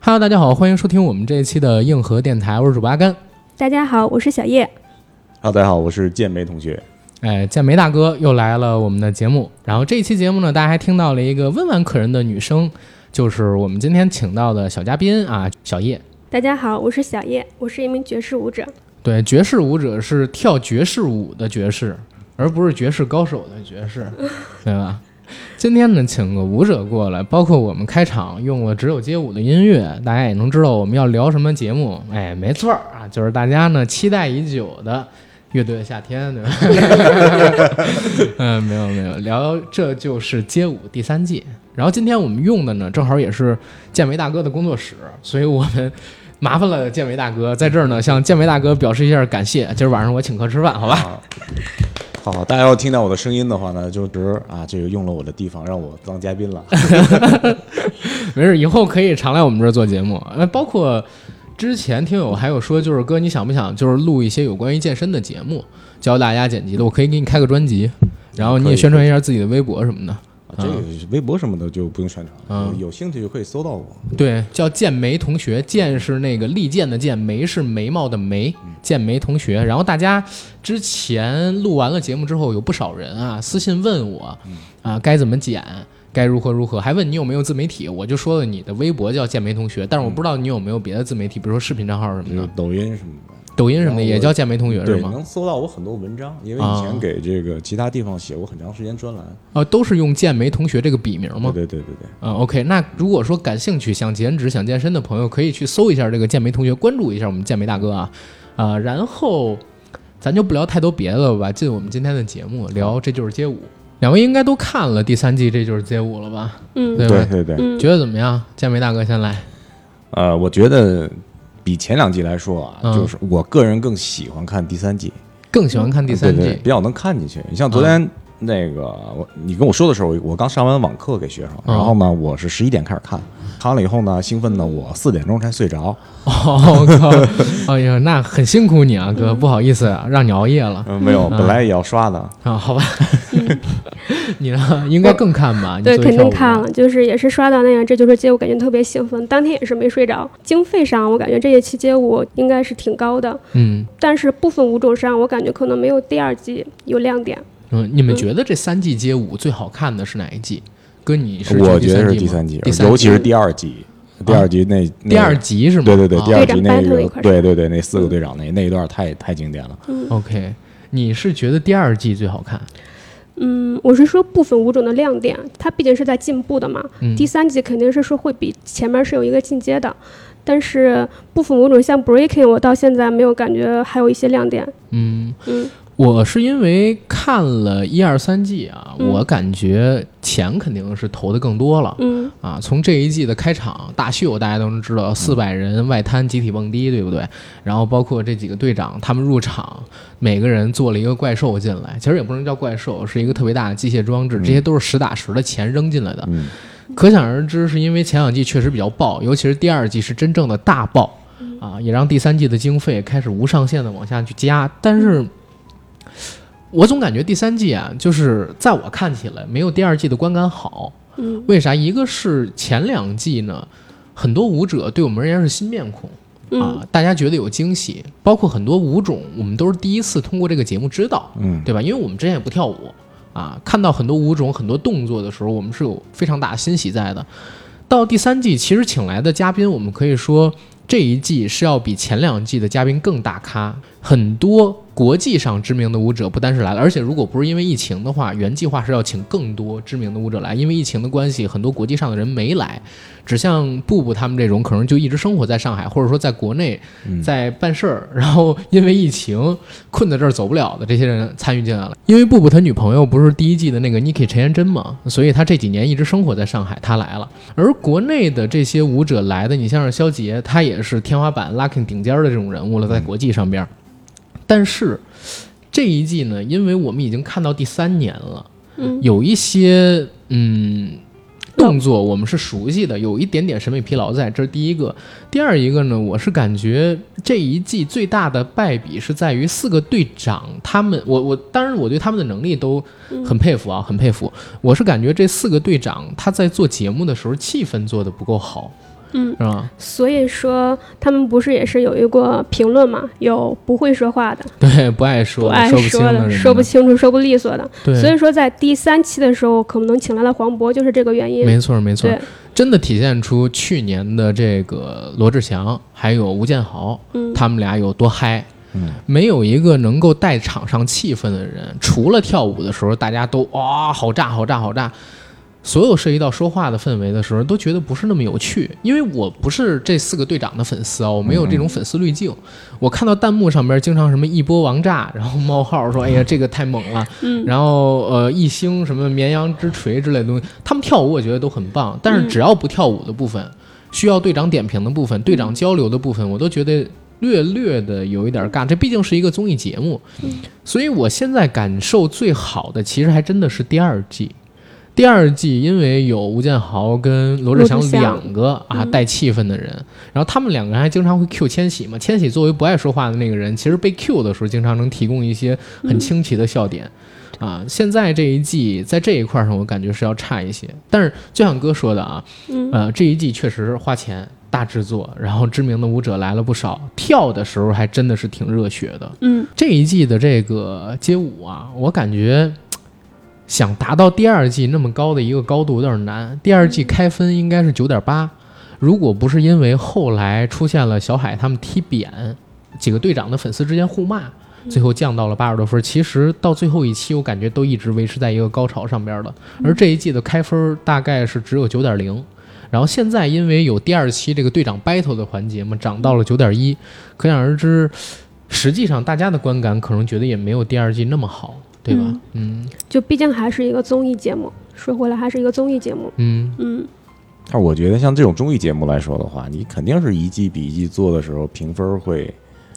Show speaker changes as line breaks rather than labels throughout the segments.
Hello，大家好，欢迎收听我们这一期的硬核电台，我是主播阿甘。
大家好，我是小叶。
哈喽，啊大家好，我是健美同学。
哎，建梅大哥又来了我们的节目。然后这一期节目呢，大家还听到了一个温婉可人的女声，就是我们今天请到的小嘉宾啊，小叶。
大家好，我是小叶，我是一名爵士舞
哎
者。
对，爵士舞者是跳爵士舞的爵士，而不是绝世高手的爵士，对吧？今天呢，请个舞者过来，包括我们开场用了只有街舞的音乐，大家也能知道我们要聊什么节目。哎，没错儿啊，就是大家呢期待已久的乐队的夏天，对吧？ 嗯，没有没有，聊这就是街舞第三季。然后今天我们用的呢，正好也是建维大哥的工作室，所以我们麻烦了建维大哥，在这儿呢向建维大哥表示一下感谢。今儿晚上我请客吃饭，好吧？
啊，好好，大家要听到我的声音的话呢，就是啊，这个用了我的地方让我当嘉 宾了。
没事，以后可以常来我们这儿做节目。呃，包括之前听友还有说，就是哥，你想不想就是录一些有关于健身的节目，教大家剪辑的？我可以给你开个专辑，然后你
可
也
以
宣传一下自己的微博什么的。
啊这个微博什么的就不用宣传了，
嗯
有有兴趣就可以搜到我。
对，叫健梅同学，健是那个利剑的剑，梅是眉毛的眉，健梅同学。然后大家之前录完了节目之后，有不少人啊私信问我，啊该怎么剪，该如何如何，还问你有没有自媒体，我就说了你的微博叫健梅同学，但是我不知道你有没有别的自媒体，比如说视频账号什
比
么
如
的，
抖音什么的，
抖音什么的
然后我
也叫健梅同学嗯是
对，
吗？
能搜到我很多文章，因为
啊
以前给这个其他地方写过很长时间专栏。
呃，都是用健梅同学这个笔名吗
对？对对对对，
啊、o k 那如果说感兴趣、想减脂、想健身的朋友，可以去搜一下这个健美同学，关注一下我们健美大哥啊。啊、然后咱就不聊太多别的了吧，进我们今天的节目，聊这就是街舞。两位应该都看了第三季《这就是街舞》了吧？
嗯
对吧？
对对对。
嗯
觉得怎么样？健美大哥先来。
呃，我觉得比前两季来说啊，
嗯
就是我个人更喜欢看第三季。
更喜欢看第三季，嗯
对对，比较能看进去。你像昨天那个，我你跟我说的时候，我刚上完网课给学生，
嗯
然后呢，我是十一点开始看，看完了以后呢，兴奋呢，我四点钟才睡着。
哦，我靠，哎呀，那很辛苦你啊，哥，不好意思啊，让你熬夜了
嗯，没有，本来也要刷的。
啊，好吧， 你呢？应该更看吧？你
嗯对，
作为
肯
跳舞
定看
的
了，就是也是刷到那样，这就是街舞，感觉特别兴奋。当天也是没睡着。经费上，我感觉这一期街舞应该是挺高的，
嗯，
但是部分舞种上，我感觉可能没有第二季有亮点。
嗯，你们觉得这三季街舞最好看的是哪一季？跟你是
我
第
觉得
三
是
季
第
吗
三季
第，三
尤其是
季嗯
第二集，第二集那那
第二。嗯集是吗？
对对对，
啊
第二集
队长
那
battle 一
个，
块儿
对对对，那四个队长那那一段太太经典了。
啊 OK，你是觉得第二季最好看？
嗯，我是说部分舞种的亮点，它毕竟是在进步的嘛。
嗯
第三季肯定是说会比前面是有一个进阶的，但是部分舞种像 breaking，我到现在没有感觉还有一些亮点。
嗯，
嗯
我是因为看了一二三季啊，
嗯
我感觉钱肯定是投的更多了。
嗯
啊，从这一季的开场大秀，大家都能知道，四百人外滩集体蹦迪，对不对？然后包括这几个队长，他们入场，每个人做了一个怪兽进来，其实也不能叫怪兽，是一个特别大的机械装置，这些都是实打实的钱扔进来的。
嗯，
可想而知，是因为前两季确实比较爆，尤其是第二季是真正的大爆，啊，也让第三季的经费开始无上限的往下去加。但是，我总感觉第三季啊，就是在我看起来没有第二季的观感好。
嗯
为啥？一个是前两季呢，很多舞者对我们而言是新面孔。
嗯
啊，大家觉得有惊喜，包括很多舞种，我们都是第一次通过这个节目知道，
嗯
对吧？因为我们之前也不跳舞啊，看到很多舞种、很多动作的时候，我们是有非常大的欣喜在的。到第三季，其实请来的嘉宾，我们可以说这一季是要比前两季的嘉宾更大咖，很多国际上知名的舞者不单是来了，而且如果不是因为疫情的话，原计划是要请更多知名的舞者来，因为疫情的关系，很多国际上的人没来，只像布布他们这种，可能就一直生活在上海，或者说在国内，在办事儿，然后因为疫情困在这儿走不了的这些人参与进来了。因为布布他女朋友不是第一季的那个 Niki 陈妍珍嘛，所以他这几年一直生活在上海，他来了。而国内的这些舞者来的，你像是肖杰，他也是天花板 locking 顶尖儿的这种人物了，在国际上边儿。但是这一季呢，因为我们已经看到第三年了，
嗯
有一些嗯动作我们是熟悉的，有一点点审美疲劳在，这是第一个。第二一个呢，我是感觉这一季最大的败笔是在于四个队长，他们我我当然我对他们的能力都很佩服啊，很佩服。我是感觉这四个队长他在做节目的时候气氛做得不够好。
嗯，
是吧？
所以说他们不是也是有一个评论嘛，有不会说话的，
对，不爱说，
不爱
说不清
说
的，
的，说不，清楚，说不利索的。
对，
所以说在第三期的时候，可能请来了黄渤，就是这个原因。
没错，没错
对，
真的体现出去年的这个罗志祥还有吴建豪，
嗯
他们俩有多嗨。
嗯，
没有一个能够带场上气氛的人，除了跳舞的时候大家都啊、好炸好炸好炸，所有涉及到说话的氛围的时候都觉得不是那么有趣。因为我不是这四个队长的粉丝啊，我没有这种粉丝滤镜。我看到弹幕上面经常什么一波王炸，然后冒号说哎呀这个太猛了，
嗯，
然后呃一星什么绵羊之锤之类的东西，他们跳舞我觉得都很棒，但是只要不跳舞的部分，需要队长点评的部
嗯
分、队长交流的部分，我都觉得略略的有一点尬。这毕竟是一个综艺节目，
嗯
所以我现在感受最好的其实还真的是第二季。第二季因为有吴建豪跟罗志祥
罗志祥
两
嗯
个啊带气氛的人，然后他们两个人还经常会 Q 千玺嘛。千玺作为不爱说话的那个人，其实被 Q 的时候，经常能提供一些
嗯
很清奇的笑点。啊，现在这一季在这一块上，我感觉是要差一些。但是就像哥说的啊，
嗯
呃，这一季确实花钱大制作，然后知名的舞者来了不少，跳的时候还真的是挺热血的。
嗯，
这一季的这个街舞啊，我感觉嘖想达到第二季那么高的一个高度有点难。第二季开分应该是九点八，如果不是因为后来出现了小海他们踢扁几个队长的粉丝之间互骂，最后降到了八十多分。其实到最后一期，我感觉都一直维持在一个高潮上边的。而这一季的开分大概是只有九点零。然后现在因为有第二期这个队长 battle 的环节嘛，涨到了九点一，可想而知，实际上大家的观感可能觉得也没有第二季那么好，对吧？嗯
就毕竟还是一个综艺节目，说回来还是一个综艺节目。
嗯
嗯，
但我觉得像这种综艺节目来说的话，你肯定是一季比一季做的时候，评分会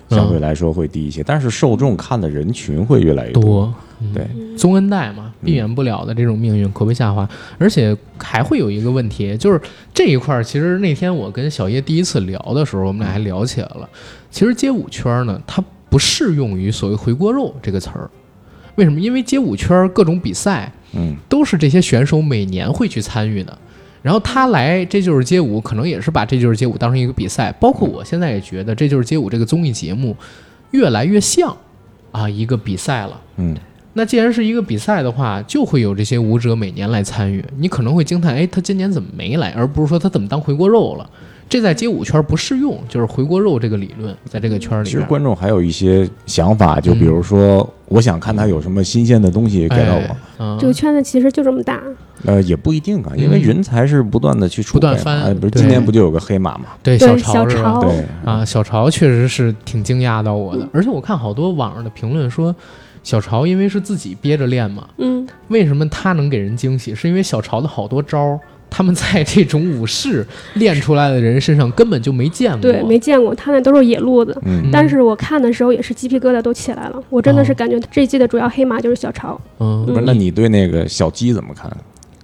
相
嗯
对来说会低一些，但是受众看的人群会越来越多。
多嗯
对
宗恩带嘛，避免不了的这种命运，口碑下滑。而且还会有一个问题，就是这一块儿，其实那天我跟小叶第一次聊的时候，我们俩还聊起来了。其实街舞圈儿呢，它不适用于所谓“回锅肉”这个词儿，为什么？因为街舞圈儿各种比赛
嗯，
都是这些选手每年会去参与的。然后他来《这就是街舞》，可能也是把《这就是街舞》当成一个比赛。包括我现在也觉得，《这就是街舞》这个综艺节目越来越像啊一个比赛了。
嗯，
那既然是一个比赛的话，就会有这些舞者每年来参与。你可能会惊叹，哎，他今年怎么没来？而不是说他怎么当回锅肉了。这在街舞圈不适用，就是回锅肉这个理论，在这个圈里
其实
边。
观众还有一些想法，就比如说，我想看他有什么新鲜的东西给到我
哎。，嗯、
这个圈子其实就这么大。
呃，也不一定啊，因为
嗯
人才是不断的去储
不断
备嘛
翻
哎不是
对
今年不就有个黑马嘛？
对
对，
潮是吧
潮，
对，
啊，小潮确实是挺惊讶到我的，嗯而且我看好多网上的评论说，小潮因为是自己憋着练嘛，
嗯，
为什么他能给人惊喜？是因为小潮的好多招儿，他们在这种舞室练出来的人身上根本就没见过。
对，没见过，他那都是野路子。
嗯
嗯，
但是我看的时候也是鸡皮疙瘩都起来了，我真的是
哦
感觉这一季的主要黑马就是小潮，
嗯，
不是，那你对那个小鸡怎么 看？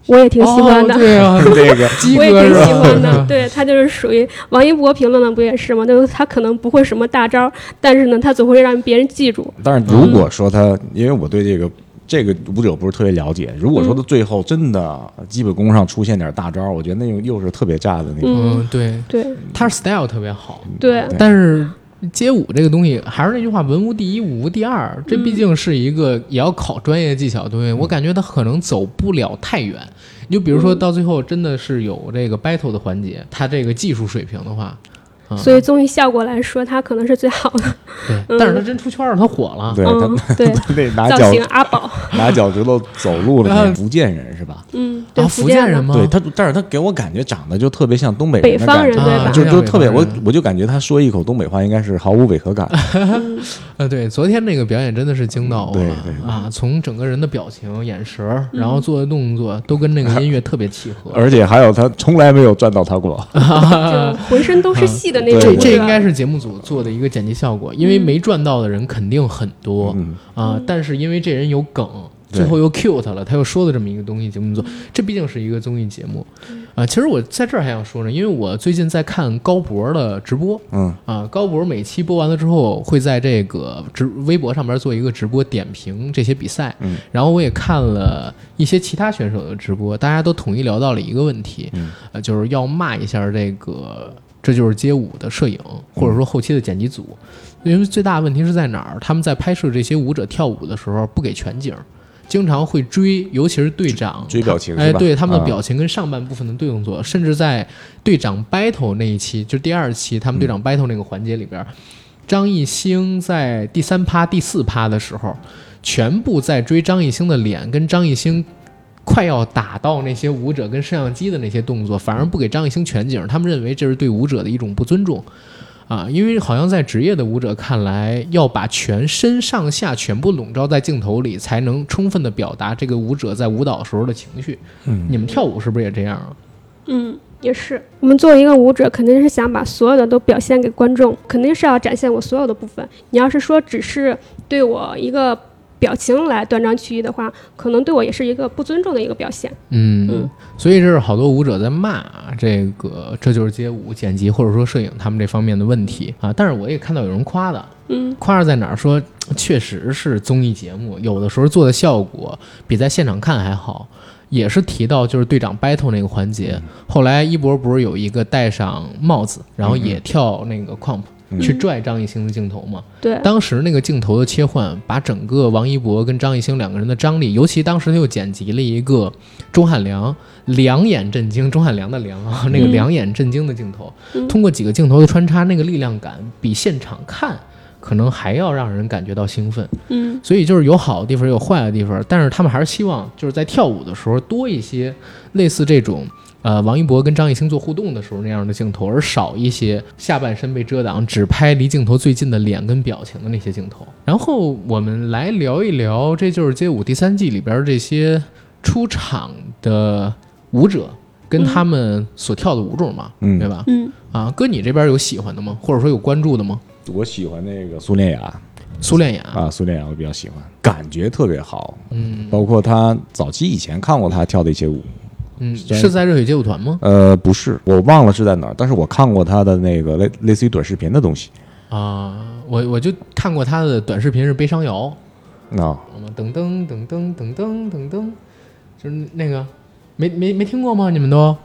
我也挺喜欢的，
哦、对 啊，
这个
鸡
我也
哥
挺
是吧？
喜 欢的。对他就是属于王一博评论的不也是吗？就是他可能不会什么大招，但是呢，他总会让别人记住。
但是如果说
嗯
他，因为我对这个这个舞者不是特别了解，如果说他最后真的基本功上出现点大招，我觉得那种又是特别炸的那种。
嗯，对，
对
他 style 特别好，
对，
对
但是街舞这个东西，还是那句话，文无第一，武无第二，这毕竟是一个也要考专业技巧的东西。我感觉它可能走不了太远。你就比如说到最后，真的是有这个 battle 的环节，它这个技术水平的话，嗯、
所以综艺效果来说，他可能是最好的。
对，嗯但是它真出圈了，它火了。
对他
嗯， 对，
他得拿
造
脚
型阿宝，
拿脚趾头走路的那
啊
福建人是吧？
嗯，
啊，
对，
福
建
建人
的
吗？
对他，但是他给我感觉长得就特别像东北
北
人的
方
感
人
觉，
啊
对吧？
就就
北
特别
方
我
人啊
我就感觉他说一口东北话应该是毫无违和感。
嗯
呃，对，昨天那个表演真的是惊到我
对
了
对对
啊！从整个人的表情、眼神儿，
嗯
然后做的动作，都跟那个音乐特别契合。
而且还有他从来没有赚到 他过，
就浑身都是戏的那
对
啊这
种舞者。
这应该是节目组做的一个剪辑效果，因为
嗯
没赚到的人肯定很多
嗯
啊，但是因为这人有梗，最后又 cue 他了，他又说了这么一个东西，节目组，
嗯
这毕竟是一个综艺节目，啊、其实我在这儿还想说呢，因为我最近在看高博的直播，
嗯
啊，高博每期播完了之后，会在这个直微博上面做一个直播点评这些比赛。
嗯，
然后我也看了一些其他选手的直播，大家都统一聊到了一个问题，
嗯
呃，就是要骂一下这个这就是街舞的摄影，或者说后期的剪辑组，因为最大的问题是在哪儿？他们在拍摄这些舞者跳舞的时候不给全景。经常会追，尤其是队长
追表情
哎，
是吧
对他们的
啊
表情跟上半部分的对动作，甚至在队长 battle 那一期，就是第二期他们
嗯
队长 battle 那个环节里边，张艺兴在第三趴、第四趴的时候，全部在追张艺兴的脸，跟张艺兴快要打到那些舞者跟摄像机的那些动作，反而不给张艺兴全景，他们认为这是对舞者的一种不尊重。啊，因为好像在职业的舞者看来，要把全身上下全部笼罩在镜头里，才能充分的表达这个舞者在舞蹈时候的情绪。
嗯，
你们跳舞是不是也这样啊？
嗯，也是。我们作为一个舞者，肯定是想把所有的都表现给观众，肯定是要展现我所有的部分。你要是说只是对我一个表情来断章取义的话，可能对我也是一个不尊重的一个表现。
嗯
嗯，
所以这是好多舞者在骂这个，这就是街舞剪辑或者说摄影他们这方面的问题啊。但是我也看到有人夸的，
嗯，
夸是在哪儿说，确实是综艺节目，有的时候做的效果比在现场看还好。也是提到就是队长 battle 那个环
嗯
节，后来一博不是有一个戴上帽子，然后也跳那个 comp、
嗯
去拽张艺兴的镜头嘛？
对，
当时那个镜头的切换，把整个王一博跟张艺兴两个人的张力，尤其当时他又剪辑了一个钟汉良两眼震惊，钟汉良 的良啊，那个
嗯
两眼震惊的镜头，
嗯
通过几个镜头的穿插，那个力量感比现场看可能还要让人感觉到兴奋。
嗯，
所以就是有好的地方，也有坏的地方，但是他们还是希望就是在跳舞的时候多一些类似这种。呃，王一博跟张艺兴做互动的时候那样的镜头，而少一些下半身被遮挡，只拍离镜头最近的脸跟表情的那些镜头。然后我们来聊一聊《这就是街舞》第三季里边这些出场的舞者跟他们所跳的舞种嘛，
嗯
对吧？
嗯，
啊，哥，你这边有喜欢的吗？或者说有关注的吗？
我喜欢那个苏恋雅
苏恋雅，
啊，苏恋雅我比较喜欢，感觉特别好。嗯，包括她早期以前看过她跳的一些舞，
嗯，是在热血街舞团吗？
呃，不是，我忘了是在哪儿，但是我看过她的那个类类似于短视频的东西。
啊，我我就看过他的短视频是悲伤摇，
啊，
好吗？噔噔噔噔噔噔噔噔，就是那个，没没没听过吗？你们都？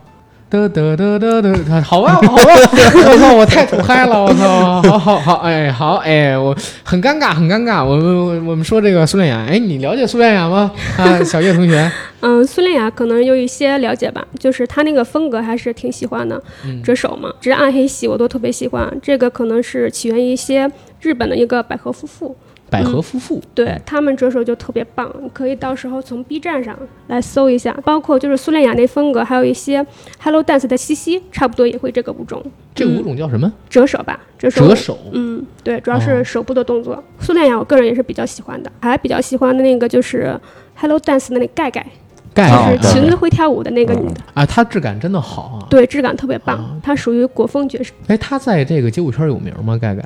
得得得得得，他好吧，好吧，我操，我太土嗨了，我操，好好好，哎，好，哎，我很尴尬，很尴尬。我们我我们说这个苏恋雅，哎，你了解苏恋雅吗？啊，小叶同学，
嗯，孙恋雅可能有一些了解吧，就是她那个风格还是挺喜欢的，
嗯
折手嘛，直暗黑系我都特别喜欢。这个可能是起源于一些日本的一个百合夫妇，
百合夫妇，
对他们折手就特别棒，可以到时候从 B 站上来搜一下，包括就是苏恋雅那风格，还有一些 Hello Dance 的西西，差不多也会这个舞种，
这个舞种叫什么？
折手吧，折手。
折手。
嗯，对，主要
哦
是手部的动作。苏恋雅我个人也是比较喜欢的，还比较喜欢的那个就是 Hello Dance 的那盖盖，
盖
就
哦
上
哎是
对
裙子会跳舞的那个女的，
啊，它质感真的好啊！
对，质感特别
哦
棒。她属于国风爵士，
哎，他在这个街舞圈有名吗？盖盖？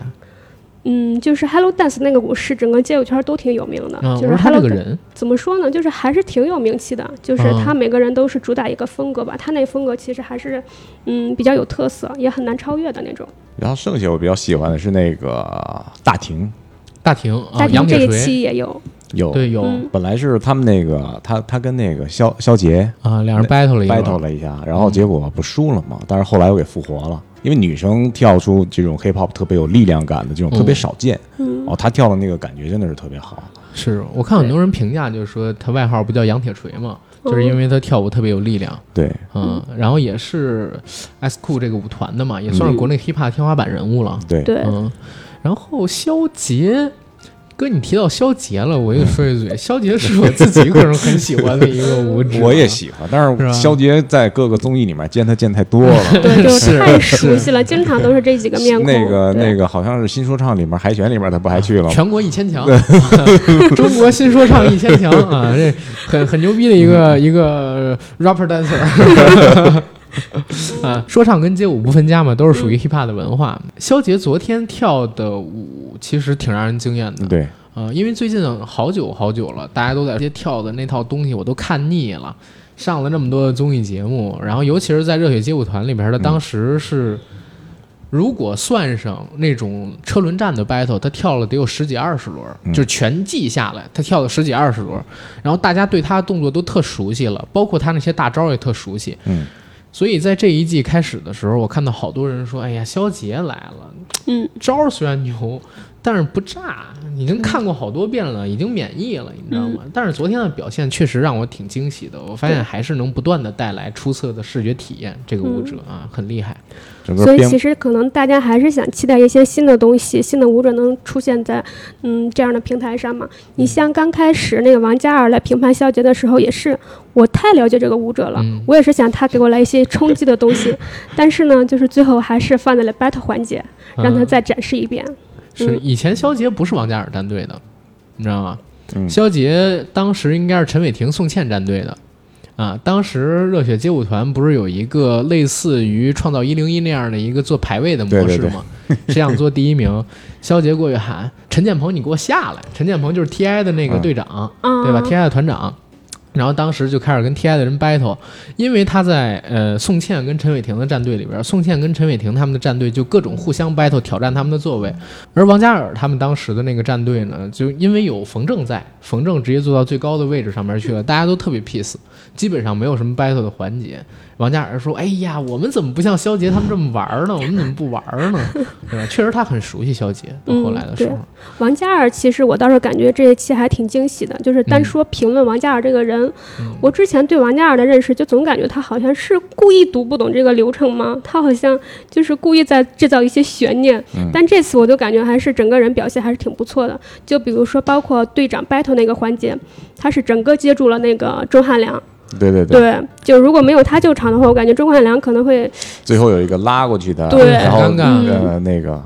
嗯，就是 Hello Dance 那个舞是整个街舞圈都挺有名的
啊，，我
就
说
是
他这
Hello
个人，
怎么说呢，就是还是挺有名气的，就是
嗯
他每个人都是主打一个风格吧，他那风格其实还是，嗯，比较有特色，也很难超越的那种。
哦
然后剩下我比较喜欢的是那个大婷，
大婷啊，
大
杨
婷
铁
这一
锤，
期也有，
有
对，有
嗯
本来是他们那个他他跟那个肖肖杰
啊，俩人 battle 了一会儿嗯
battle 了一下，然后结果不输了嘛，但是后来又给复活了。因为女生跳出这种 hip hop 特别有力量感的这种特别
嗯
少见，
嗯
哦，她跳的那个感觉真的是特别好。
是我看很多人评价，就是说他外号不叫杨铁锤嘛，
哦
就是因为他跳舞特别有力量，
对，
嗯，然后也是 S Cool 这个舞团的嘛，也
嗯
算是国内 hip hop 天花板人物了，
对，
对，
嗯，然后肖杰。哥，你提到肖杰了，我
嗯
也说一嘴，肖杰是 我自己个人很喜欢的一个舞者，啊
我也喜欢，但
是吧
是肖杰在各个综艺里面见他见太多 了。
对，就是太熟悉了，经常都是这几个面 孔。
那个那
个，
个好像是新说唱里面海选里面他不还去了吗？
全国一千 强，中国新说唱一千强啊，这很很牛逼的一
嗯
个一个 rapper dancer。啊，说唱跟街舞不分家嘛，都是属于 hip hop 的文化。肖杰昨天跳的舞其实挺让人惊艳的
对，
呃，因为最近好久好久了，大家都在跳的那套东西，我都看腻了。上了那么多的综艺节目，然后尤其是在《热血街舞团》里边的，
嗯
当时是、如果算上那种车轮战的 battle，他跳了得有十几二十轮，
嗯
就是全季下来，他跳了十几二十轮，然后大家对他的动作都特熟悉了，包括他那些大招也特熟悉。
嗯，
所以在这一季开始的时候，我看到好多人说：“哎呀，肖杰来了，
嗯，
招儿虽然牛，但是不炸，已经看过好多遍了，已经免疫了，你知道吗？但是昨天的表现确实让我挺惊喜的，我发现
对
还是能不断的带来出色的视觉体验。这个舞者啊，很厉害。
整
所
个
以
编
其实可能大家还是想期待一些新的东西，新的舞者能出现在嗯这样的平台上嘛。
嗯
你像刚开始那个王嘉尔来评判肖杰的时候，也是我太了解这个舞者了，
嗯
我也是想他给我来一些冲击的 东西，但是呢，就是最后还是放在了 battle 环节，让他
嗯
再展示一遍。
是以前肖杰不是王嘉尔战队的，你知道吗？
嗯
肖杰当时应该是陈伟霆、宋茜战队的。啊，当时热血街舞团不是有一个类似于《创造一零一》那样的一个做排位的模式
对对对
吗？ 谁想做第一名？肖杰过去喊陈建鹏，你给我下来！陈建鹏就是 TI 的那个
嗯
队长，
啊，
对吧？T I 的团长，然后当时就开始跟 T I 的人 battle，因为他在呃宋茜跟陈伟霆的战队里边，宋茜跟陈伟霆他们的战队就各种互相 battle 挑战他们的座位，而王嘉尔他们当时的那个战队呢，就因为有冯正在，冯正直接坐到最高的位置上面去了，大家都特别 peace，基本上没有什么 battle 的环节。王嘉尔说：“哎呀，我们怎么不像肖杰他们这么玩呢？我们怎么不玩呢？对吧？确实他很熟悉肖杰，到后来的时候，
王嘉尔，其实我倒是感觉这一期还挺惊喜的。就是单
嗯
说评论王嘉尔这个人，我之前对王嘉尔的认识就总感觉他好像是故意读不懂这个流程吗？他好像就是故意在制造一些悬念。
嗯
但这次我就感觉还是整个人表现还是挺不错的。就比如说，包括队长 battle 那个环节，他是整个接住了那个钟汉良。
对对对，
对，就如果没有他救场的话，我感觉钟汉良可能会
最后有一个拉过去的，
对
然后
很尴尬
呃那个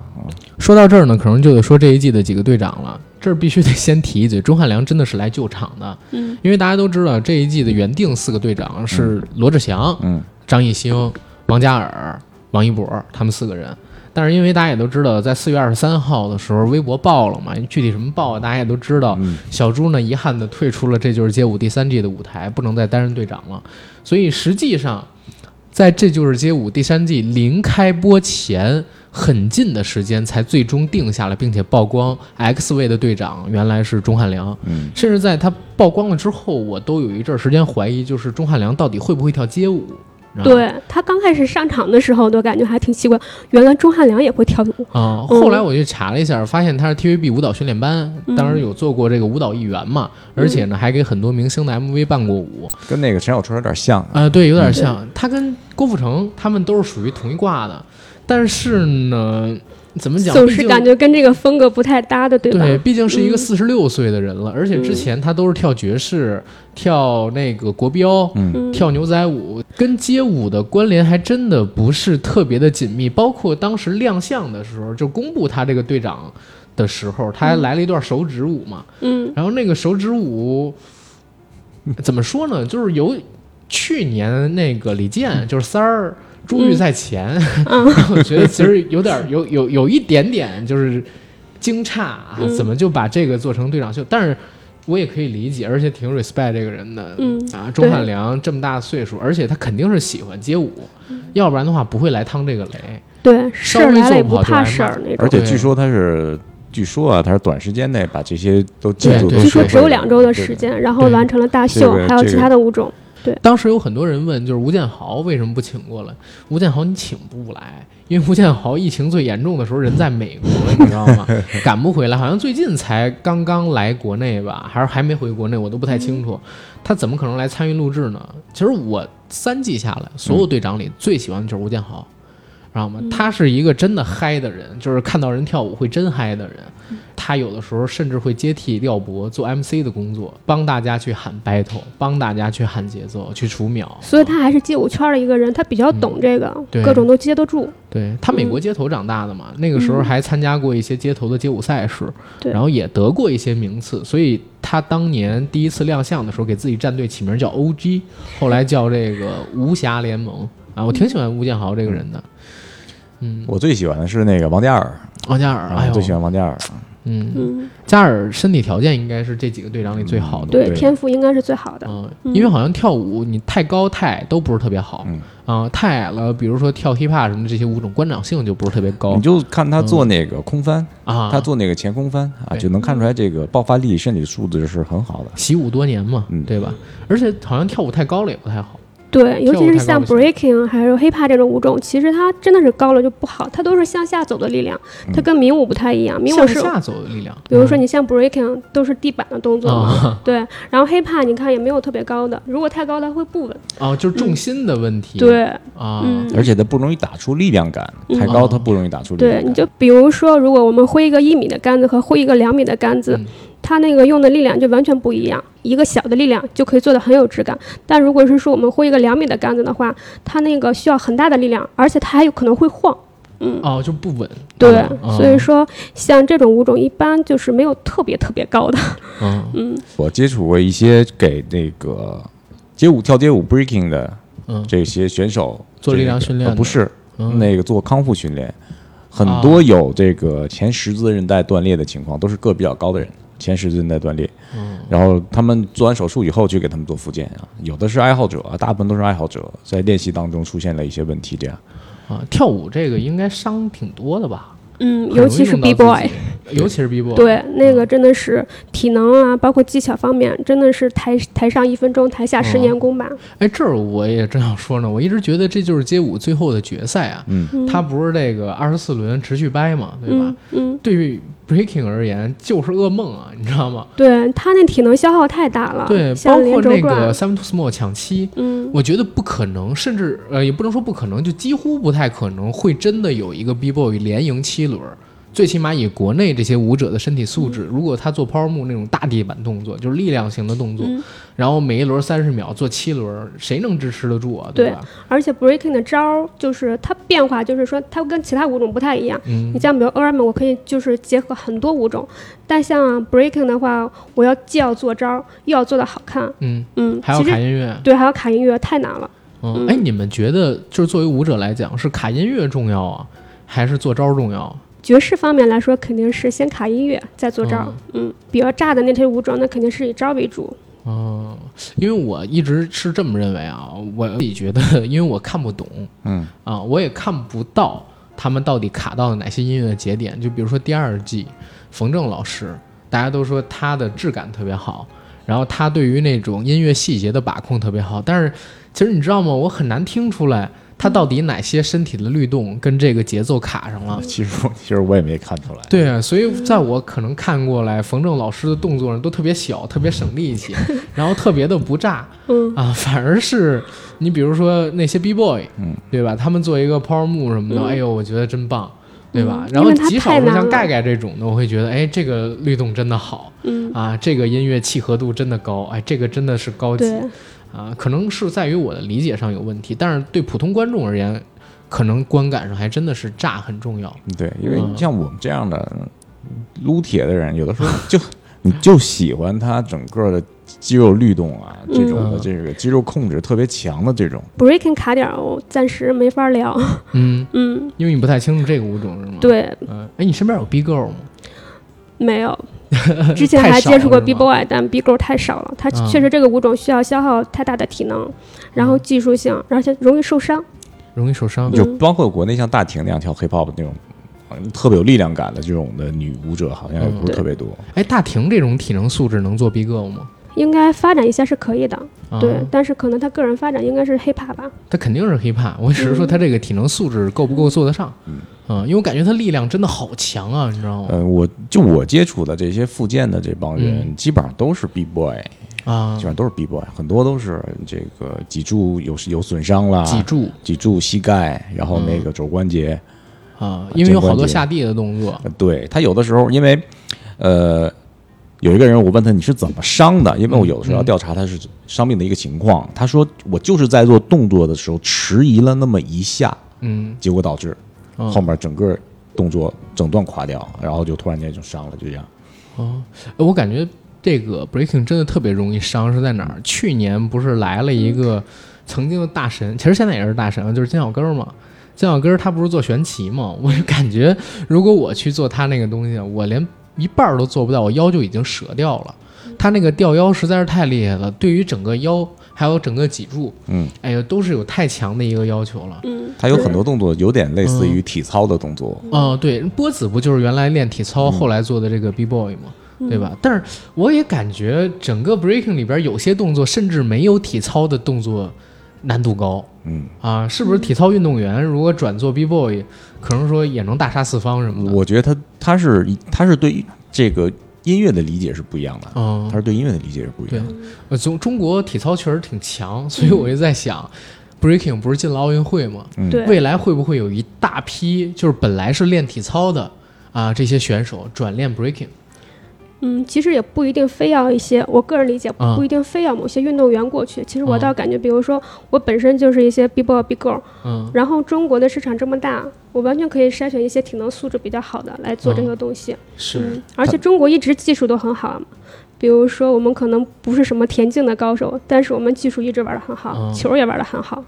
说到这儿呢，可能就得说这一季的几个队长了。这儿必须得先提一嘴，钟汉良真的是来救场的，
嗯，
因为大家都知道这一季的原定四个队长是罗志祥、
嗯
张艺兴、王嘉尔、王一博他们四个人。但是因为大家也都知道，在四月二十三号的时候，微博爆了嘛，具体什么爆啊大家也都知道。
嗯
小猪呢，遗憾的退出了《这就是街舞》第三季的舞台，不能再担任队长了。所以实际上，在《这就是街舞》第三季临开播前很近的时间，才最终定下来，并且曝光 X 位的队长原来是钟汉良。
嗯
甚至在他曝光了之后，我都有一阵儿时间怀疑，就是钟汉良到底会不会跳街舞。啊
对他刚开始上场的时候，我都感觉还挺奇怪，原来钟汉良也会跳舞。
啊、
嗯
后来我去查了一下，发现他是 TVB 舞蹈训练班，当时有做过这个舞蹈一员嘛，
嗯
而且呢还给很多明星的 MV 伴过舞。
跟那个陈小春有点像，
啊、对，有
嗯
点像。他跟郭富城他们都是属于同一挂的，但是呢，怎么讲？
总
毕
是
竟
感觉跟这个风格不太搭的，对吧？
对，毕竟是一个
嗯
四十六岁的人了，而且之前他都是跳爵士、跳那个国标、
嗯
嗯
跳牛仔舞，跟街舞的关联还真的不是特别的紧密。包括当时亮相的时候，就公布他这个队长的时候，他还来了一段手指舞嘛。
嗯
然后那个手指舞怎么说呢？就是由去年那个李健，就是三儿。朱玉在前，
啊
我觉得其实有点儿有有有一点点就是惊诧啊，
嗯
怎么就把这个做成队长秀？但是我也可以理解，而且挺 respect 这个人的。
嗯
啊，钟汉
对
良这么大岁数，而且他肯定是喜欢街舞，
嗯
要不然的话不会来趟这个雷。
对，事
稍微
儿来了
做
也
不
不
好就挨
怕
骂
事儿那种。
而且
对
据说他是，据说啊，他是短时间内把这些都记
对
住，
对
都
据说
学
只有
会了
两周的
对
时间，然后
对
完成了大秀
这，个
还有其
这个
他的舞种。
当时有很多人问，就是吴建豪为什么不请过来？吴建豪你请不来，因为吴建豪疫情最严重的时候人在美国，你知道吗？赶不回来，好像最近才刚刚来国内吧，还是还没回国内，我都不太清楚。他怎么可能来参与录制呢？其实我三季下来，所有队长里最喜欢的就是吴建豪。知道吗？他是一个真的嗨的人，就是看到人跳舞会真嗨的人。他有的时候甚至会接替廖博做 MC 的工作，帮大家去喊 battle，帮大家去喊节奏，去除秒。
所以他还是街舞圈儿的一个人，他比较懂这个，
嗯对
各种都接得住。
对他美国街头长大的嘛，那个时候还参加过一些街头的街舞赛事，
对
然后也得过一些名次，所以他当年第一次亮相的时候，给自己战队起名叫 OG，后来叫这个无暇联盟啊，我挺喜欢吴建豪这个人的，嗯，
我最喜欢的是那个王嘉尔，
王嘉尔，哎
我
呦
啊最，喜欢王嘉尔，
嗯，
嗯，
加尔身体条件应该是这几个队长里最好的。
对，
对
天赋应该是最好的。
嗯，
嗯
因为好像跳舞你太高太矮都不是特别好，
嗯
啊、太矮了，比如说跳 hiphop 什么这些舞种观赏性就不是特别高
你就看他做那个空翻，
哦嗯啊。
他做那个前空翻啊，
对
就能看出来这个爆发力、身体素质是很好的。
习武多年嘛，
嗯
对吧？而且好像跳舞太高了也不太好。
对，尤其
跳舞太
是
高
像
不行
breaking 还有 hip hop 这种舞种，其实它真的是高了就不好，它都是向下走的力量，
嗯
它跟民舞不太一样。民舞
向
是，
下走的力量，
比如说你像 breaking 都是地板的动作嘛，
嗯啊
对。然后 hip hop 你看也没有特别高的，如果太高它会不稳。
啊，就是重心的问题。
对
啊，
嗯
而且他不容易打出力量感，太高他不容易打出力量
对，
感。
你就比如说，如果我们挥一个一米的杆子和挥一个两米的杆子
嗯，
它那个用的力量就完全不一样。一个小的力量就可以做的很有质感，但如果是说我们挥一个两米的杆子的话，它那个需要很大的力量，而且它还有可能会晃。
哦，就不稳。
对，
嗯
所以说像这种物种一般就是没有特别特别高的。
嗯
我接触过一些给那个街舞、跳街舞、breaking 的
嗯
这些选手
做力量
这个
训练的
呃不是
嗯
那个做康复训
啊
练，很多有这个前十字韧带断裂的情况，都是个比较高的人。前十字韧带断裂，
嗯
然后他们做完手术以后去给他们做复健啊，有的是爱好者，大部分都是爱好者，在练习当中出现了一些问题，这样
啊，跳舞这个应该伤挺多的吧？
嗯，
很容
尤
易
其是
用到
B
自
boy，
己 尤其是 B boy。
对，那
嗯
个真的是体能啊，包括技巧方面，真的是台台上一分钟，台下十年功吧。
哎，这儿我也正想说呢，我一直觉得这就是街舞最后的决赛啊。
嗯
它不是这个二十四轮持续掰嘛，对吧？
嗯嗯，
对于 breaking 而言，就是噩梦啊，你知道吗？
对他那体能消耗太大了，
对，包
啊像连
括
轴
那
转，
个 seven to small 抢七，
嗯，
我觉得不可能，甚至呃也不能说不可能，就几乎不太可能会真的有一个 b boy 连赢七轮儿。最起码以国内这些舞者的身体素
嗯
质，如果他做抛木那种大地板动作，就是力量型的动作，
嗯
然后每一轮三十秒做七轮儿，谁能支持得住啊？
对
吧？
而且 breaking 的招儿就是它变化，就是说它跟其他舞种不太一样。
嗯
你像比如 o r m 我可以就是结合很多舞种，但像 breaking 的话，我要既要做招儿，又要做的好看，
嗯，
嗯，
还要
其实
卡音乐。
对，还要卡音乐，太难了。
嗯，哎，你们觉得就是作为舞者来讲，是卡音乐重要啊，还是做招儿重要啊？
爵士方面来说，肯定是先卡音乐，再做招儿。嗯，比较炸的那些舞种，那肯定是以招儿为主。
哦，因为我一直是这么认为啊，我自己觉得， 因为我看不懂
嗯
啊，我也看不到他们到底卡到了哪些音乐节点。就比如说第二季，冯正老师，大家都说他的质感特别好，然后他对于那种音乐细节的把控特别好，但是其实你知道吗？我很难听出来他到底哪些身体的律动跟这个节奏卡上了。
其实我其实我也没看出来，
对
嗯
啊，所以在我可能看过来，冯正老师的动作呢都特别小，特别省力 气，然后特别的不炸，
嗯
啊，反而是你比如说那些 B boy，
嗯，
对吧？他们做一个 power move 什么的，哎呦，我觉得真棒，对吧？
嗯
然后
因为它
极少
太
数
难
像
了
盖盖这种的，我会觉得，哎，这个律动真的好
嗯，
啊，这个音乐契合度真的高，哎，这个真的是高级
对，
啊，可能是在于我的理解上有问题，但是对普通观众而言，可能观感上还真的是炸很重要。
对，因为
嗯
像我们这样的嗯撸铁的人，有的时候就 你就喜欢他整个的肌肉律动啊，这种
嗯
的这个肌肉控制特别强的这种，
breaking 卡点儿，我暂时没法聊。
嗯，
嗯，
因为你不太清楚这个舞种是吗？，
对，
嗯、哎，你身边有 B girl 吗？
没有。之前
太
还
少
接触过
了是
B
吗
boy，但 B girl 太少了，它
嗯
确实这个舞种需要消耗太大的体能，然后技术性，而且容易受伤。
容易受伤。
就包括国内像大婷那样跳 hiphop 那种。嗯特别有力量感的这种的女舞者好像也不是
对
特别多，
哎，大婷这种体能素质能做 B girl 吗？
应该发展一下是可以的，
啊、
对，但是可能他个人发展应该是 hiphop 吧，
他肯定是 hiphop，我只是说他这个体能素质够不够做得上，嗯，因为我感觉他力量真的好强啊，你知道吗？
呃，我就我接触的这些复健的这帮
嗯
人，基本上都是 b boy，
啊
基本，上都是 b boy，很多都是这个脊柱有有损伤啦，
脊柱嗯
脊柱、膝盖，然后那个肘关节，
啊，因为有好多下地的动作，
呃对他有的时候，因为呃，有一个人我问他你是怎么伤的，因为我有的
嗯
时候要调查他是伤病的一个情况，他说我就是在做动作的时候迟疑了那么一下，
嗯，
结果导致
嗯
后面整个动作整段垮掉，然后就突然间就伤了，就这样。
呃我感觉这个 breaking 真的特别容易伤，是在哪儿？去年不是来了一个曾经的大神，其实现在也是大神啊，就是金小根儿嘛。金小根儿他不是做玄棋嘛？我就感觉如果我去做他那个东西，我连一半儿都做不到，我腰就已经折掉了。他那个吊腰实在是太厉害了，对于整个腰还有整个脊柱，
嗯，
哎呀，都是有太强的一个要求了。
嗯，
他有很多动作有点类似于体操的动作，
嗯、对，波子不就是原来练体操，后来做的这个 B boy 吗？对吧？但是我也感觉整个 breaking 里边有些动作甚至没有体操的动作难度高
嗯，
啊！是不是体操运动员如果转做 B boy，可能说也能大杀四方什么的？
嗯我觉得他他是他是对这个音乐的理解是不一样的，
嗯
他，是对音乐的理解是不一
对
样的。，
呃，中中国体操确实挺强，所以我就在想、b r e a k i n g 不是进了奥运会吗？
嗯
对
未来会不会有一大批就是本来是练体操的啊这些选手转练 breaking？
嗯，其实也不一定非要一些，我个人理解
嗯
不一定非要某些运动员过去。其实
嗯
我倒感觉，比如说我本身就是一些 B boy B girl，
嗯
然后中国的市场这么大，我完全可以筛选一些体能素质比较好的来
啊
做这个东西。
是
嗯，而且中国一直技术都很好啊。比如说，我们可能不是什么田径的高手，但是我们技术一直玩得很好，
嗯
球也玩得很好。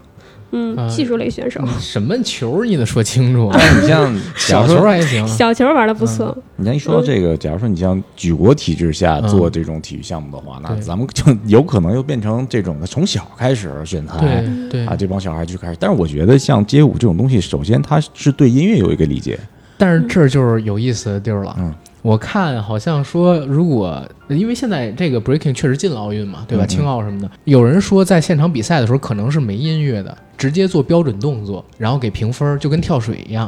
嗯，
啊
技术类选手，
什么球你得说清楚啊，
但是你像，假
小
如
球
说，
还行，
小球玩得不错。
你像一说到这个，假如说你像举国体制下做这种体育项目的话，那
对
咱们就有可能又变成这种的，从小开始选材
对对
啊，。这帮小孩就开始。但是我觉得像街舞这种东西，首先它是对音乐有一个理解，
但是这儿就是有意思的地儿了。
嗯
我看好像说，如果因为现在这个 breaking 确实进了奥运嘛，对吧？
嗯嗯
青奥什么的，有人说在现场比赛的时候可能是没音乐的，直接做标准动作，然后给评分儿，就跟跳水一样。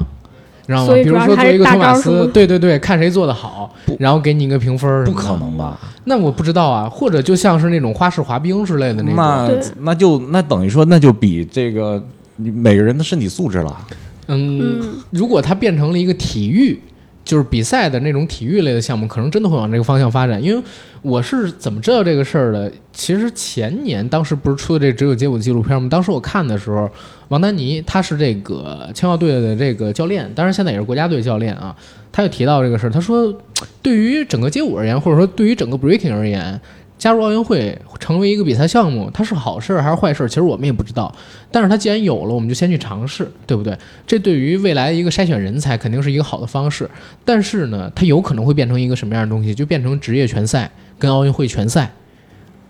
知道吗？
所以
比
主
如
要
说做
还是
一个
大
托马
招是
斯
吗，
对对对，看谁做的好，然后给你一个评分儿什
不
么的。
可能吧？
那我不知道啊，或者就像是那种花式滑冰之类的那种，
那
对
那就那等于说，那就比这个你每个人的身体素质 了。
嗯，
嗯，
如果它变成了一个体育，就是比赛的那种体育类的项目，可能真的会往这个方向发展。因为我是怎么知道这个事儿的？其实前年当时不是出的这个只有街舞纪录片吗？当时我看的时候，王丹妮她是这个青奥队的这个教练，当然现在也是国家队教练啊。他就提到这个事儿，他说，对于整个街舞而言，或者说对于整个 breaking 而言，加入奥运会成为一个比赛项目，它是好事儿还是坏事儿，其实我们也不知道。但是它既然有了，我们就先去尝试，对不对？这对于未来一个筛选人才肯定是一个好的方式。但是呢，它有可能会变成一个什么样的东西？就变成职业拳赛跟奥运会拳赛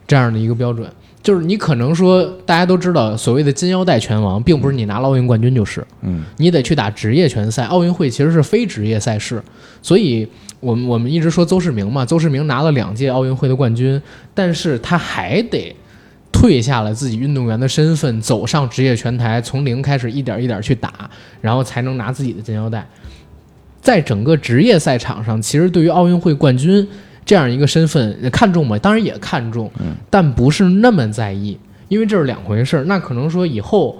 这样的一个标准。就是你可能说，大家都知道，所谓的金腰带拳王，并不是你拿了奥运冠军就是，
嗯，
你得去打职业拳赛。奥运会其实是非职业赛事，所以我们我们一直说邹市明嘛，邹市明拿了两届奥运会的冠军，但是他还得退下了自己运动员的身份，走上职业拳台，从零开始一点一点去打，然后才能拿自己的金腰带。在整个职业赛场上，其实对于奥运会冠军这样一个身份呃看重吗？当然也看重，但不是那么在意，因为这是两回事儿。那可能说以后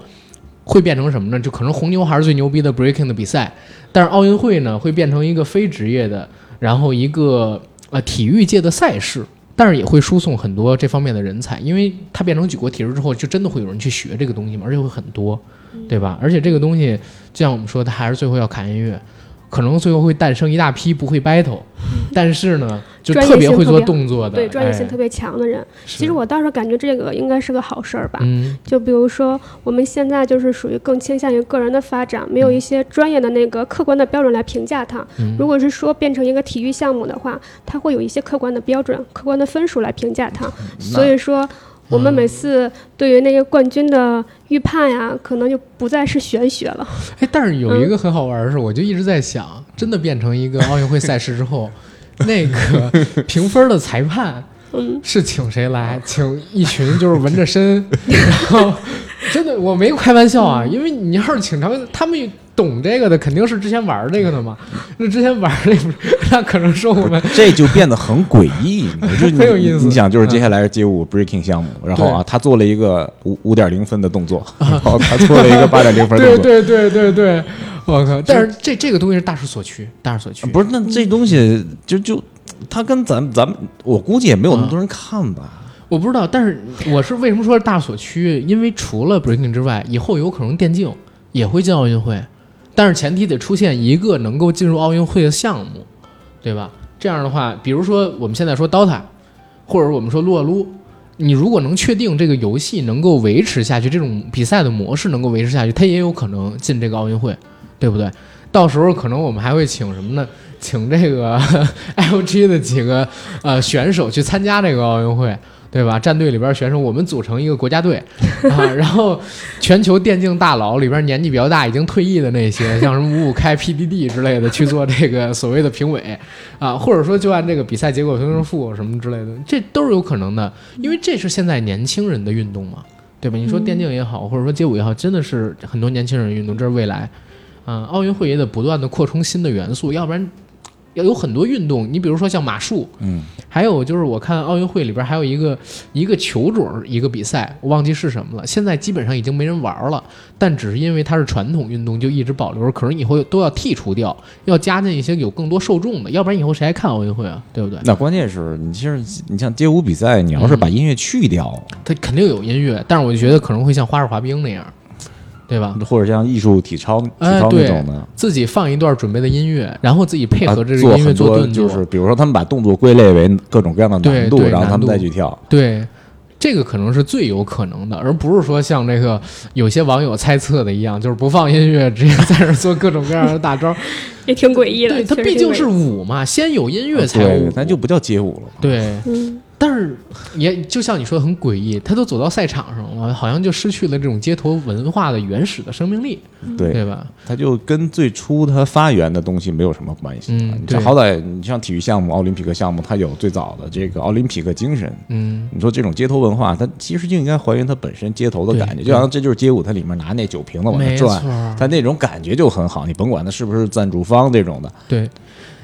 会变成什么呢？就可能红牛还是最牛逼的 breaking 的比赛，但是奥运会呢会变成一个非职业的，然后一个呃体育界的赛事。但是也会输送很多这方面的人才，因为它变成举国体制之后，就真的会有人去学这个东西嘛，而且会很多，
嗯
对吧？而且这个东西，就像我们说，它还是最后要看音乐，可能最后会诞生一大批不会 battle，但是呢，就
嗯专业
特别
性
会
特
做
别好
动作的，
对，专业性
哎
特别强的人。
是
其实我倒是感觉这个应该是个好事儿吧。
嗯
就比如说，我们现在就是属于更倾向于个人的发展，没有
嗯
一些专业的那个客观的标准来评价它。如果是说变成一个体育项目的话，它会有一些客观的标准、客观的分数来评价它。
嗯
所以说，我们每次对于那个冠军的预判呀，可能就不再是玄学了。
哎，但是有一个很好玩的是，我就一直在想，真的变成一个奥运会赛事之后，那个评分的裁判
嗯，
是请谁来？请一群就是纹着身，然后真的我没开玩笑啊，因为你要是请他们，他们懂这个的肯定是之前玩这个的嘛。那之前玩这个，那可能说我们
这就变得很诡异，我就
很有意
你
思嗯
你想，就是接下来是街舞 breaking 项目，然后啊，他做了一个五五点零分的 动作，然后他做了一个八点零分的
对
动作。
对对对对，我靠！但是这这个东西是大势所趋，大势所趋。
不是，那这东西就就他跟咱们咱们，我估计也没有那么多人看吧。
我不知道，但是我是为什么说是大所趋？因为除了 breaking 之外，以后有可能电竞也会进奥运会，但是前提得出现一个能够进入奥运会的项目，对吧？这样的话，比如说我们现在说 DOTA，或者我们说撸啊撸，你如果能确定这个游戏能够维持下去，这种比赛的模式能够维持下去，它也有可能进这个奥运会，对不对？到时候可能我们还会请什么呢？请这个 哎 LG 的几个呃选手去参加这个奥运会。对吧？战队里边选手，我们组成一个国家队啊，然后全球电竞大佬里边年纪比较大、已经退役的那些，像什么五五开、PDD 之类的，去做这个所谓的评委啊，或者说就按这个比赛结果评胜负什么之类的，这都是有可能的，因为这是现在年轻人的运动嘛，对吧？你说电竞也好，或者说街舞也好，真的是很多年轻人的运动，这是未来。嗯，奥运会也得不断的扩充新的元素，要不然要有很多运动，你比如说像马术，
嗯，
还有就是我看奥运会里边还有一个一个球种儿一个比赛，我忘记是什么了，现在基本上已经没人玩儿了，但只是因为它是传统运动，就一直保留着，可能以后都要剔除掉，要加进一些有更多受众的，要不然以后谁还看奥运会啊？对不对？
那关键是你其实你像街舞比赛，你
嗯
要是把音乐去掉，
它肯定有音乐，但是我觉得可能会像花式滑冰那样，对吧？
或者像艺术体操、体
哎
操那
对
种的，
自己放一段准备的音乐，然后自己配
啊
合着这
做
个音乐
很
做
多
动作，
就是比如说他们把动作归类为各种各样的难
对
度，
对
然后他
难
们再
度
去跳。
对，这个可能是最有可能的，而不是说像这个有些网友猜测的一样，就是不放音乐，直接在这儿做各种各样的大招。
也挺诡异的。
对，它
确实
毕竟
挺诡
是
异
舞嘛，先有音乐
啊对，
才有舞，
那就不叫街舞了。
对。
嗯，
但是也就像你说的很诡异，他都走到赛场上了，好像就失去了这种街头文化的原始的生命力，
对，
对吧？
它就跟最初它发源的东西没有什么关系。啊
嗯
你
对
像好歹你像体育项目、奥林匹克项目，它有最早的这个奥林匹克精神。
嗯，
你说这种街头文化，它其实就应该还原它本身街头的
对
感觉，
对
就好像这就是街舞，它里面拿那酒瓶子往
没
那
错
转，
儿，
它那种感觉就很好。你甭管它是不是赞助方这种的，
对，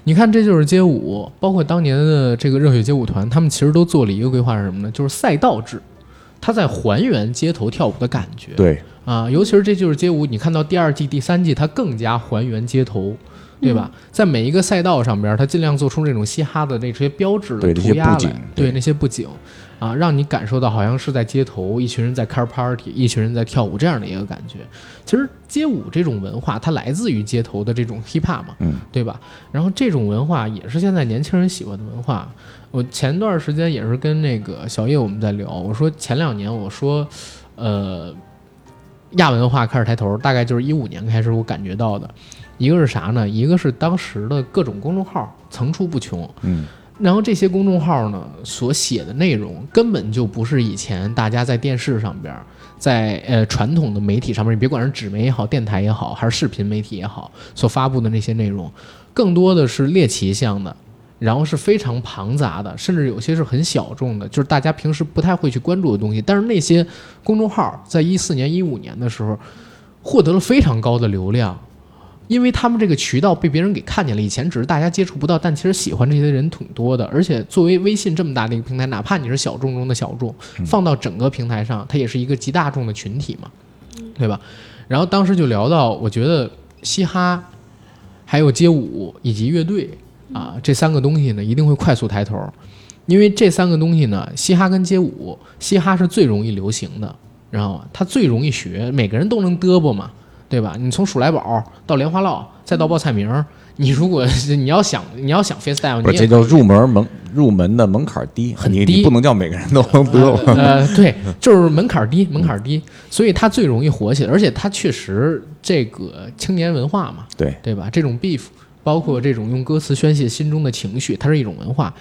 你看，这就是街舞，包括当年的这个热血街舞团，他们其实都做了一个规划是什么呢？就是赛道制，它在还原街头跳舞的感觉。
对，
啊，尤其是这就是街舞，你看到第二季、第三季，它更加还原街头，对吧？在每一个赛道上边儿，它尽量做出这种嘻哈的那些标志的
对这些
涂鸦
布景
来
对
对那些布景啊，让你感受到好像是在街头，一群人在开 party，一群人在跳舞这样的一个感觉。其实街舞这种文化，它来自于街头的这种 hip hop 嘛，
嗯
对吧？然后这种文化也是现在年轻人喜欢的文化。我前段时间也是跟那个小叶我们在聊，我说前两年我说，呃，亚文化开始抬头，大概就是一五年开始我感觉到的，一个是啥呢？一个是当时的各种公众号层出不穷，
嗯，
然后这些公众号呢所写的内容根本就不是以前大家在电视上边儿。在呃传统的媒体上面，你别管是纸媒也好、电台也好，还是视频媒体也好，所发布的那些内容，更多的是猎奇向的，然后是非常庞杂的，甚至有些是很小众的，就是大家平时不太会去关注的东西。但是那些公众号在一四年、一五年的时候，获得了非常高的流量，因为他们这个渠道被别人给看见了。以前只是大家接触不到，但其实喜欢这些人挺多的。而且作为微信这么大的一个平台，哪怕你是小众中的小众，放到整个平台上，它也是一个极大众的群体嘛，对吧？然后当时就聊到，我觉得嘻哈、还有街舞以及乐队啊这三个东西呢，一定会快速抬头，因为这三个东西呢，嘻哈跟街舞，嘻哈是最容易流行的，知道吗？它最容易学，每个人都能嘚啵嘛，对吧？你从数来宝到莲花落，再到报菜名儿，你如果 你要想你要想 freestyle，
不
你
是这
也
叫入门门入门的门槛低，
很
你你
低
不能叫每个人都能得。
呃，对，就是门槛儿低，门槛儿低，所以它最容易火起来，而且它确实这个青年文化嘛，
对
对吧？这种 beef，包括这种用歌词宣泄心中的情绪，它是一种文化。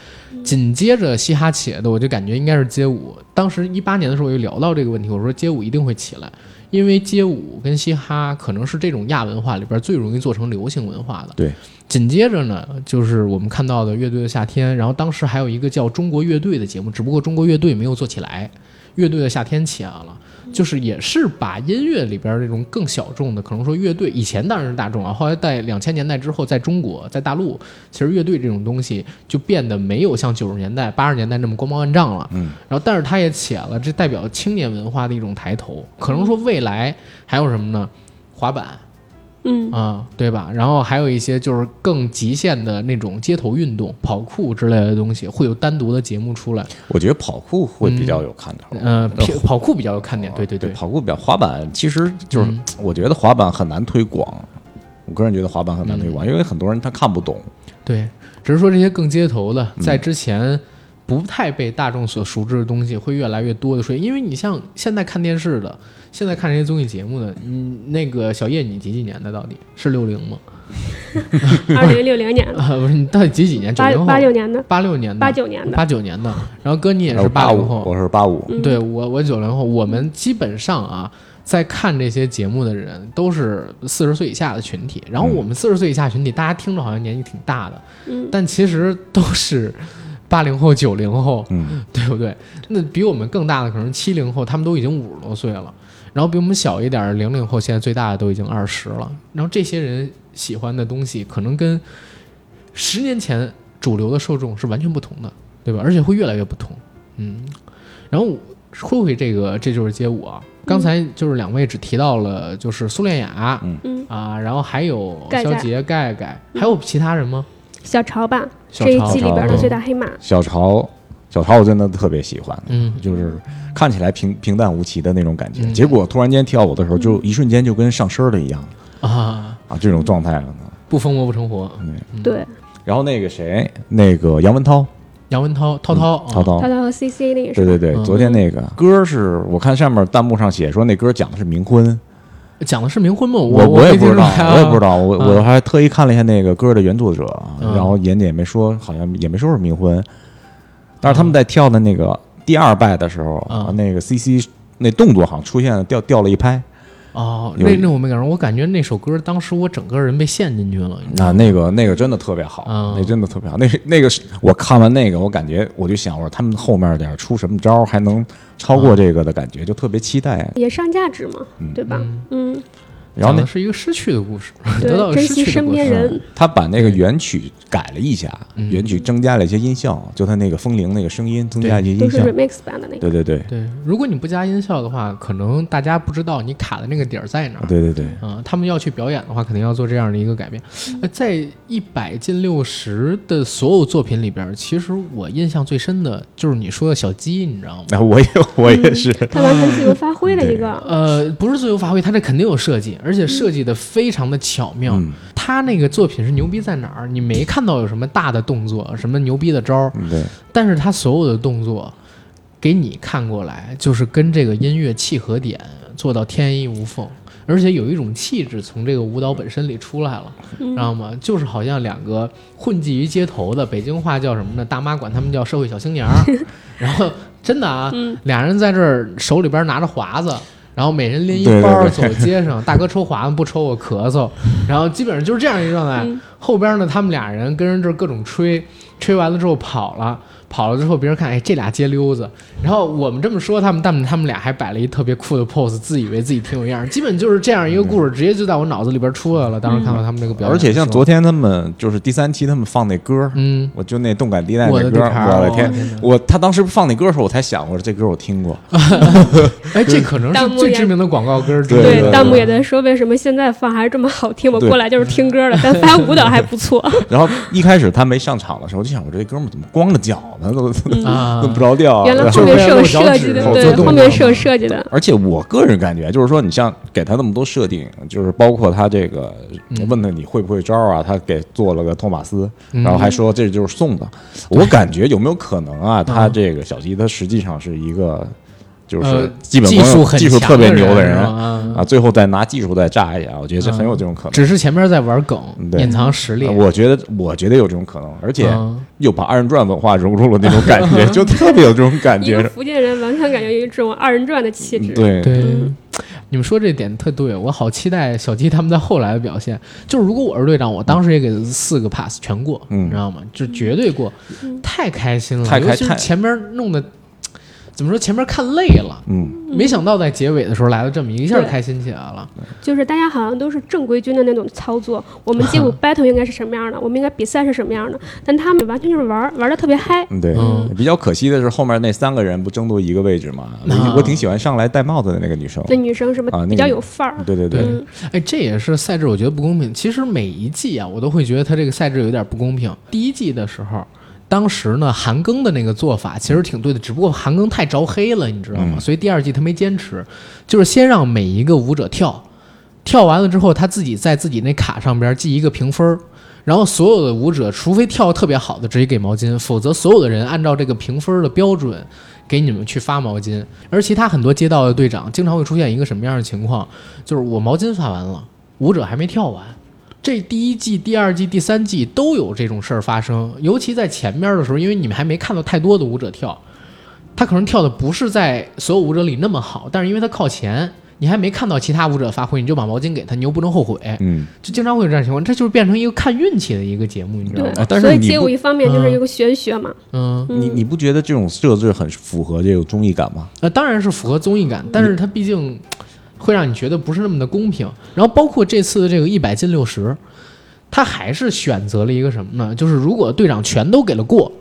紧接着嘻哈起来的，我就感觉应该是街舞。当时一八年的时候，我就聊到这个问题，我说街舞一定会起来，因为街舞跟嘻哈可能是这种亚文化里边最容易做成流行文化的。
对，
紧接着呢，就是我们看到的乐队的夏天，然后当时还有一个叫中国乐队的节目，只不过中国乐队没有做起来，乐队的夏天起来了。就是也是把音乐里边儿这种更小众的，可能说乐队以前当然是大众啊，后来在两千年代之后，在中国在大陆，其实乐队这种东西就变得没有像九十年代八十年代那么光芒万丈了。
嗯，
然后但是它也起来了，这代表青年文化的一种抬头。可能说未来还有什么呢？滑板，
嗯，
啊、对吧？然后还有一些就是更极限的那种街头运动、跑酷之类的东西，会有单独的节目出来。
我觉得跑酷会比较有看头。
呃，跑跑酷比较有看点，对对哦对，嗯
跑酷比较滑板，其实就是、我觉得滑板很难推广。我个人觉得滑板很难
嗯
推广，因为很多人他看不懂。
嗯对，只是说这些更街头的，在之前不太被大众所熟知的东西会越来越多的出现。因为你像现在看电视的，现在看这些综艺节目的，嗯，那个小叶，你几几年的？到底是六零吗？
二零六零年的，
啊，不是，你到底几几 年？九
八
零后？
八六年的，
八六年的？
八九年的，
八九年的。然后哥，你也
我
是八零
五
后，，
我是八五，
嗯
对我，我九零后，我们基本上啊，在看这些节目的人都是四十岁以下的群体。然后
嗯
我们四十岁以下群体，大家听着好像年纪挺大的，
嗯，
但其实都是八零后、九零后，
嗯，
对不对？那比我们更大的可能七零后，他们都已经五十多岁了。然后比我们小一点儿，零零后现在最大的都已经二十了。然后这些人喜欢的东西，可能跟十年前主流的受众是完全不同的，对吧？而且会越来越不同。嗯，然后我说回这个，这就是街舞啊。刚才就是两位只提到了就是苏恋雅，
嗯
嗯
啊，然后还有
盖
肖
盖
杰、盖盖，还有其他人吗？
小潮吧，
小
这一
超
季里边的
嗯
最大黑马，
小潮，小潮我真的特别喜欢，
嗯，
就是看起来平平淡无奇的那种感觉，
嗯
结果突然间跳舞的时候，就一瞬间就跟上身了一样
啊，
啊，这种状态了呢。
不疯魔不成活。
对，
然后那个谁，那个杨文涛，嗯
杨文涛、涛涛、哦
涛涛
涛，涛和 C C 那个
对
是，
对对
嗯，
昨天那个歌是我看上面弹幕上写说那歌讲的是冥婚，
啊讲的是冥婚吗？
我
我
也
没
不知
听
道
出来，啊
我也不知道，我
嗯
我还特意看了一下那个歌的原作者，
嗯
然后人家也没说，好像也没说是冥婚，但是他们在跳的那个第二拜的时候，
嗯
那个 C C 那动作好像出现了掉掉了一拍，
哦，
有
那那我没感受，我感觉那首歌当时我整个人被陷进去了。你知道吗
那那个那个真的特别好，
嗯
那真的特别好，那那个是我看完那个，我感觉我就想，我说他们后面点儿出什么招儿还能超
嗯
过这个的感觉，就特别期待。
也上价值嘛，对吧？嗯，
然后
讲
那
的是一个失去的故事，
对
得到，了
珍
失
惜
去的
身
故
边
事。
人，
他把那个原曲改了一下，
嗯
原曲增加了一些音效，就他那个风铃那个声音增加一些
都
音
是
效。
remix 版的那个，
对对对，
对，如果你不加音效的话，可能大家不知道你卡的那个点儿在哪儿。
对对对，
啊、他们要去表演的话，肯定要做这样的一个改变。
嗯
呃，在一百进六十的所有作品里边儿，其实我印象最深的就是你说的小鸡，你知道吗？
那我也我也是，
他完全自由发挥的一个，
呃，不是自由发挥，它这肯定有设计，而且
嗯
设计的非常的巧妙。
嗯，
他那个作品是牛逼在哪儿？你没看到有什么大的动作，什么牛逼的招儿，
嗯对，
但是他所有的动作给你看过来，就是跟这个音乐契合点做到天衣无缝，而且有一种气质从这个舞蹈本身里出来了，知道吗？就是好像两个混迹于街头的，北京话叫什么呢？大妈管他们叫社会小青年儿，然后真的啊，俩人在这儿手里边拿着华子。然后每人拎一
对对
包儿
对
走街上，大哥抽华子不抽我咳嗽，然后基本上就是这样一个状态。后边呢，他们俩人跟人这儿各种吹，吹完了之后跑了，跑了之后，别人看，哎，这俩街溜子。然后我们这么说他们，但他们俩还摆了一特别酷的 pose，自以为自己挺有样儿。基本就是这样一个故事，直接就在我脑子里边出来了。当时看到他们这个表演
而
的时候，
且像昨天他们就是第三期他们放那歌，
嗯，
我就那动感地带
我
那
的
歌，
绿茶儿，
我的天！
哪！
我他当时放那歌的时候，我才想，我说这歌我 听过，
哎，这可能
弹
是
幕
最
也
知名的广告歌之一
对
了。
对对
弹幕也在说为什么现在放还是这么好听。我
对
过来就是听歌的，但发现舞蹈还不错。
然后一开始他没上场的时候，我就想我这哥们儿怎么光着脚呢，都都
啊，
不着调啊。
原来
然
就
后
后，
是
面
为
是
了
有
露脚
设计
趾
的，
好
对
做，动
后
作
面是有设计的。
而且我个人感觉就是说，你像给他那么多设定，就是包括他这个
嗯
问他你会不会招儿啊，他给做了个托马斯，
嗯
然后还说这就是送的。我感觉有没有可能
嗯
啊？他这个小鸡，他实际上是一个就
呃
是基本
技
功
术很
技术
强
特别牛
的
的
人
人
啊
啊，最后再拿技术再炸一下，我觉得这很有这种可能。
只是前面在玩梗，
啊对
隐藏实力。
啊我觉得，我觉得有这种可能，而且
嗯
又把二人转文化融入了那种感 觉，就特别有这种感
一个
觉。嗯
福建人完全感觉有一种二人转的气质。
对，
对，你们说这点特对，我好期待小鸡他们在后来的表现。就是如果我是队长，我当时也给四个 pass 全过，
嗯
你知道吗？就绝对过，太开心了，
太开
尤其是
太
前面弄的，怎么说？前面看累了，
嗯，
没想到在结尾的时候来了这么一下，
对
开心起来了。
就是大家好像都是正规军的那种操作，我们 街舞 battle 应该是什么样的，我们应该比赛是什么样的，但他们完全就是玩儿，玩的特别嗨。
对
嗯。
比较可惜的是，后面那三个人不争夺一个位置嘛？
啊
我我挺喜欢上来戴帽子的那个女生。
那女生什么
啊那个
比较有范儿，
对对对，
对，哎，这也是赛制，我觉得不公平。其实每一季啊，我都会觉得它这个赛制有点不公平。第一季的时候，当时呢韩庚的那个做法其实挺对的，只不过韩庚太着黑了，你知道吗？
嗯
所以第二季他没坚持，就是先让每一个舞者跳，跳完了之后他自己在自己那卡上边记一个评分儿。然后所有的舞者，除非跳得特别好的，直接给毛巾，否则所有的人按照这个评分的标准给你们去发毛巾。而其他很多街道的队长经常会出现一个什么样的情况，就是我毛巾发完了，舞者还没跳完。这第一季、第二季、第三季都有这种事儿发生，尤其在前面的时候，因为你们还没看到太多的舞者跳，他可能跳的不是在所有舞者里那么好，但是因为他靠前，你还没看到其他舞者发挥，你就把毛巾给他，你又不能后悔，
嗯，
就经常会有这样的情况，这就是变成一个看运气的一个节啊目，你知道
对
吗？
哎，但
所
是
以
你
街舞
不
一方面就是一个玄学嘛，
嗯，
你你不觉得这种设置很符合这个综艺感吗？
那当然是符合综艺感，但是它毕竟会让你觉得不是那么的公平。然后包括这次的这个一百进六十，他还是选择了一个什么呢？就是如果队长全都给了过，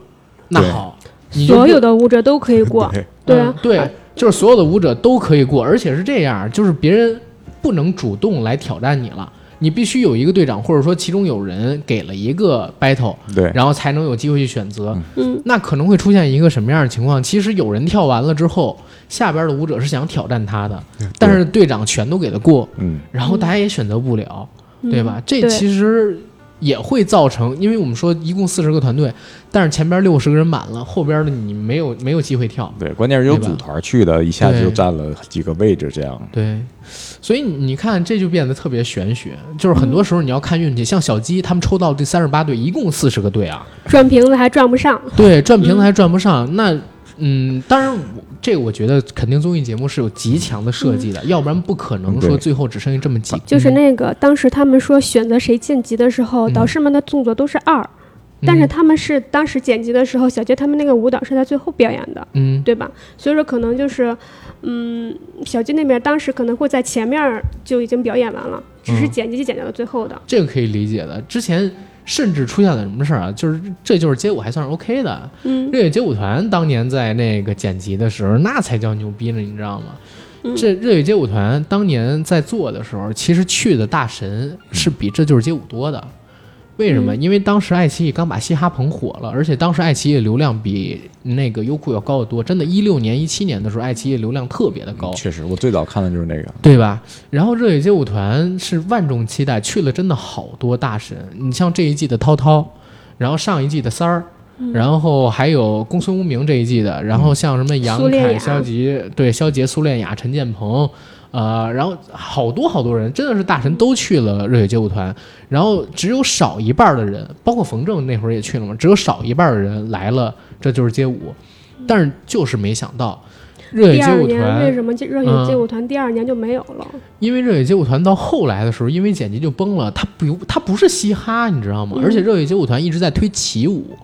那
对
好，你就
所有的舞者都可以 过，对啊
嗯，对，就是所有的舞者都可以过，而且是这样，就是别人不能主动来挑战你了，你必须有一个队长，或者说其中有人给了一个 battle，
对，
然后才能有机会去选择。
嗯，
那可能会出现一个什么样的情况？其实有人跳完了之后，下边的舞者是想挑战他的，但是队长全都给他过，
嗯，
然后大家也选择不了，
嗯
对吧？这
对
其实也会造成，因为我们说一共四十个团队，但是前边六十个人满了，后边的你没有没有机会跳。
对，关键是有
对吧
组团去的，一下子就
对
占了几个位置，这样
对，所以你看，这就变得特别玄学，就是很
嗯
多时候你要看运气。像小鸡他们抽到第三十八队，一共四十个队啊，
转瓶子还转不上，
对，转
嗯
瓶子还转不上。那嗯，当然我，这个我觉得肯定综艺节目是有极强的设计的，要不然不可能说
对
最后只剩下这么几个。
嗯就是那个当时他们说选择谁晋级的时候，
嗯
导师们的动作都是二，但是他们是当时剪辑的时候，小杰他们那个舞蹈是在最后表演的，
嗯，
对吧？所以说可能就是，嗯，小金那边当时可能会在前面儿就已经表演完了，只是
嗯
剪辑剪到了最后的。
这个可以理解的。之前甚至出现了什么事儿啊？就是这就是街舞还算是 OK 的，
嗯，
热血街舞团当年在那个剪辑的时候，那才叫牛逼呢，你知道吗？这热血街舞团当年在做的时候，其实去的大神是比这就是街舞多的。为什么？因为当时爱奇艺刚把嘻哈棚火了，而且当时爱奇艺的流量比那个优酷要高得多。真的，一六年、一七年的时候，爱奇艺流量特别的高，
确实，我最早看的就是那个，
对吧？然后热血街舞团是万众期待，去了真的好多大神，你像这一季的涛涛，然后上一季的三儿。
嗯
然后还有公孙无名这一季的，然后像什么杨
苏恋
凯、
雅
肖杰，对，肖杰、苏恋雅、陈建鹏，呃，然后好多好多人，真的是大神都去了热血街舞团，然后只有少一半的人，包括冯正那会儿也去了嘛，只有少一半的人来了，这就是街舞，但是就是没想到热血
嗯第
街
二
舞
年
团
为什么这热
嗯
血街舞团第二年就没有了？
因为热血街舞团到后来的时候，因为剪辑就崩了，它不它不是嘻哈，你知道吗？
嗯
而且热血街舞团一直在推起舞，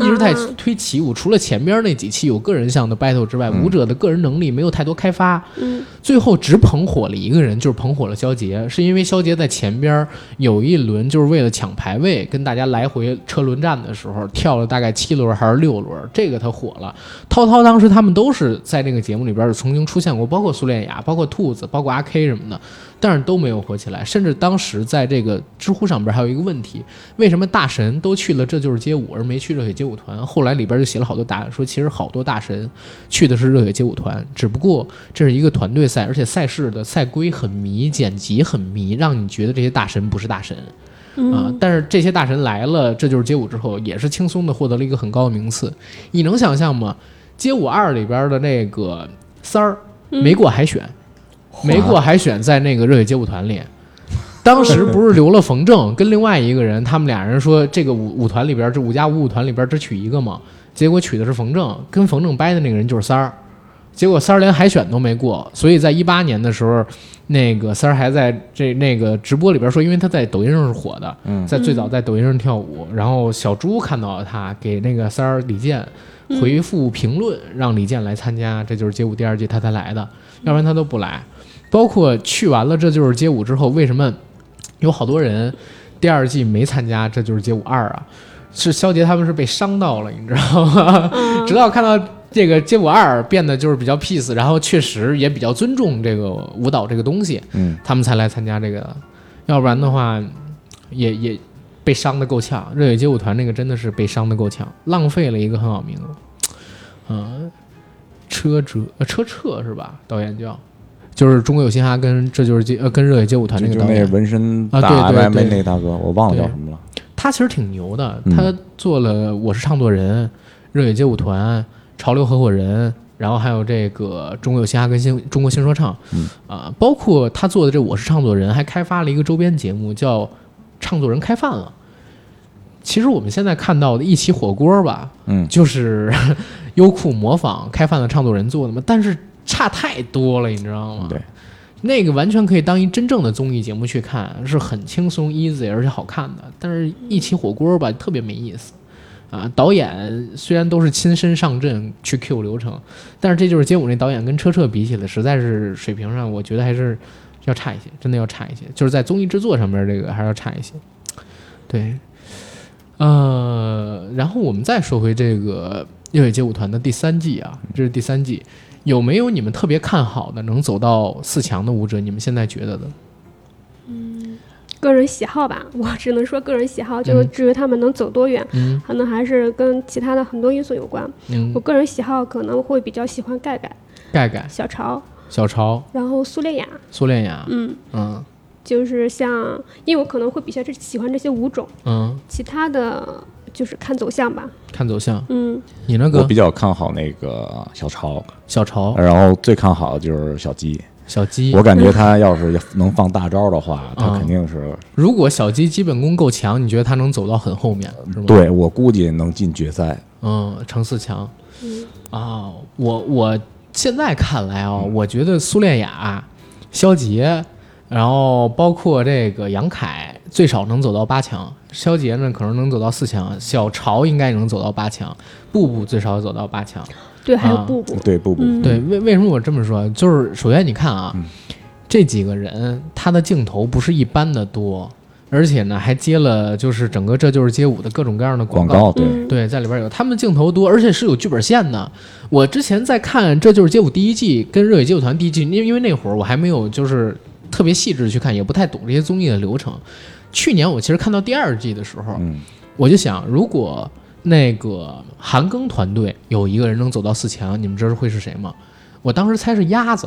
一直在
啊
推起舞。除了前边那几期有个人项的 battle 之外，舞者的个人能力没有太多开发，
嗯
最后只捧火了一个人，就是捧火了肖杰，是因为肖杰在前边有一轮就是为了抢排位，跟大家来回呃车轮战的时候跳了大概七轮还是六轮，这个他火了。涛涛当时他们都是在那个节目里边儿曾经出现过，包括苏恋雅、包括兔子、包括阿 K 什么的，但是都没有火起来。甚至当时在这个知乎上边儿还有一个问题：为什么大神都去了这就是街舞，而没去热血街舞团？后来里边儿就写了好多答案，说其实好多大神去的是热血街舞团，只不过这是一个团队赛，而且赛事的赛规很迷，剪辑很迷，让你觉得这些大神不是大神。啊，但是这些大神来了，这就是街舞之后，也是轻松的获得了一个很高的名次。你能想象吗？街舞二里边的那个三儿没过海选，没过海选在那个热血街舞团里。当时不是留了冯正跟另外一个人，他们俩人说这个舞舞团里边这五加五舞团里边只取一个嘛，结果取的是冯正，跟冯正掰的那个人就是三儿，结果三儿连海选都没过，所以在一八年的时候，那个三儿还在这那个直播里边说，因为他在抖音上是火的，
嗯
在最早在抖音上跳舞，然后小猪看到了他，给那个三儿李健回复评论，让李健来参加，这就是街舞第二季他才来的，要不然他都不来。包括去完了这就是街舞之后，为什么有好多人第二季没参加这就是街舞二啊？是肖杰他们是被伤到了，你知道吗？直到看到这个街舞二变得就是比较 peace，然后确实也比较尊重这个舞蹈这个东西，
嗯，
他们才来参加这个的，要不然的话也也被伤的够呛。热血街舞团那个真的是被伤的够呛，浪费了一个很好名额。嗯，车辙呃车澈是吧？导演叫，就是《中国有嘻哈》跟这就是街呃跟热血街舞团
就
那个
就
导
那
演
纹身
啊
打
对对
MMA
对
那大哥，我忘了叫什么了。
他其实挺牛的，
嗯
他做了《我是唱作人》《热血街舞团》《潮流合伙人》，然后还有这个《中国有嘻哈》跟新《中国新说唱》
嗯
啊、包括他做的这《我是唱作人》，还开发了一个周边节目叫《唱作人开饭了》。其实我们现在看到的一起火锅吧，
嗯，
就是优酷模仿开饭的唱作人做的嘛，但是差太多了，你知道吗？
对，
那个完全可以当一真正的综艺节目去看，是很轻松 easy 而且好看的。但是一起火锅吧，特别没意思。啊，导演虽然都是亲身上阵去 Q 流程，但是这就是街舞那导演跟车澈比起来，实在是水平上，我觉得还是要差一些，真的要差一些，就是在综艺制作上面这个还是要差一些。对，呃，然后我们再说回这个热血街舞团的第三季啊，这是第三季，有没有你们特别看好的能走到四强的舞者？你们现在觉得的？
个人喜好吧，我只能说个人喜好，就是
嗯
至于他们能走多远，
嗯
可能还是跟其他的很多因素有关。
嗯
我，个人喜好可能会比较喜欢盖盖、
盖盖、
小潮，
小潮、
然后苏烈雅，
苏恋雅，
嗯，
嗯
就是像，因为我可能会比较喜欢这些舞种，
嗯，
其他的就是看走向吧。
看走向。
嗯，
你那
我
个哦
比较看好那个小超，
小潮、
然后最看好的就是小鸡。
小鸡
我，感觉他要是能放大招的话，他
嗯
肯定是
如果小鸡基本功够强，你觉得他能走到很后面是吗？，
对我估计能进决赛。
嗯，程四强。啊，我我现在看来啊、我觉得苏恋雅、肖杰，然后包括这个杨凯，最少能走到八强。肖杰呢，可能能走到四强，小潮应该能走到八强，步步最少走到八强。
对，还有
啊
布布，
对，不不，
嗯
对，为为什么我这么说？就是首先你看啊，这几个人他的镜头不是一般的多，而且呢还接了就是整个这就是街舞的各种各样的
广
告
告对，
嗯，
对，在里边有他们镜头多，而且是有剧本线的。我之前在看《这就是街舞》第一季跟《热血街舞团》第一季，因为因为那会儿我还没有就是特别细致地去看，也不太懂这些综艺的流程。去年我其实看到第二季的时候，
嗯，
我就想，如果那个韩庚团队有一个人能走到四强，你们知道会是谁吗？我当时猜是鸭子。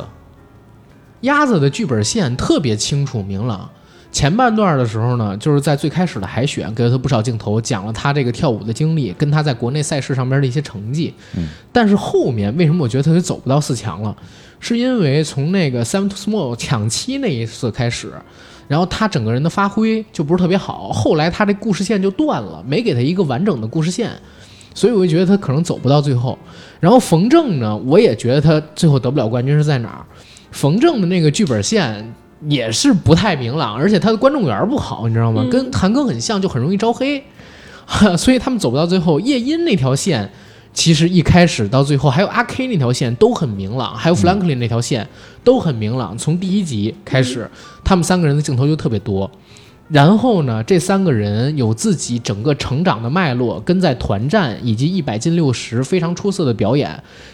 鸭子的剧本线特别清楚明朗。前半段的时候呢，就是在最开始的海选，给了他不少镜头，讲了他这个跳舞的经历，跟他在国内赛事上面的一些成绩。
嗯、
但是后面为什么我觉得他就走不到四强了？是因为从那个 Seven to Small 抢七那一次开始，然后他整个人的发挥就不是特别好，后来他这故事线就断了，没给他一个完整的故事线，所以我就觉得他可能走不到最后。然后冯正呢，我也觉得他最后得不了冠军是在哪儿？冯正的那个剧本线也是不太明朗，而且他的观众缘不好，你知道吗？
嗯
跟韩庚很像，就很容易招黑，所以他们走不到最后。夜莺那条线。其实一开始到最后，还有阿 K 那条线都很明朗，还有 Franklin 那条线都很明朗。从第一集开始，他们三个人的镜头就特别多。然后呢，这三个人有自己整个成长的脉络，跟在团战以及一百进六十非常出色的表演。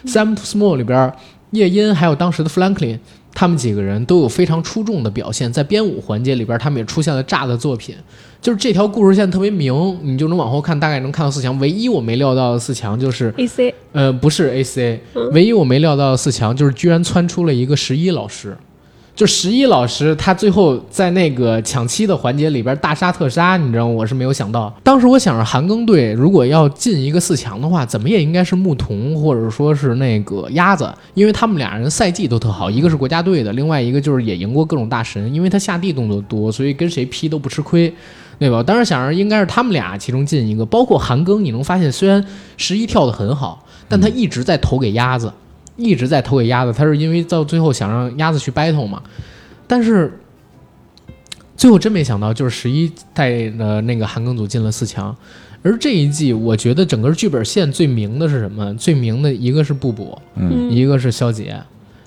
Sam to Small 里边，夜莺还有当时的 Franklin，他们几个人都有非常出众的表现。在编舞环节里边，他们也出现了炸的作品。就是这条故事线特别明，你就能往后看，大概能看到四强。唯一我没料到的四强就是，
AC
呃，不是 AC，唯一我没料到的四强就是居然窜出了一个十一老师。就十一老师，他最后在那个抢七的环节里边大杀特杀，你知道吗？我是没有想到。当时我想着韩庚队如果要进一个四强的话，怎么也应该是牧童或者说是那个鸭子，因为他们俩人赛季都特好，一个是国家队的，另外一个就是也赢过各种大神，因为他下地动作多，所以跟谁劈都不吃亏。对吧？当时想着应该是他们俩其中进一个，包括韩庚，你能发现虽然十一跳得很好，但他一直在投给鸭子，一直在投给鸭子，他是因为到最后想让鸭子去 battle 嘛。但是最后真没想到，就是十一带着那个韩庚组进了四强。而这一季，我觉得整个剧本线最明的是什么？最明的一个是布布，
嗯
一个是肖杰，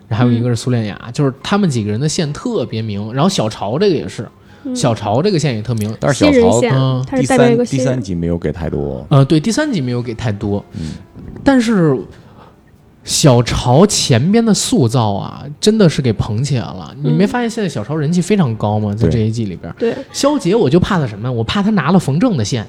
还有一个是苏恋雅，就是他们几个人的线特别明。然后小潮这个也是，小潮这个线也特明。
但是
新
小
人
曹
线
嗯，
他
第
是代表一
三
个
第
新
三
人，
集没有给太多，
呃，对，第三集没有给太多，但是小潮前边的塑造啊，真的是给捧起来了。你没
嗯
发现现在小潮人气非常高吗？在
对
这一季里边，
对，
肖杰我就怕他什么？我怕他拿了冯正的线，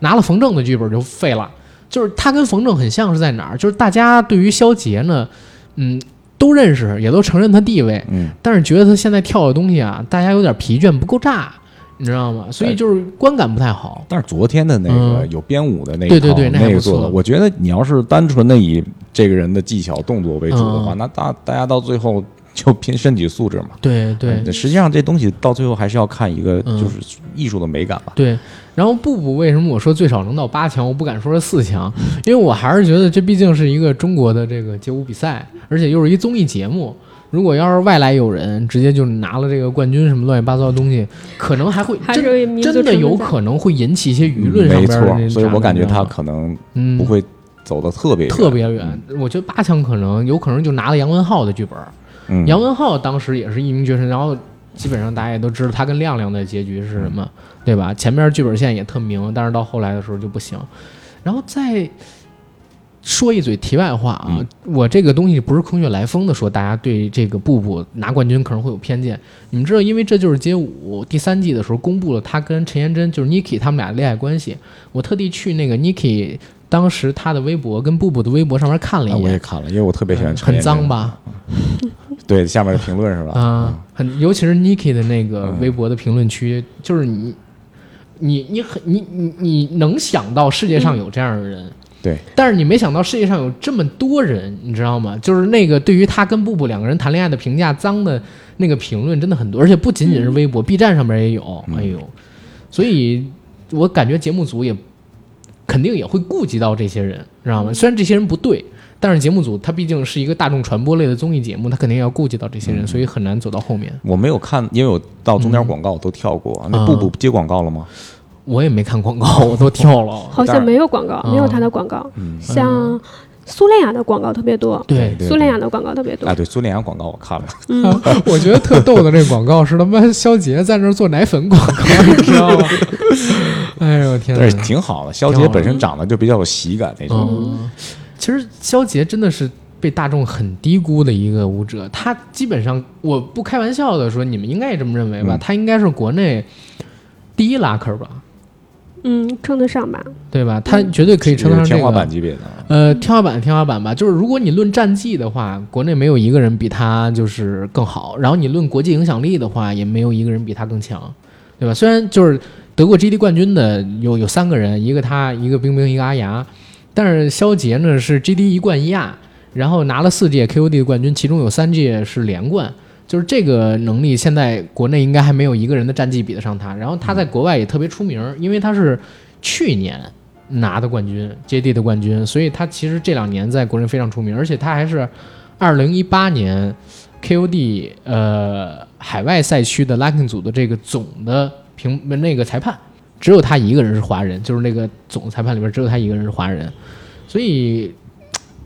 拿了冯正的剧本就废了。就是他跟冯正很像是在哪儿？就是大家对于肖杰呢，嗯，都认识，也都承认他地位，
嗯，
但是觉得他现在跳的东西啊，大家有点疲倦，不够炸。你知道吗？所以就是观感不太好。
但是昨天的那个
嗯
有编舞的那一
对
套，
对对那还
那
不
个
错
做的，我觉得你要是单纯的以这个人的技巧、动作为主的话，
嗯
那大大家到最后就拼身体素质嘛。
对对
嗯实际上这东西到最后还是要看一个
嗯
就是艺术的美感吧。
对。然后步步为什么我说最少能到八强，我不敢说是四强，因为我还是觉得这毕竟是一个中国的这个街舞比赛，而且又是一综艺节目。如果要是外来友人直接就拿了这个冠军什么乱七八糟的东西，可能还会
还是
真
有民族
真的
成分
有
在
可能会引起一些舆论上
嗯没
边的那
错，所以
啥
我感觉
你知道
他
吗
可能
嗯
不会走的特别远
特别远。我觉得八强可能有可能就拿了杨文浩的剧本儿，
嗯，
杨文浩当时也是一鸣绝尘，然后基本上大家也都知道他跟亮亮的结局是什
嗯
么，对吧？前面剧本线也特明，但是到后来的时候就不行。然后再说一嘴题外话啊，
嗯
我这个东西不是空穴来风的说，大家对这个步步拿冠军可能会有偏见。你们知道，因为这就是街舞第三季的时候公布了他跟陈妍珍就是 Niki 他们俩的恋爱关系，我特地去那个 Niki 当时他的微博跟步步的微博上面看了
啊
一
我也
眼，
看了，因为我特别喜欢陈
嗯很
妍珍
脏？吧？
对，下面的评 论是吧？
啊，很尤其是 Niki 的那个微博的评论区，就是你，你你很你你你能想到世界上有这样的人，
对，
但是你没想到世界上有这么多人，你知道吗？就是那个对于他跟布布两个人谈恋爱的评价，脏的那个评论真的很多，而且不仅仅是微博、b 站上面也有，哎呦，所以我感觉节目组也肯定也会顾及到这些人，知道吗？虽然这些人不对。但是节目组它毕竟是一个大众传播类的综艺节目，它肯定要顾及到这些人，所以很难走到后面。
我没有看，因为我到中间广告我都跳过。那
啊
步步接广告了吗？
我也没看广告，我都跳了。
好像没有广告，
啊
没有他的广告，像苏联雅的广告特别多，
嗯对，
对
苏联雅的广告特别多
嗯
啊，，对，苏联阳广告我看了，
我觉得特逗的这广告是他妈肖杰在那儿做奶粉广告，你知道 吗？哎呦天
但是
哪！
挺好的。肖
挺
杰
好的
本身长得就比较有喜感那种，
嗯，其实肖杰真的是被大众很低估的一个舞者，他基本上我不开玩笑的说，你们应该也这么认为吧？
嗯
他应该是国内第一拉客吧，
嗯，称得上吧，
对吧？他绝对可以称得上这
天花
个
板级别的。
呃，天花板，天花板吧，就是如果你论战绩的话，国内没有一个人比他就是更好，然后你论国际影响力的话，也没有一个人比他更强，对吧？虽然就是得过 GD 冠军的有有三个人，一个他，一个冰冰，一个阿牙，但是肖杰呢是 GD 一冠一亚，然后拿了四届 KOD 的冠军，其中有三届是连冠。就是这个能力，现在国内应该还没有一个人的战绩比得上他。然后他在国外也特别出名，因为他是去年拿的冠军，JD 的冠军，所以他其实这两年在国内非常出名，而且他还是二零一八年 KOD 呃海外赛区的 Locking 组的这个总的评那个裁判，只有他一个人是华人，就是那个总裁判里边只有他一个人是华人，所以。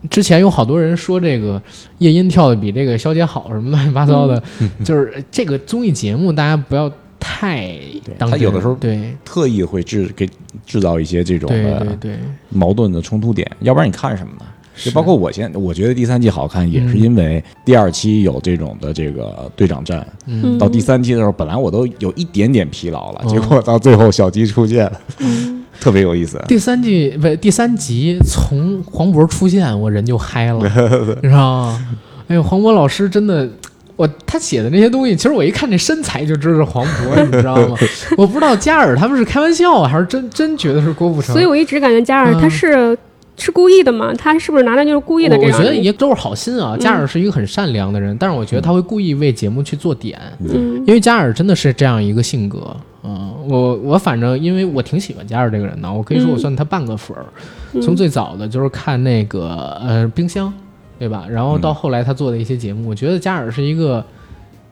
之前有好多人说这个夜莺跳的比这个肖姐好什么乱七八糟 的，就是这个综艺节目大家不要太当真。
他有的时候
对
特意会制给制造一些这种
对对
呃
对，
矛盾的冲突点，要不然你看什么呢？
是
就包括我现在，我觉得第三季好看，也是因为第二期有这种的这个队长战，
嗯，
到第三期的时候，本来我都有一点点疲劳了，
嗯
结果到最后小鸡出现了， 特别有意思。
第三季不是第三集，从黄渤出现，我人就嗨了，你知道吗？哎呦，黄渤老师真的，我他写的那些东西，其实我一看这身材就知道是黄渤，你知道吗？我不知道嘉尔他们是开玩笑啊，还是真真觉得是郭富城。
所以我一直感觉嘉尔
嗯
他是是故意的嘛，他是不是拿来就是故意的
我
这
我
样
觉
的？
得也都是好心啊，
嗯
嘉尔是一个很善良的人，但是我觉得他会故意为节目去做点，
嗯
因为嘉尔真的是这样一个性格。嗯，我我反正因为我挺喜欢嘉尔这个人的，我可以说我算他半个粉儿。从最早的就是看那个呃冰箱，对吧？然后到后来他做的一些节目，我觉得嘉尔是一个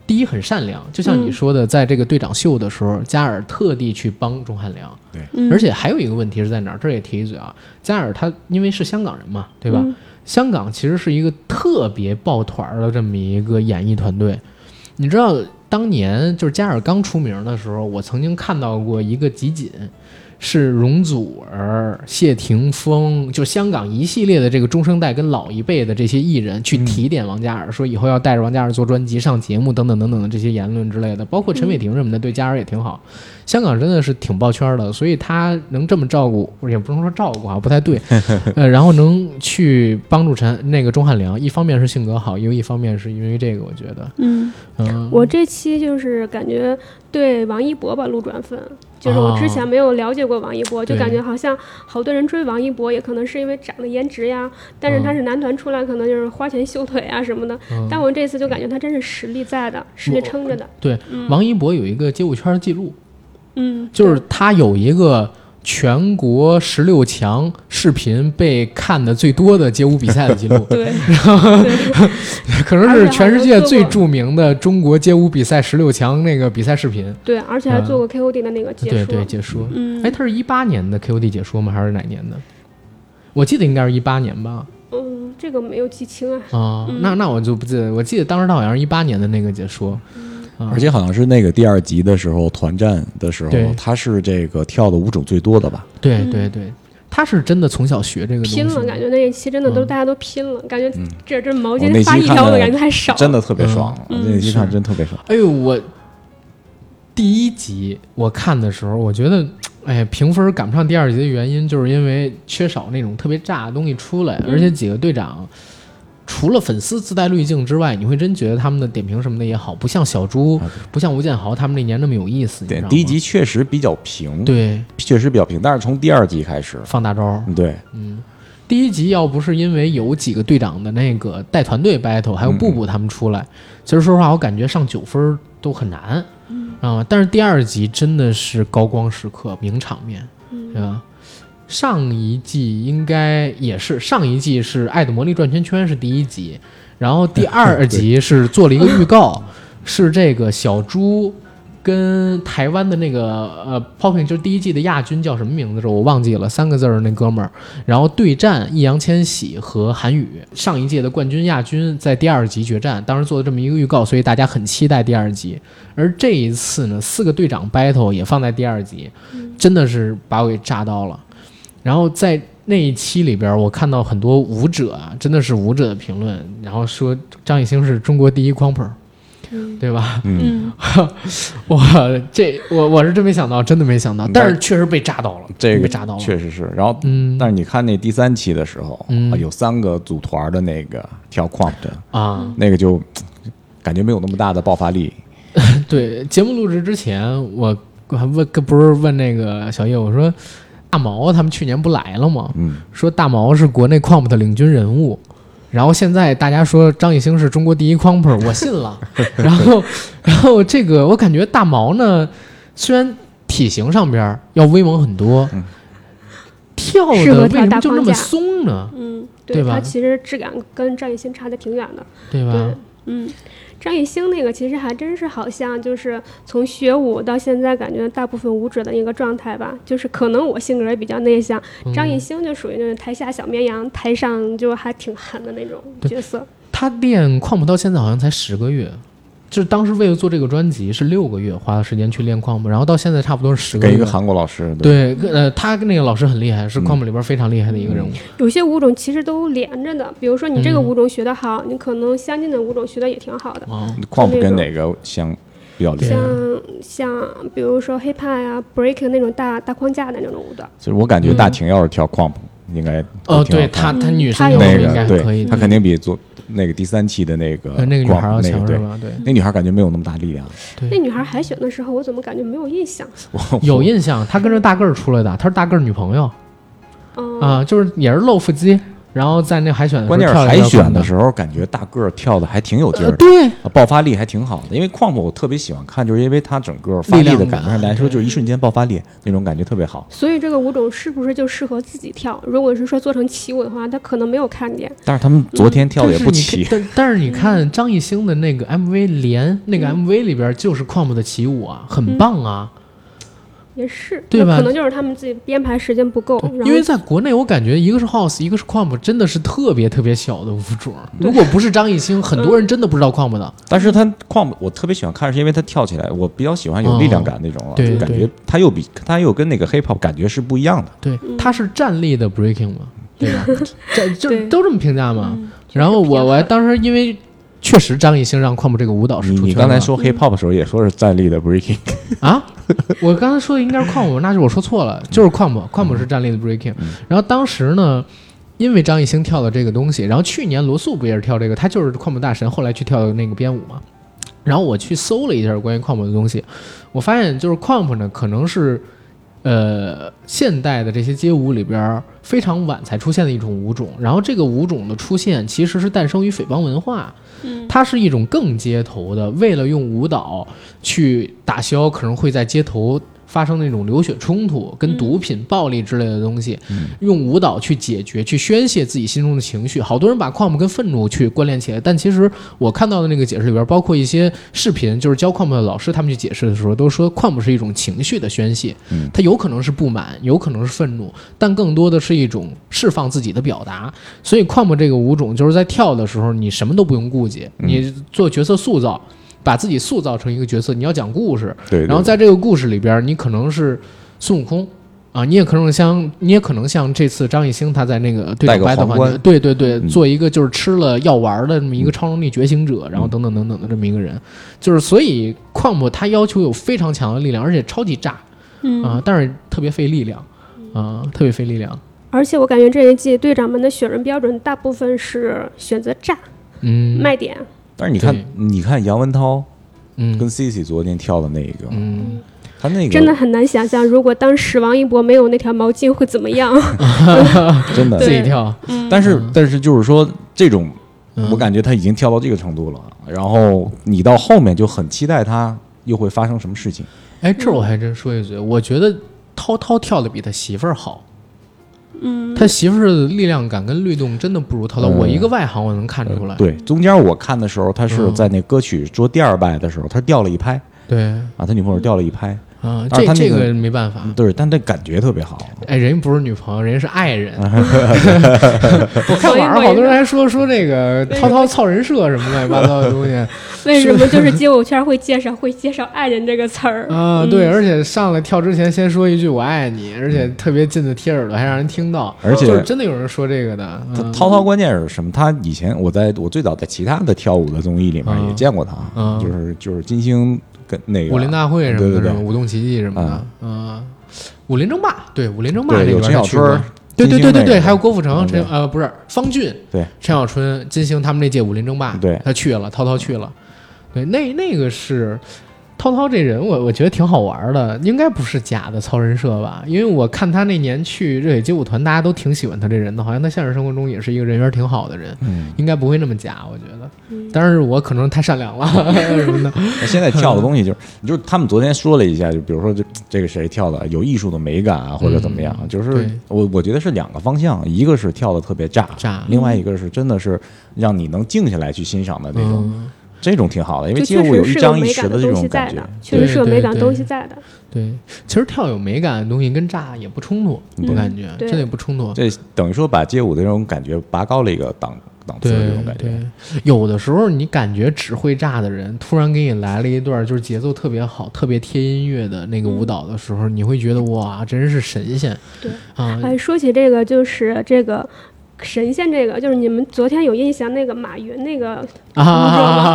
第一很善良，就像你说的，在这个队长秀的时候，嘉尔特地去帮钟汉良。
嗯
而且还有一个问题是在哪儿？这儿也提一嘴啊，加尔他因为是香港人嘛，对吧？香港其实是一个特别抱团儿的这么一个演艺团队。你知道当年就是加尔刚出名的时候，我曾经看到过一个集锦，是容祖儿、谢霆锋，就香港一系列的这个中生代跟老一辈的这些艺人去提点王嘉尔，说以后要带着王嘉尔做专辑、上节目等等等等的这些言论之类的，包括陈伟霆什么的，对嘉尔也挺好。香港真的是挺抱圈儿的，所以他能这么照顾，也不能说照顾啊，不太对。呃，然后能去帮助陈那个钟汉良，一方面是性格好，又一方面是因为这个，我觉得，
嗯，
嗯、
我这期就是感觉对王一博吧路转粉，就是我之前没有了解过王一
啊
博，就感觉好像好多人追王一博，也可能是因为长得颜值呀，但
啊
是他是男团出来，可能就是花钱修腿啊什么的。
嗯
但我这次就感觉他真是实力在的，实力撑着的。
对，王一博有一个街舞圈的记录，
嗯，
就是他有一个全国十六强视频被看的最多的街舞比赛的记
，
录
对，对
可能
哎
是全世界最著名的中国街舞比赛十六强那个比赛视频。
对，而且还做过 KOD 的那个解
对
说。
对，解说。
嗯
哎，他是一八年的 KOD 解说吗？还是哪年的？我记得应该是一八年吧。
嗯，这个没有记清啊。
啊、那那我就不记得，我记得当时他好像是一八年的那个解说。啊
而且好像是那个第二集的时候，团战的时
对
候，他是这个跳的舞种最多的吧？
对对对，他是真的从小学这个东西
嗯拼了，感觉那一期真的都
嗯
大家都拼了，感觉这这毛
我那
巾
期
发一
看
条，我
的
感觉还少。
真的特别爽，
嗯
那一看真特别爽。
哎呦，我第一集我看的时候，我觉得，哎呀，评分赶不上第二集的原因，就是因为缺少那种特别炸的东西出来，
嗯
而且几个队长。除了粉丝自带滤镜之外，你会真觉得他们的点评什么的也好，不像小猪，不像吴建豪他们那年那么有意思。你知
对
道，吗
第一集确实比较平，，
对
确实比较平，但是从第二集开始，
放大招儿，
对，
第一集要不是因为有几个队长的那个带团队 battle，还有布布他们出来，其实说实话，我感觉上九分都很难，啊，但是第二集真的是高光时刻，名场面，对吧？上一季应该也是，上一季是《爱的魔力转圈圈》是第一集，然后第二集是做了一个预告，是这个小猪跟台湾的那个呃 Popping，就是第一季的亚军叫什么名字？我忘记了，三个字儿那哥们儿，然后对战易烊千玺和韩宇，上一届的冠军亚军在第二集决战，当时做了这么一个预告，所以大家很期待第二集。而这一次呢，四个队长 battle 也放在第二集，真的是把我给炸到了。然后在那一期里边，我看到很多舞者啊，真的是舞者的评论，然后说张艺兴是中国第一光盆，对吧？
嗯，
嗯，
我这我我是真没想到，真的没想到，
嗯
但是确实被炸到了，
这
被
个
炸到了，
确实是。然后，
嗯
但是你看那第三期的时候，
嗯
啊有三个组团的那个跳框的，
啊。
那个就感觉没有那么大的爆发力，
对，节目录制之前，我我还问，跟不是问那个小叶，我说大毛他们去年不来了吗？
嗯，
说大毛是国内 comp 的领军人物，然后现在大家说张艺兴是中国第一 comp，我信了。然后，然后这个我感觉大毛呢，虽然体型上边儿要威猛很多，跳的为
适合跳
什么
大
就那
框
么
架
松呢？
嗯，
对
对，
吧
它其实质感跟张艺兴差的挺远的。
对吧？
对，嗯，张艺兴那个其实还真是好像就是从学舞到现在，感觉大部分舞者的一个状态吧，就是可能我性格也比较内向，
嗯
张艺兴就属于那种台下小绵羊，台上就还挺狠的那种角色。
他练矿步到现在好像才十个月，就是当时为了做这个专辑是六个月花的时间去练矿步，然后到现在差不多是十个
给
月。
一个韩国老师，对
对，呃，他那个老师很厉害，是矿步里边非常厉害的一个人物。
有些舞种其实都连着的，比如说你
嗯
这个舞种学得好，你可能相近的舞种学得也挺好的。
哦，
框跟哪个相比较
对
连？
像像比如说 hiphop 呀、breaking 那种大大框架的那种舞蹈，
所以我感觉大婷要是跳框，应该
嗯哦，
会挺好
对他，
看
他女生
她有
应
那
该
个
可以
对，
的
他肯定比做那个第三期的那个
嗯呃那个女孩要
Crump，那
强是
对。
吧？ 对，
那女孩感觉没有那么大力量，
对
那女孩海选的时候，我怎么感觉没有印象？
我
有印象，她跟着大个儿出来的，她是大个儿女朋友
嗯，
啊、就是也是露腹肌，然后在那海选的时候
关键是
呃跳了一段
海选的
的
时候，感觉大个儿跳的还挺有劲
呃
儿的，
对，
啊爆发力还挺好的。因为矿部我特别喜欢看，就是因为它整个发力
力
的
量感
感觉上来说，就是一瞬间爆发力那种感觉特别好。
所以这个舞种是不是就适合自己跳？如果是说做成起舞的话，它可能没有看点。
但是他们昨天跳的也
但是
不
你
齐
看，但但是你看张艺兴的那个 MV 连
嗯
那个 MV 里边就是 COM 的起舞啊，很棒啊，
也是，
对吧
那可能就是他们自己编排时间不够，哦然后
因为在国内我感觉一个是 House，一个是 COM，真的是特别特别小的舞种。如果不是张艺兴，很
嗯
多人真的不知道 COM 的。
但是他矿我特别喜欢看，是因为他跳起来，我比较喜欢有力量感那种啊，
哦对
就感觉他又比他又跟那个 hip hop 感觉是不一样的。
对，
嗯
他是站立的 Breaking 嘛，对 吧？这就
对嗯
都这么评价嘛。然后我我还当时因为确实张艺兴让 COM 这个舞哦蹈是
你
出
你
圈
刚才
了嗯
说 hip hop 的时候也说是站立的 breaking，
啊，我刚才说的应该是 Quam，那是我说错了，就是 Quam，Quam 是站立的 Breaking。然后当时呢，因为张艺兴跳的这个东西，然后去年罗素不也是跳这个，他就是 Quam 大神，后来去跳的那个编舞嘛。然后我去搜了一下关于矿谱的东西，我发现就是矿谱呢，可能是呃现代的这些街舞里边儿非常晚才出现的一种舞种。然后这个舞种的出现其实是诞生于匪帮文化，
嗯
它是一种更街头的，为了用舞蹈去打消可能会在街头。发生那种流血冲突、跟毒品、暴力之类的东西，
嗯
用舞蹈去解决、去宣泄自己心中的情绪。好多人把矿 u 跟愤怒去关联起来，但其实我看到的那个解释里边，包括一些视频，就是教 quant 的老师他们去解释的时候，都说 quant 是一种情绪的宣泄，
嗯
它有可能是不满，有可能是愤怒，但更多的是一种释放自己的表达。所以 quant 这个舞种就是在跳的时候，你什么都不用顾忌，
嗯
你做角色塑造，把自己塑造成一个角色，你要讲故事，
对，对
然后在这个故事里边，你可能是孙悟空。啊，你也可能像，你也可能像这次张艺兴他在那个对
戴
手
个
掰的
皇
环节，
冠
对对对，
嗯
做一个就是吃了药丸的这么一个超能力觉醒者，
嗯
然后等等等等的这么一个人，就是所以矿姆他要求有非常强的力量，而且超级炸
嗯
啊，但是特别费力量啊，特别费力量，
而且我感觉这一季队长们的选人标准大部分是选择炸、
嗯
卖点，
但是你看
对，
你看杨文涛
嗯
跟 Cici 昨天跳的那一个，
嗯，
他那个
真的很难想象，如果当时王一博没有那条毛巾会怎么样。
真
自
的，
己跳，
但是但是就是说这种，
嗯
我感觉他已经跳到这个程度了。然后你到后面就很期待他又会发生什么事情。
哎，这我还真说一嘴，我觉得涛涛跳的比他媳妇儿好。嗯，他媳妇儿的力量感跟律动真的不如涛涛。
嗯
我一个外行，我能看出来。
对，中间我看的时候，他
嗯
是在那歌曲说第二拜的时候，他掉了一拍
对，
啊，他女朋友掉了一拍，
啊，
而
这
他那
这
个
个没办法。
对，但这感觉特别好。
哎，人家不是女朋友，人家是爱 人。我看网上好多人还说说这个涛涛操人设什么乱七八糟的东 西
为什么就是街舞圈会介绍会介绍“爱人”这个词儿？嗯
啊，对，而且上来跳之前先说一句我爱你，而且特别近的贴耳朵，还让人听到。
嗯而且
就是真的有人说这个的，
他
嗯
涛涛关键是什么？他以前我在我最早在其他的跳舞的综艺里面也
嗯
见过
嗯
他，就是就是金星跟那个
武林大会什么
对
的，
对对
什么舞动奇迹什么的
啊，
嗯，武林争霸，对，武林争霸这
对
里
有
边
陈
他
小
去
春
过
儿，，
对
金
对对
星
对
那
对，
个
还有郭富城、
嗯
陈
对
呃不是方俊、
对
陈小春、金星他们那届武林争霸，
对
他去了，涛涛去了，对，那那个是。涛涛这人我，我觉得挺好玩的，应该不是假的操人设吧？因为我看他那年去热血街舞团，大家都挺喜欢他这人的，好像他现实生活中也是一个人缘挺好的人，
嗯，
应该不会那么假，我觉得。但是我可能太善良了 什么的，
那现在跳的东西就是，就是他们昨天说了一下，就比如说这这个谁跳的有艺术的美感啊，或者怎么样，就是
嗯对
我我觉得是两个方向，一个是跳的特别炸，
炸
另外一个是真的是让你能静下来去欣赏的那种，
嗯
这种挺好的，因为
就
街
确
舞
实
一
是有
张一
美
弛
感的
这
东
种
西
感
在
觉
的，，确实是有
对
美感
对
东西在的。
对，其实跳有美感的东西跟炸也不冲突，我
嗯
感觉
对
真的也不冲突。
这等于说把街舞的这种感觉拔高了一个档档次，
对
这种感觉。
对，有的时候你感觉只会炸的人，突然给你来了一段就是节奏特别好、特别贴音乐的那个舞蹈的时候，你会觉得哇，真是神仙。
嗯对
啊，
哎，说起这个，就是这个神仙，这个就是你们昨天有印象那个马云那个
啊 啊！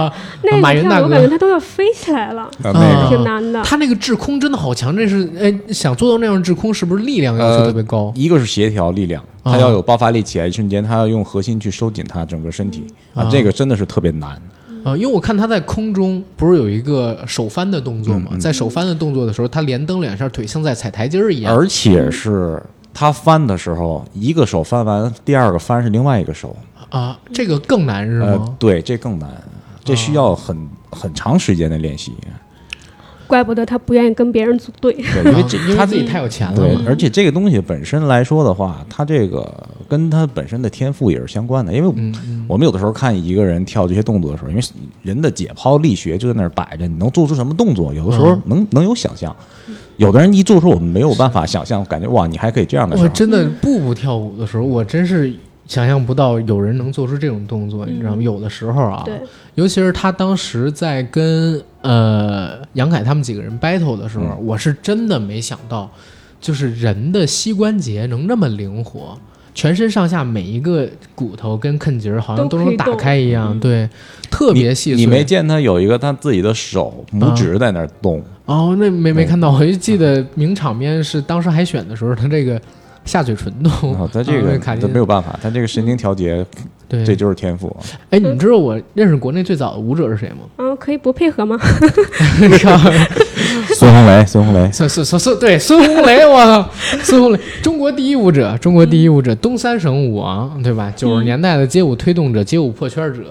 啊
那
马
个
云
跳
大
的，我感
哥
觉他都要飞起来了，
啊
啊
那个
挺难的。
他那个制空真的好强，这是哎，想做到那样制空，是不是力量要求
呃
特别高？
一个是协调力量，
哦啊
它要有爆发力起来一瞬间，它要用核心去收紧它整个身体
啊
啊，这个真的是特别难。
嗯
啊，因为我看他在空中不是有一个手翻的动作吗？
嗯嗯
在手翻的动作的时候，他连蹬两下腿，像在踩台阶儿一样。
而且是他翻的时候，一个手翻完，第二个翻是另外一个手。
啊，这个更难是
呃
吗，？
对，这更难，这需要很很长时间的练习。
怪不得他不愿意跟别人组队。
对，因为
啊
这
因为
他
自己太有钱了
对
嘛。，
而且这个东西本身来说的话，他这个跟他本身的天赋也是相关的。因为
嗯嗯。
我们有的时候看一个人跳这些动作的时候，因为人的解剖力学就在那儿摆着，你能做出什么动作，有的时候
嗯
能、能有想象。有的人一做出我们没有办法想象，感觉哇，你还可以这样的事
我
儿。
真的步步跳舞的时候，我真是想象不到有人能做出这种动作，你知道吗？有的时候啊，
嗯对，
尤其是他当时在跟呃杨凯他们几个人 battle 的时候，我是真的没想到，就是人的膝关节能那么灵活。全身上下每一个骨头跟坑节儿好像都
都可
能
以
打
动
开一样，对，特别细碎。
你没见他有一个他自己的手拇
啊
指在那儿动，
哦，那没没看到，我就记得名场面是当时海选的时候，他这个下嘴唇动，
然后他这个
啊卡
他
进
没有办法，他这个神经调节
对
这就是天赋啊。
哎，你们知道我认识国内最早的舞者是谁吗？
嗯，可以不配合吗？
孙红雷，孙红雷，
孙孙孙孙，对，孙红雷，我操，孙红雷，中国第一舞者，中国第一舞者，东三省舞王，对吧？九十年代的街舞推动者，街舞破圈者，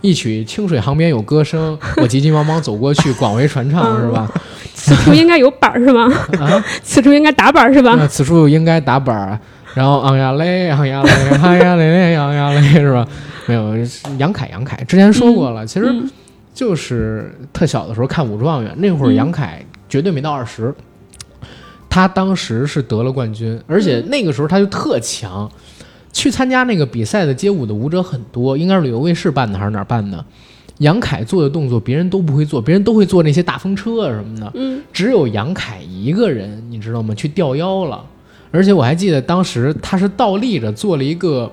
一曲《清水旁边有歌声》，我急急忙忙走过去，广为传唱，是吧？
此处应该有板儿是吗？
啊，
此处应该打板儿是吧？
那此处应该打板儿，啊然后昂呀嘞，昂呀嘞， 昂呀嘞，昂呀嘞，是吧？没有，杨凯，杨凯之前说过了，其实
嗯
就是特小的时候看《武术状元》，那会儿
嗯
杨凯绝对没到二十，他当时是得了冠军，而且
嗯
那个时候他就特强。去参加那个比赛的街舞的舞者很多，应该是旅游卫视办的还是哪儿办的？杨凯做的动作别人都不会做，别人都会做那些大风车啊什么的，
嗯
只有杨凯一个人，你知道吗？去吊腰了，而且我还记得当时他是倒立着做了一个，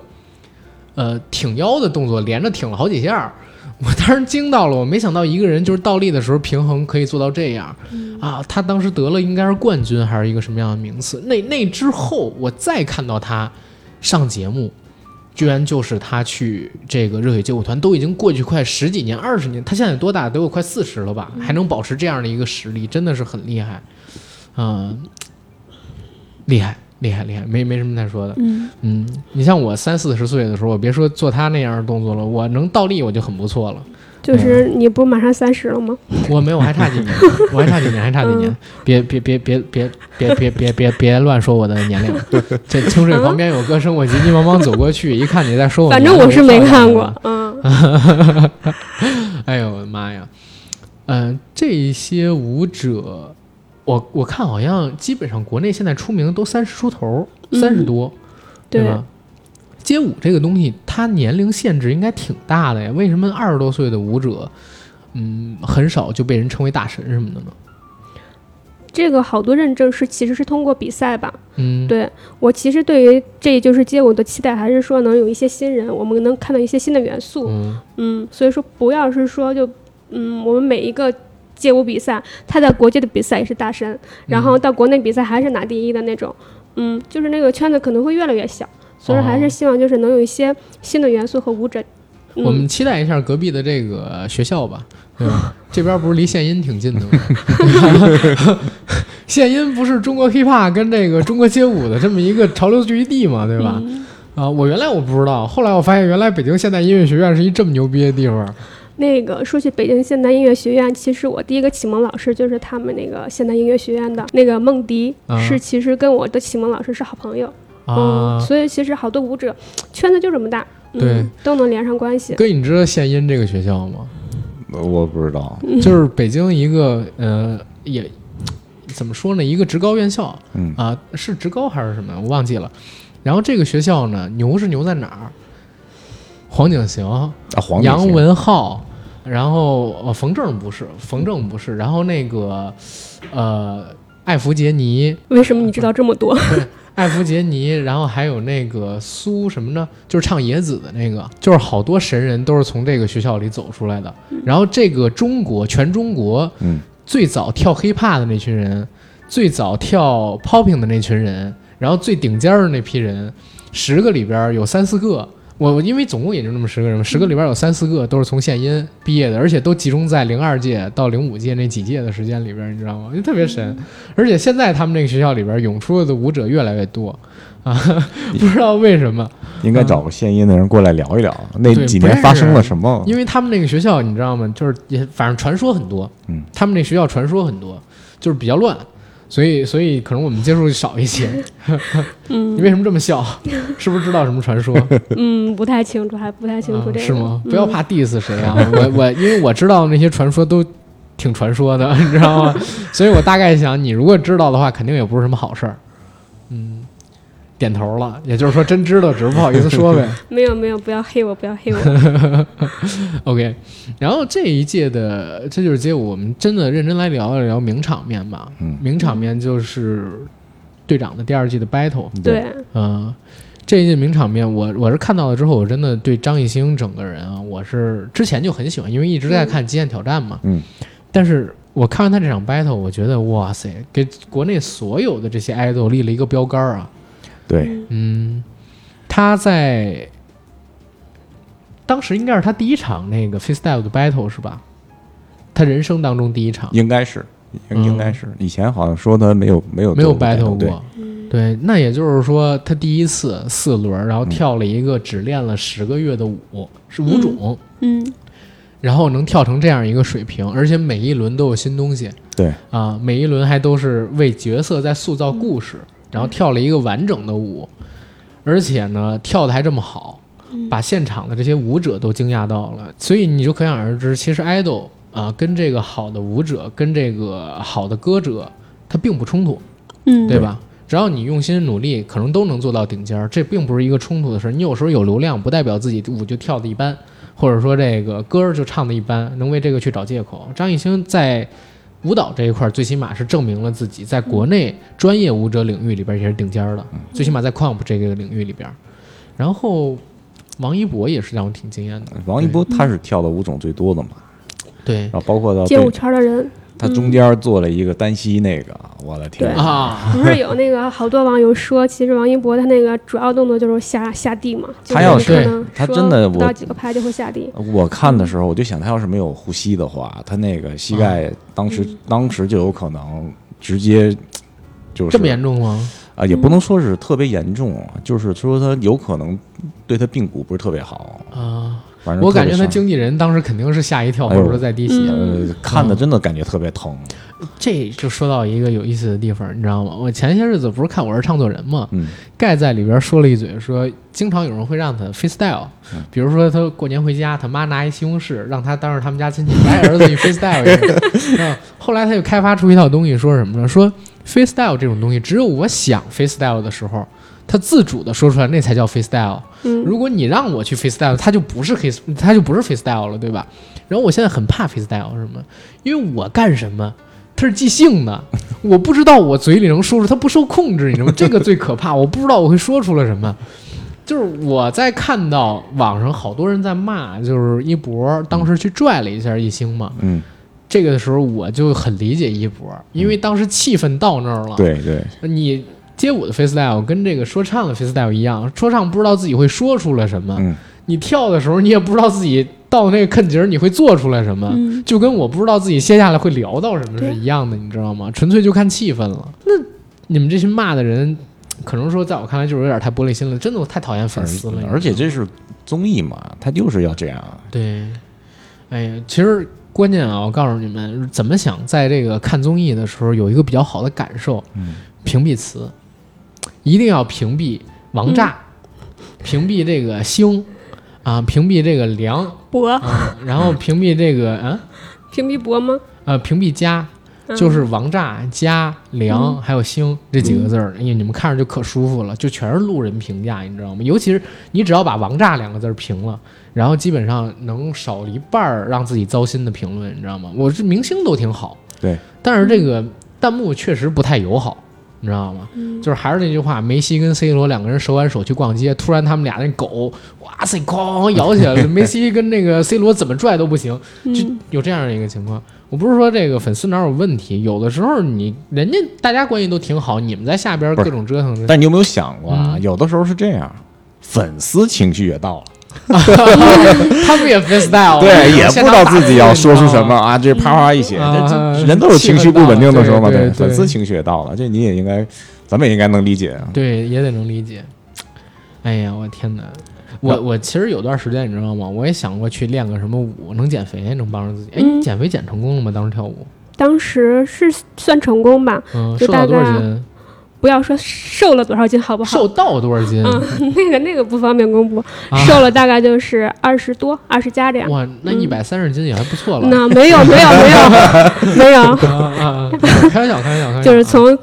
呃，挺腰的动作，连着挺了好几下儿。 我当时惊到了，我没想到一个人就是倒立的时候平衡可以做到这样，啊，他当时得了应该是冠军还是一个什么样的名次？那那之后我再看到他上节目，居然就是他去这个热血街舞团，都已经过去快十几年、二十年，他现在多大？都有快四十了
嗯
吧，还能保持这样的一个实力，真的是很厉害，嗯，厉害，厉害，厉害，没没什么再说的。
嗯，
嗯，你像我三四十岁的时候，我别说做他那样的动作了，我能倒立我就很不错 了。
就是你不是马上三十了吗？
我没有，我还差几年，我还差几年，还差几
嗯
年。别别别别别别别别别别乱说我的年 龄。这清水旁边有歌声，我急急忙忙走过去，一看哦你在说我
反
年龄，
正我是没
就跳下来
看过
了。，
嗯，
哎呦我的妈呀！嗯、这些舞者，我我看好像基本上国内现在出名的都三十出头，三十
嗯
多，
对
吧？街舞这个东西，它年龄限制应该挺大的呀。为什么二十多岁的舞者，嗯，很少就被人称为大神什么的呢？
这个好多认证是其实是通过比赛吧。
嗯，
对我其实对于这就是街舞的期待，还是说能有一些新人，我们能看到一些新的元素。
嗯，
嗯，所以说不要是说就嗯，我们每一个街舞比赛，他在国际的比赛也是大神，然
嗯
后到国内比赛还是拿第一的那种。嗯，就是那个圈子可能会越来越小，所以说还
哦
是希望就是能有一些新的元素和舞者。嗯、
我们期待一下隔壁的这个学校 吧，对吧？这边不是离献音挺近的吗？ 献音不是中国 hiphop 跟这个中国街舞的这么一个潮流聚集地嘛，对吧？
嗯
啊，我原来我不知道，后来我发现原来北京现代音乐学院是一这么牛逼的地方。
那个说起北京现代音乐学院，其实我第一个启蒙老师就是他们那个现代音乐学院的那个孟迪，
啊
是其实跟我的启蒙老师是好朋友。
啊
嗯，，所以其实好多舞者圈子就这么大，嗯、
对，
都能连上关系。
哥，你知道献音这个学校吗？
我不知道，
就是北京一个呃，也怎么说呢，一个职高院校，
嗯
啊，是职高还是什么，我忘记了。然后这个学校呢，牛是牛在哪儿？黄景行、
啊，黄景
杨
行
文浩，然后呃，冯正不是，冯正不是，然后那个呃，艾弗杰尼，
为什么你知道这么多？
艾弗杰尼，然后还有那个苏什么呢？就是唱野子的那个，就是好多神人都是从这个学校里走出来的。然后这个中国，全中国，
嗯，
最早跳 hiphop 的那群人，最早跳 popping 的那群人，然后最顶尖儿的那批人，十个里边儿有三四个。我我因为总共也就那么十个人嘛，十个里边儿有三四个都是从献音毕业的，而且都集中在零二届到零五届那几届的时间里边儿，你知道吗？就特别神。而且现在他们那个学校里边涌出的舞者越来越多啊，不知道为什么，
应该找个献音的人过来聊一聊，那
嗯对
几
不认
年
识
发生了什么？
因为他们那个学校你知道吗？就是也反正传说很多，
嗯，
他们那学校传说很多，就是比较乱，所以所以可能我们接触就少一些。 你
嗯
为什么这么笑？是不是知道什么传说？
嗯，不太清楚，还不太清楚
啊
这个。
是吗？
嗯
不要怕 diss 谁啊！我我因为我知道那些传说都挺传说的， 你知道吗？所以我大概想，你如果知道的话，肯定也不是什么好事儿。嗯，点头了，也就是说真知道，只是不好意思说 呗。
没有没有，不要黑我，不要黑我。
OK，然后这一届的这就是街舞，我们真的认真来聊一聊名场面吧。
嗯
名场面就是队长的第二季的 battle，
对，
嗯，这一届名场面，我我是看到了之后，我真的对张艺兴整个人啊，我是之前就很喜欢，因为一直在看《极限挑战》嘛。
嗯。
但是我看完他这场 battle，我觉得哇塞，给国内所有的这些 idol 立了一个标杆儿啊。
对，
嗯，他在当时应该是他第一场那个 face dive 的 battle 是吧？他人生当中第一场
应该是，应
嗯
应该是。以前好像说他没有没有
没有
做
battle
对
过，对，那也就是说他第一次四轮，
嗯
然后跳了一个只练了十个月的舞，是舞种，
嗯，
然后能跳成这样一个水平，而且每一轮都有新东西
对，
啊，每一轮还都是为角色在塑造故事，
嗯
然后跳了一个完整的舞，而且呢跳的还这么好，
嗯
把现场的这些舞者都惊讶到了，所以你就可想而知，其实 idol 啊跟这个好的舞者跟这个好的歌者它并不冲突，
嗯，
对吧？只要你用心努力，可能都能做到顶尖儿。这并不是一个冲突的事儿。你有时候有流量，不代表自己舞就跳的一般，或者说这个歌儿就唱的一般，能为这个去找借口。张艺兴在舞蹈这一块，儿，最起码是证明了自己在国内专业舞者领域里边儿也是顶尖儿的，
嗯
最起码在 comp 这个领域里边儿。然后王一博也是让我挺惊艳的，
王一博他是跳的舞种最多的嘛，
对
然后包括到
街舞
被
圈的人
他中间做了一个单膝那个，我的天
对
啊！
啊，
不是有那个好多网友说，其实王一博他那个主要动作就是下下地嘛，就
他要
是
是
可能
他
说
真的
不
我
到几个拍就会下地，
我看的时候，我就想，他要是没有护膝的话，他那个膝
啊
盖当时、当时就有可能直接就是
这么严重吗？
啊，也不能说是特别严重，就是说他有可能对他髌骨不是特别好，
啊，
反正
我感觉他
特别伤
经纪人当时肯定是吓一跳，或
哎呦
者说在滴血。
嗯
呃看的真的感觉特别疼，
这就说到一个有意思的地方，你知道吗？我前些日子不是看《我是唱作人》吗？
嗯，
盖在里边说了一嘴，说经常有人会让他 freestyle，比如说他过年回家，他妈拿一西红柿让他当着他们家亲戚来儿子去 freestyle 一下。嗯，后来他就开发出一套东西，说什么呢？说 freestyle 这种东西，只有我想 freestyle 的时候，他自主的说出来，那才叫 freestyle。
嗯
如果你让我去 freestyle，它就不是 face，它就不是 freestyle 了，对吧？然后我现在很怕 freestyle 什么，因为我干什么，它是即兴的，我不知道我嘴里能说出，它不受控制，你知道吗？这个最可怕， 我不知道我会说出了什么。就是我在看到网上好多人在骂，就是一博当时去拽了一下一星嘛，
嗯，
这个的时候我就很理解一博，因为当时气氛到那儿了，
对对，
你街舞的 freestyle 跟这个说唱的 freestyle 一样，说唱不知道自己会说出来什么，
嗯
你跳的时候你也不知道自己到那个坑节儿你会做出来什么，
嗯，
就跟我不知道自己歇下来会聊到什么是
对
一样的，你知道吗？纯粹就看气氛了。那你们这些骂的人，可能说在我看来就是有点太玻璃心了，真的我太讨厌粉丝了。你知道吗
嗯而且这是综艺嘛，他就是要这样，
对，哎呀，其实关键啊，我告诉你们，怎么想在这个看综艺的时候有一个比较好的感受，
嗯
屏蔽词，一定要屏蔽王炸，
嗯
屏蔽这个星啊，屏蔽这个梁
博
啊，然后屏蔽这个啊
屏蔽博吗？
呃屏蔽加。
嗯
就是王炸、加、梁还有星这几个字儿，哎呀，你们看着就可舒服了，就全是路人评价，你知道吗？尤其是你只要把王炸两个字儿评了，然后基本上能少一半儿让自己糟心的评论，你知道吗？我这明星都挺好，
对，
但是这个弹幕确实不太友好，你知道吗？就是还是那句话，梅西跟 C 罗两个人手挽手去逛街，突然他们俩那狗，哇塞，哐咬起来了，梅西跟那个 C 罗怎么拽都不行，就有这样的一个情况。我不是说这个粉丝哪有问题，有的时候你人家大家关系都挺好，你们在下边
不
各
是
种折腾 着，
但你有没有想过啊？
嗯
有的时候是这样，粉丝情绪也到了，
他们也 freestyle，
对，也不知道自己要说出什么
啊。
啊，这啪啪一写，
嗯啊
这这人都有情绪不稳定的时候嘛，
气氛到了对对
粉丝
对
情绪也到了，这你也应该，咱们也应该能理解啊。
对，也得能理解。哎呀，我天哪！我我其实有段时间，你知道吗？我也想过去练个什么舞，能减肥，能帮助自己。哎，你
嗯
减肥减成功了吗？当时跳舞，
当时是算成功吧，
嗯，
就
瘦到
大
多少
概
斤？
不要说瘦了多少斤好不好？
瘦到多少斤？
嗯， 那个那个不方便公布，
啊
瘦了大概就是二十多、二十加这样。
哇，那一百三十斤也还不错了。
嗯那没有没有没有没 有，
啊啊啊！ 开玩笑，开玩笑，开玩笑。
就是从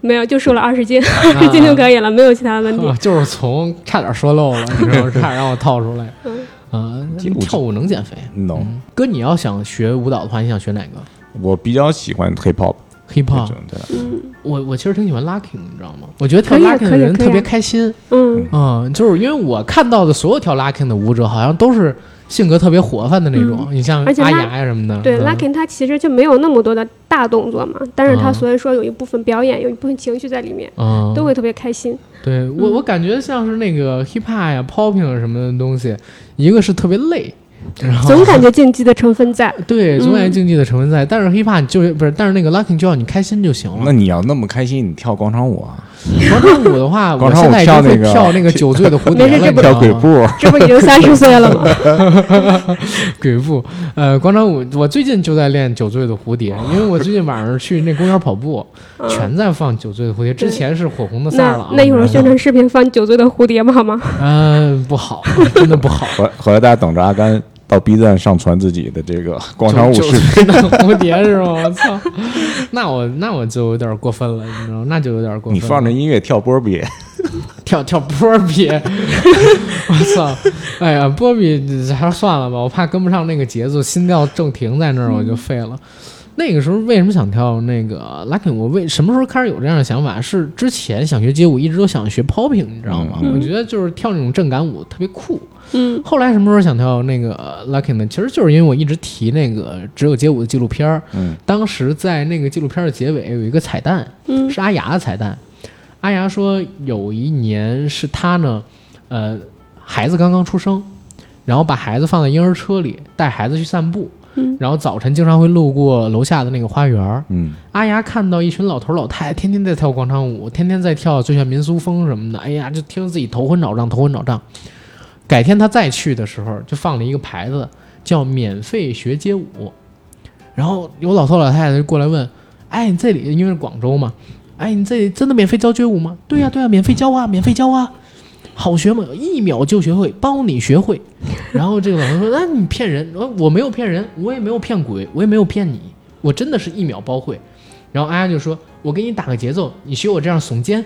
没有就瘦了二十 斤，二十斤就可以了，没有其他的问 题
啊。就是从差点说漏了，你知道吗？差点让我套出来。
嗯
啊，
街舞
跳舞能减肥？嗯
no，
哥，你要想学舞蹈的话，你想学哪个
我比较喜欢 hip hop
？hip
这
hop
种。对，
嗯
我我其实挺喜欢 locking，你知道吗？我觉得跳
可以
locking
可
的
以
人
可以
特别开心。
嗯
嗯，就是因为我看到的所有跳 locking 的舞者，好像都是性格特别活泛的那种，你像
嗯而且
阿
拉
牙呀什么的，
对
嗯
l a k i n 他其实就没有那么多的大动作嘛，但是他
嗯
所以说有一部分表演，有一部分情绪在里面，
嗯，
都会特别开心。
对我我感觉像是那个 hip hop 呀、popping 什么的东西，一个是特别累，然后
总感觉竞技的成分在，
对
嗯
总感觉竞技的成分在，但是 hip hop 就不是，但是那个 locking 就要你开心就行
那
了。
你要那么开心，你跳广场舞啊，
广场舞的话，我
广场舞
现在已经
跳那
会
个
跳那个酒 醉的蝴蝶
没事
了，
这
你
不
知道
跳
吗
鬼步，啊
这不已经三十岁了吗？
鬼步，呃，广场舞，我最近就在练《酒醉的蝴蝶》，因为我最近晚上去那公园跑步，
嗯
全在放《酒醉的蝴蝶》。之前是火红的萨啊
那
朗，
那一会儿宣
然后，
传视频放酒醉的蝴蝶吧好吗？
嗯、不好， 真的不好。
回回来大家等着阿甘到 B 站上传自己的这个广场舞
酒
视频。
醉的蝴蝶是吗？我操，那我那我就有点过分了，你知道吗，那就有点过分了。
你放着音乐跳波比，
跳跳波 比，我操！哎呀，波比还是算了吧，我怕跟不上那个节奏，心跳正停在那儿我
嗯
就废了。那个时候为什么想跳那个 locking？我为什么时候开始有这样的想法？是之前想学街舞，一直都想学 popping，你知道吗？
嗯
我觉得就是跳那种震感舞特别酷。
嗯
后来什么时候想跳那个 locking 呢？其实就是因为我一直提那个只有街舞的纪录片儿，
嗯，
当时在那个纪录片的结尾有一个彩蛋，
嗯
是阿雅的彩蛋。阿雅说有一年是她呢，呃，孩子刚刚出生，然后把孩子放在婴儿车里，带孩子去散步，
嗯
然后早晨经常会路过楼下的那个花园儿。
嗯，
阿雅哎看到一群老头老太太天天在跳广场舞，天天在跳最炫民俗风什么的，哎呀，就听着自己头昏脑胀，头昏脑胀。改天她再去的时候，就放了一个牌子叫“免费学街舞”，然后有老头老太太就过来问：“哎，你这里因为是广州嘛，哎，你这里真的免费教街舞吗？”“对呀、对呀、免费教啊，免费教啊，好学吗？一秒就学会，包你学会。”然后这个老头说：“那、你骗人！我我没有骗人，我也没有骗鬼，我也没有骗你，我真的是一秒包会。”然后阿丫就说：“我给你打个节奏，你学我这样耸肩，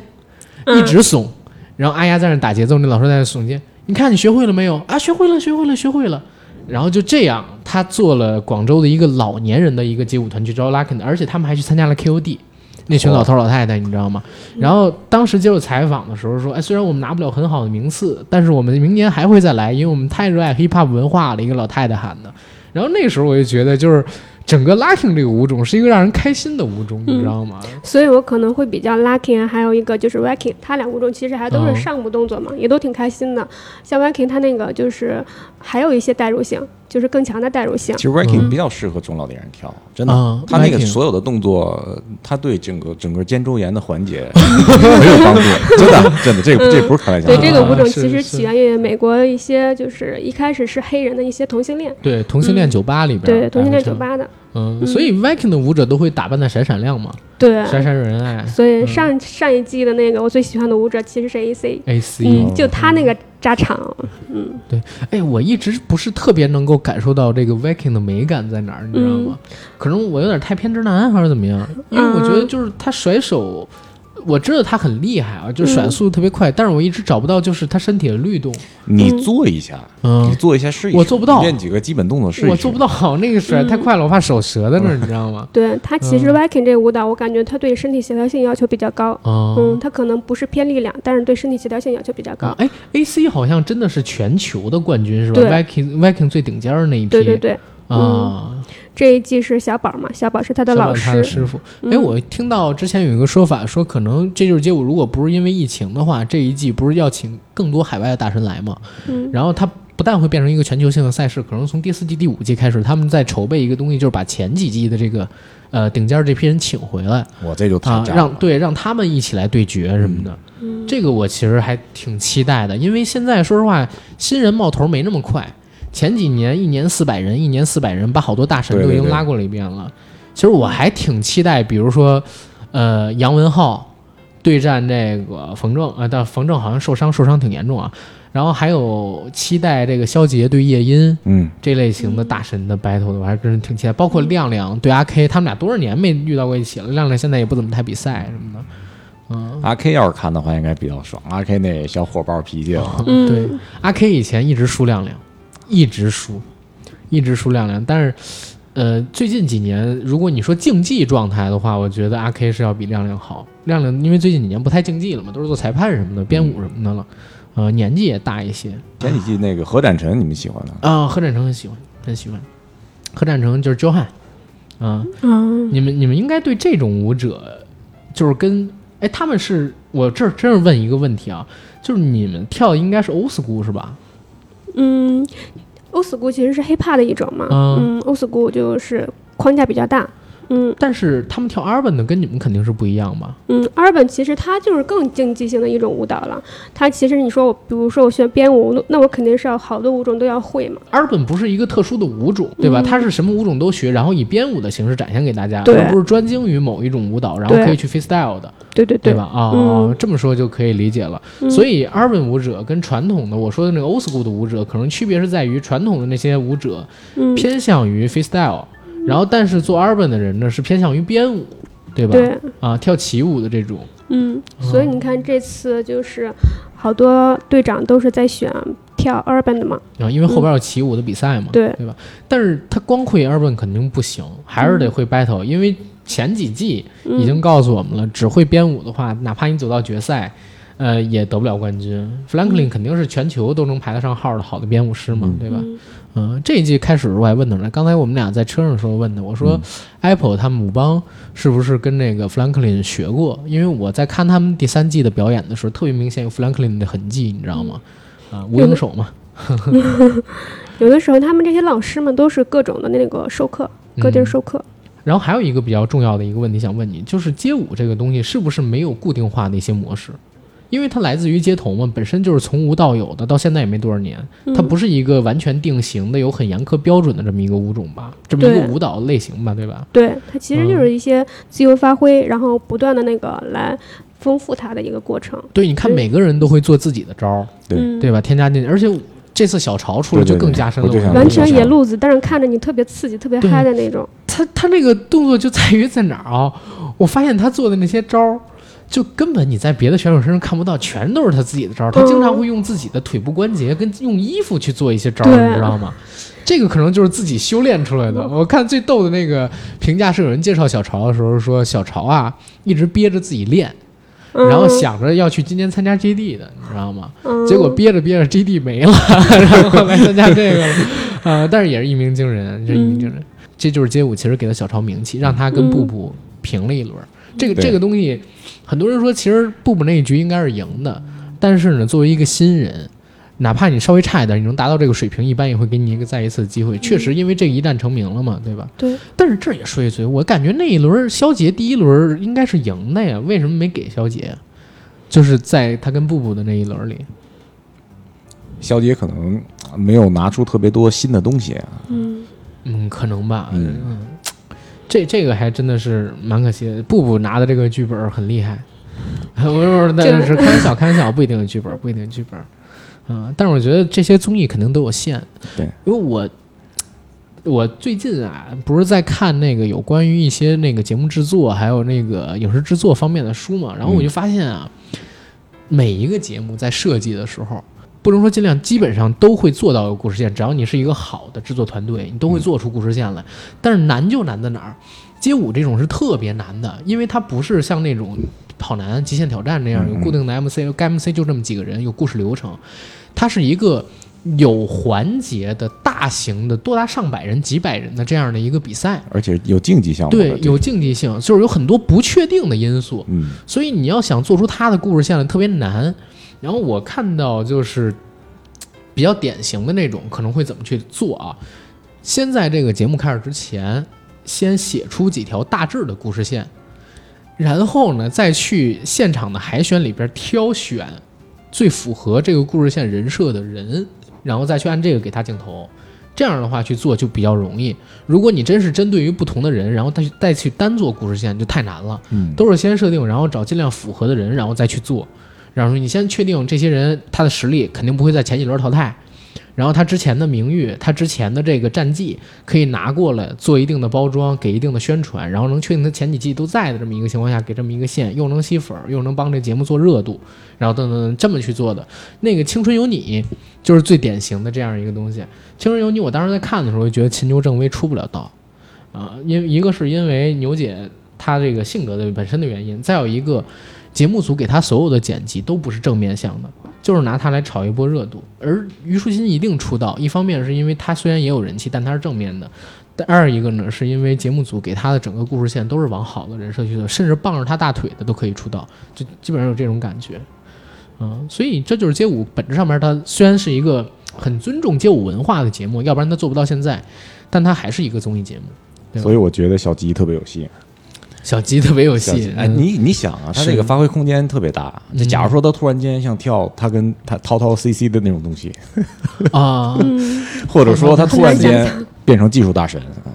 一直耸。然后阿丫在那打节奏，那老师在那耸肩。你看你学会了没有？啊，学会了，学会了，学会了。然后就这样，他做了广州的一个老年人的一个街舞团去招 Lucky，而且他们还去参加了 KOD。那群老头老太太，你知道吗？然后当时接受采访的时候说：“哎，虽然我们拿不了很好的名次，但是我们明年还会再来，因为我们太热爱 hip hop 文化了。”一个老太太喊的。然后那时候我就觉得，就是整个 locking 这个舞种是一个让人开心的舞种，你知道吗？
所以我可能会比较 locking，还有一个就是 wacking，它俩舞种其实还都
哦
是上部动作嘛，也都挺开心的。像 wacking 它那个就是还有一些代入性，就是更强的代入性
其。实 Waking 比较适合中老年人跳，
嗯
真
啊
的，嗯他那个
Viking
所有的动作，他对整个整个肩周炎的缓解 很有 帮助，真的真的，这个嗯这不是开玩笑啊
对
的。
这个舞种，
是
其实
是
起源于美国一些就是一开始是黑人的一些同性恋，
对，同性恋酒吧里边，
嗯对同性恋酒
哎，
吧的，
嗯，所以 Viking 的舞者都会打扮的闪闪亮嘛，
对。
闪闪惹人爱。
所以上上一季的那个我最喜欢的舞者其实是 A C，
A C，、哦
嗯，就他那个扎场，
哎，我一直不是特别能够感受到这个 Viking 的美感在哪儿，你知道吗？
嗯
可能我有点太偏执男，还是怎么样？因为我觉得就是他甩手，我知道他很厉害啊，就甩速度特别
嗯
快，但是我一直找不到就是他身体的律动。
你做一下，
嗯
你做一下试一试，
我做不到
练几个基本动作试一试。
我做不到，那个甩
嗯
太快了，我怕手折在那儿，你知道吗？
对他其实
嗯
Viking 这个舞蹈，我感觉他对身体协调性要求比较高。
哦、
嗯，他可能不是偏力量，但是对身体协调性要求比较高
啊。，哎，A C 好像真的是全球的冠军是吧
嗯对
？Viking Viking 最顶尖儿那一批，
对对对，
啊，
这一季是小宝嘛，小宝是他的
小
老
宝他的
师。嗯
师傅。哎，我听到之前有一个说法，说可能这就是街舞，如果不是因为疫情的话，这一季不是要请更多海外的大神来嘛？
嗯
然后它不但会变成一个全球性的赛事，可能从第四季、第五季开始，他们在筹备一个东西，就是把前几季的这个呃顶尖儿这批人请回来。
我这就太
啊，
炸
让
了。嗯
对让他们一起来对决什么的，这个我其实还挺期待的，因为现在说实话，新人冒头没那么快。前几年一年四百人，一年四百人，把好多大神
对
都已
对
经
对
拉过了一遍了。其实我还挺期待，比如说，呃，杨文浩对战这个冯正，啊，但冯正好像受伤，受伤挺严重啊。然后还有期待这个肖杰对叶音，
嗯，
这类型的大神的 battle 的，我还真是挺期待。包括亮亮对阿 K，他们俩多少年没遇到过一起了。亮亮现在也不怎么太比赛什么的，嗯，
阿 K 要是看的话，应该比较爽。阿 K 那小火爆脾气 啊，
嗯
对，阿 K 以前一直输亮亮，一直输，一直输亮亮。但是，呃，最近几年，如果你说竞技状态的话，我觉得阿 K 是要比亮亮好。亮亮因为最近几年不太竞技了嘛，都是做裁判什么的、编舞什么的了。呃，年纪也大一些
前几季那个何展辰你们喜欢吗？
啊、何展成很喜欢，很喜欢。何展成就是 Johan，啊、
嗯，
你们你们应该对这种舞者，就是跟哎，他们是我这儿真是问一个问题啊，就是你们跳的应该是 old school 是吧？
嗯，old school 其实是 hiphop 的一种嘛，
嗯
嗯，old school 就是框架比较大，嗯
但是他们跳 urban 的跟你们肯定是不一样吧？
嗯，urban 其实它就是更竞技性的一种舞蹈了，它其实你说我，比如说我学编舞，那那我肯定是要好多舞种都要会嘛，
urban 不是一个特殊的舞种，对吧？它是什么舞种都学，然后以编舞的形式展现给大家，
嗯对
而不是专精于某一种舞蹈，然后
对
可以去 freestyle 的，
对对
对
对，
吧？啊、
嗯
这么说就可以理解了。
嗯
所以 urban 舞者跟传统的我说的那个 old school 的舞者，可能区别是在于传统的那些舞者
嗯，
偏向于 freestyle，、然后但是做 urban 的人呢是偏向于编舞，对吧？
对，
啊，跳起舞的这种，
嗯，
哦
所以你看这次就是好多队长都是在选跳 urban 的嘛，
啊，因为后边
嗯
有起舞的比赛嘛，
对，
对吧？但是他光会 urban 肯定不行，还
嗯
是得会 battle，、因为前几季已经告诉我们了，只会编舞的话，哪怕你走到决赛，呃，也得不了冠军。Franklin 肯定是全球都能排得上号的好的编舞师嘛，
嗯
对吧？嗯、这一季开始我还问他呢，刚才我们俩在车上的时候问的，我
嗯
说、Apple 他们舞帮是不是跟那个 Franklin 学过？因为我在看他们第三季的表演的时候，特别明显有 Franklin 的痕迹，你知道吗？啊、无影手嘛，
有的时候他们这些老师们都是各种的那个授课，各地儿
嗯
授课。
然后还有一个比较重要的一个问题想问你，就是街舞这个东西是不是没有固定化的一些模式？因为它来自于街头嘛，本身就是从无到有的，到现在也没多少年，
嗯
它不是一个完全定型的、有很严苛标准的这么一个舞种吧，这么一个
对
舞蹈类型吧，对吧？
对，它其实
哦
就是一些自由发挥，然后不断的那个来丰富它的一个过程。
对，你看每个人都会做自己的招儿，
对
嗯、
对吧？添加进去，而且这次小潮出来
对对
就
对
更加深了
我就想
的
完
印
说
象
全
小
野路子，但是看着你特别刺激、特别
对
嗨的那种。
他他这个动作就在于在哪儿啊？我发现他做的那些招儿，就根本你在别的选手身上看不到，全都是他自己的招儿。他经
嗯
常会用自己的腿部关节跟用衣服去做一些招儿，
对嗯
你知道吗？这个可能就是自己修炼出来的。我看最逗的那个评价是有人介绍小潮的时候说，小潮啊一直憋着自己练，
嗯、
然后想着要去今年参加 GD 的，你知道吗？
嗯，
结果憋着憋着 GD 没了， 然后来参加这 个了，呃，但是也是一鸣惊人，这一鸣惊人，这就是街舞其实给了小超名气，让他跟
嗯
步步平了一轮儿。这个
对
这个东西，很多人说其实步步那一局应该是赢的，但是呢，作为一个新人。哪怕你稍微差一点，你能达到这个水平，一般也会给你一个再一次的机会。
嗯
确实，因为这个一战成名了嘛，对吧？
对。
但是这儿也说一嘴，我感觉那一轮儿肖杰第一轮儿应该是赢的呀，为什么没给肖杰呀？就是在他跟步步的那一轮儿里，
肖杰可能呃没有拿出特别多新的东西啊，
嗯，
嗯，可能吧。
嗯
这这个还真的是蛮可惜的。布布拿的这个剧本很厉害， 我说那那是开玩笑，开玩笑，不一定有剧本，不一定有剧本。嗯、但是我觉得这些综艺肯定都有限。
对，
因为我我最近啊，不是在看那个有关于一些那个节目制作还有那个影视制作方面的书嘛，然后我就发现啊，每一个节目在设计的时候。不能说尽量，基本上都会做到有故事线。只要你是一个好的制作团队，你都会做出故事线来。但是难就难在哪儿？街舞这种是特别难的，因为它不是像那种跑男、极限挑战那样有固定的 MC，该 MC 就这么几个人，有故事流程。它是一个有环节的大型的，多达上百人、几百人的这样的一个比赛。
而且有竞技项目的。
对，有竞技性，就是有很多不确定的因素。
嗯，
所以你要想做出他的故事线来特别难。然后我看到就是比较典型的那种可能会怎么去做啊？先在这个节目开始之前，先写出几条大致的故事线，然后呢再去现场的海选里边挑选最符合这个故事线人设的人，然后再去按这个给他镜头。这样的话去做就比较容易。如果你真是针对于不同的人，然后再去再去单做故事线，就太难了。
嗯
都是先设定，然后找尽量符合的人，然后再去做。然后你先确定这些人他的实力肯定不会在前几轮淘汰，然后他之前的名誉、他之前的这个战绩可以拿过来做一定的包装，给一定的宣传，然后能确定他前几季都在的这么一个情况下，给这么一个线，又能吸粉儿，又能帮这节目做热度，然后等等等这么去做的。那个《青春有你》就是最典型的这样一个东西，《青春有你》我当时在看的时候就觉得秦牛正威出不了道，啊啊、因一个是因为牛姐她这个性格的本身的原因，再有一个节目组给他所有的剪辑都不是正面向的，就是拿他来炒一波热度。而虞书欣一定出道，一方面是因为他虽然也有人气，但他是正面的；但二一个呢，是因为节目组给他的整个故事线都是往好的人设去的，甚至傍着他大腿的都可以出道，就基本上有这种感觉。嗯，所以这就是街舞本质上面，它虽然是一个很尊重街舞文化的节目，要不然它做不到现在，但它还是一个综艺节目。对吧
所以我觉得小吉特别有戏。
小吉特别有
小吉
戏，
哎，
嗯
你你想啊，他
是
这个发挥空间特别大。就假如说他突然间像跳他跟他涛涛 CC 的那种东西，
啊，
嗯，
或者说他突然
很难
间
想
变成技术大神，啊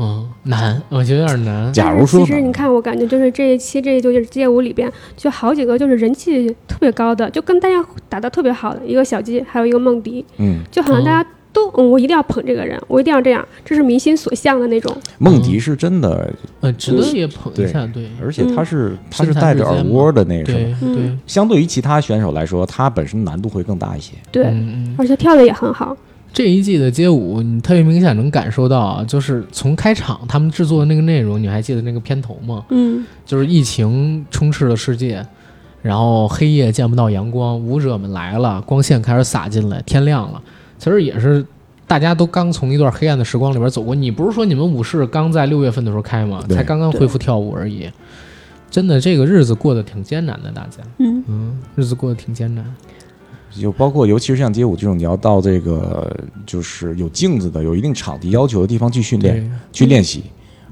嗯，难，我觉得有点难。
假
但
如
是
说
其实
呢
你看，我感觉就是这一期这一就是街舞里边，就好几个就是人气特别高的，就跟大家打得特别好的一个小鸡，还有一个梦迪，
嗯，
就好像
哦
大家都、嗯，我一定要捧这个人，我一定要这样，这是民心所向的那种。
梦迪是真的，
呃，值得也捧一
对
下，对，
而且他是他
身
是
材
带着
之间
耳
嘛
蜗的那个什么。
对对，
相对于其他选手来说，他本身难度会更大一些。
对，
嗯嗯，
而且跳的也很好。
这一季的街舞，你特别明显能感受到啊，就是从开场他们制作的那个内容，你还记得那个片头吗？
嗯，
就是疫情充斥了世界，然后黑夜见不到阳光，舞者们来了，光线开始洒进来，天亮了，其实也是。大家都刚从一段黑暗的时光里边走过。你不是说你们舞室刚在六月份的时候开吗？
对
才刚刚恢复跳舞而已。真的，这个日子过得挺艰难的，大家，
嗯，
嗯，日子过得挺艰难。
就包括，尤其是像街舞这种，你要到这个就是有镜子的、有一定场地要求的地方去训练、去练习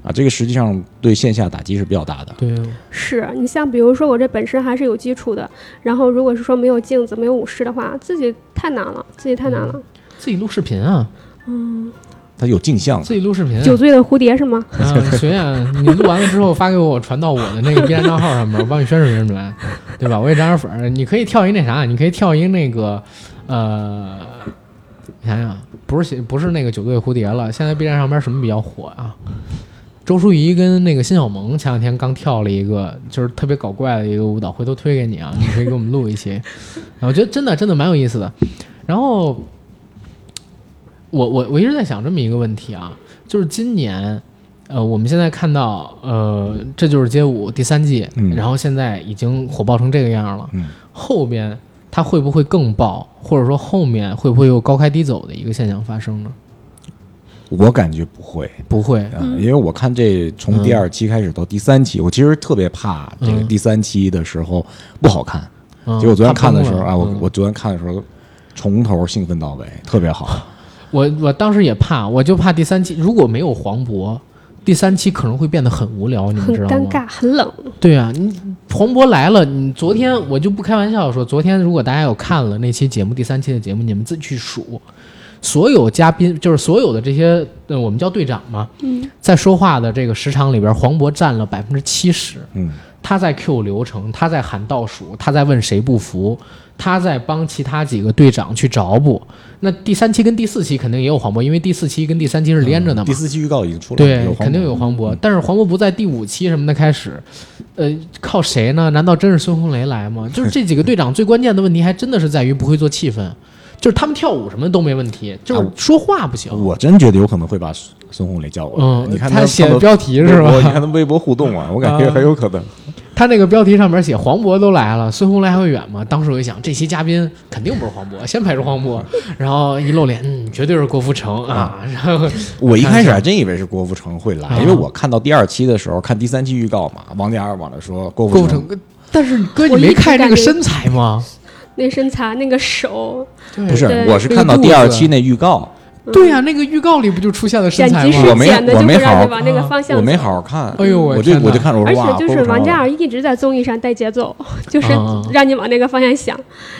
啊，这个实际上对线下打击是比较大的。
对对，
是你像比如说我这本身还是有基础的，然后如果是说没有镜子、没有舞狮的话，自己太难了，自己太难了。
自己录视频啊，
嗯，
它有镜像，
自己录视
嗯
频、啊。
酒醉的蝴蝶是吗？
啊，学院，你录完了之后发给我，我传到我的那个 B 站账号上面，我帮你宣传宣传，对吧？我也涨点粉儿。你可以跳一那啥，你可以跳一那个，呃，你想想，不是写不是那个九队蝴蝶了，现在 B 站上面什么比较火啊？周淑怡跟那个辛晓萌前两天刚跳了一个，就是特别搞怪的一个舞蹈，回头推给你啊，你可以给我们录一期。 啊我觉得真的真的蛮有意思的。然后，我我我一直在想这么一个问题啊，就是今年，呃，我们现在看到，呃，这就是街舞第三季，
嗯
然后现在已经火爆成这个样了，
嗯
后边它会不会更爆，或者说后面会不会有高开低走的一个现象发生呢？
我感觉不会
不会，
啊，因为我看这从第二期开始到第三期，我其实特别怕这个
嗯
第三期的时候不好看。
嗯、
结果昨天看的时候
怕崩了
啊，我
嗯
我昨天看的时候从头兴奋到尾，特别好。
我我当时也怕，我就怕第三期如果没有黄渤，第三期可能会变得很无聊，你们
很
知道吗？
尴尬，很冷。
对啊，你黄渤来了，你昨天我就不开玩笑说，昨天如果大家有看了那期节目，第三期的节目，你们自己去数，所有嘉宾就是所有的这些，呃，我们叫队长嘛，
嗯，
在说话的这个时长里边，黄渤占了百分之七十，
嗯，
他在 Q 流程，他在喊倒数，他在问谁不服，他在帮其他几个队长去找补。那第三期跟第四期肯定也有黄渤，因为第四期跟第三期是连着的嘛。
第四期预告已经出来了，
对，
黄
肯定
渤嗯
有黄渤，但是黄渤不在第五期什么的开始，呃，靠谁呢？难道真是孙红雷来吗？就是这几个队长最关键的问题，还真的是在于不会做气氛，就是他们跳舞什么的都没问题，就是
啊
说话不行。
我真觉得有可能会把孙孙红雷叫过来。
嗯，
你看
他写的
的
标题是
微博你
吧？
看他微博互动啊，我感觉
啊
很有可能。
他那个标题上面写黄渤都来了，孙红雷还会远吗？当时我一想，这期嘉宾肯定不是黄渤，先排除黄 渤，然后一露脸，嗯，绝对是郭富城啊，然后
我一开始还真以为是郭富城会来，
啊
因为我看到第二期的时候，看第三期预告嘛，王嘉尔往那说郭
郭
富
富
城
城，但是哥你
我一
没
直
看这
感
个
觉
身材吗？
那身材，那个手，
对
不是，
对
我是看
那个
到
肚
第
子
二期那预告，
嗯
对啊呀、那个预告里不就出现了身
剪
材
辑
吗
师？
我没
剪的
我
就不
没
让
好
你往那个
啊
方向走。
我没好好看。
哎呦我
我
天
就
哪
我就看着我
而
说哇，
且
郭
就
富
是王
城
嘉
来了
尔一直在综艺上带节奏， 就是
啊
让你往那个方向想。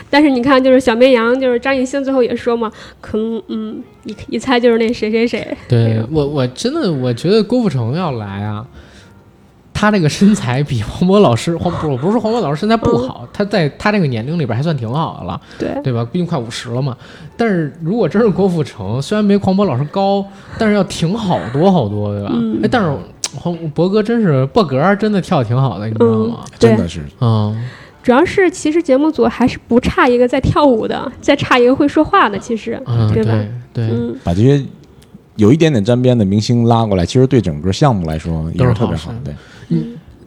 但是你看，就是小绵羊，就是张艺兴最后也说嘛，可能嗯，一一猜就是那谁谁谁。
对我，我真的我觉得郭富城要来啊，他这个身材比黄渤老师，黄不是不是说黄渤老师身材不好，他在他这个年龄里边还算挺好的了，
嗯对，
对吧？毕竟快五十了嘛。但是如果真是郭富城，虽然没黄渤老师高，但是要挺好多好多，对吧？
嗯
哎，但是黄渤哥真是博格儿真的跳得挺好的，你知道吗？
对
真，的是
嗯，
主要是其实节目组还是不差一个在跳舞的，再差一个会说话的，其实，
嗯，
对吧？
对对，
嗯，
把这些有一点点沾边的明星拉过来，其实对整个项目来说也
都是
特别
好
好
事
的。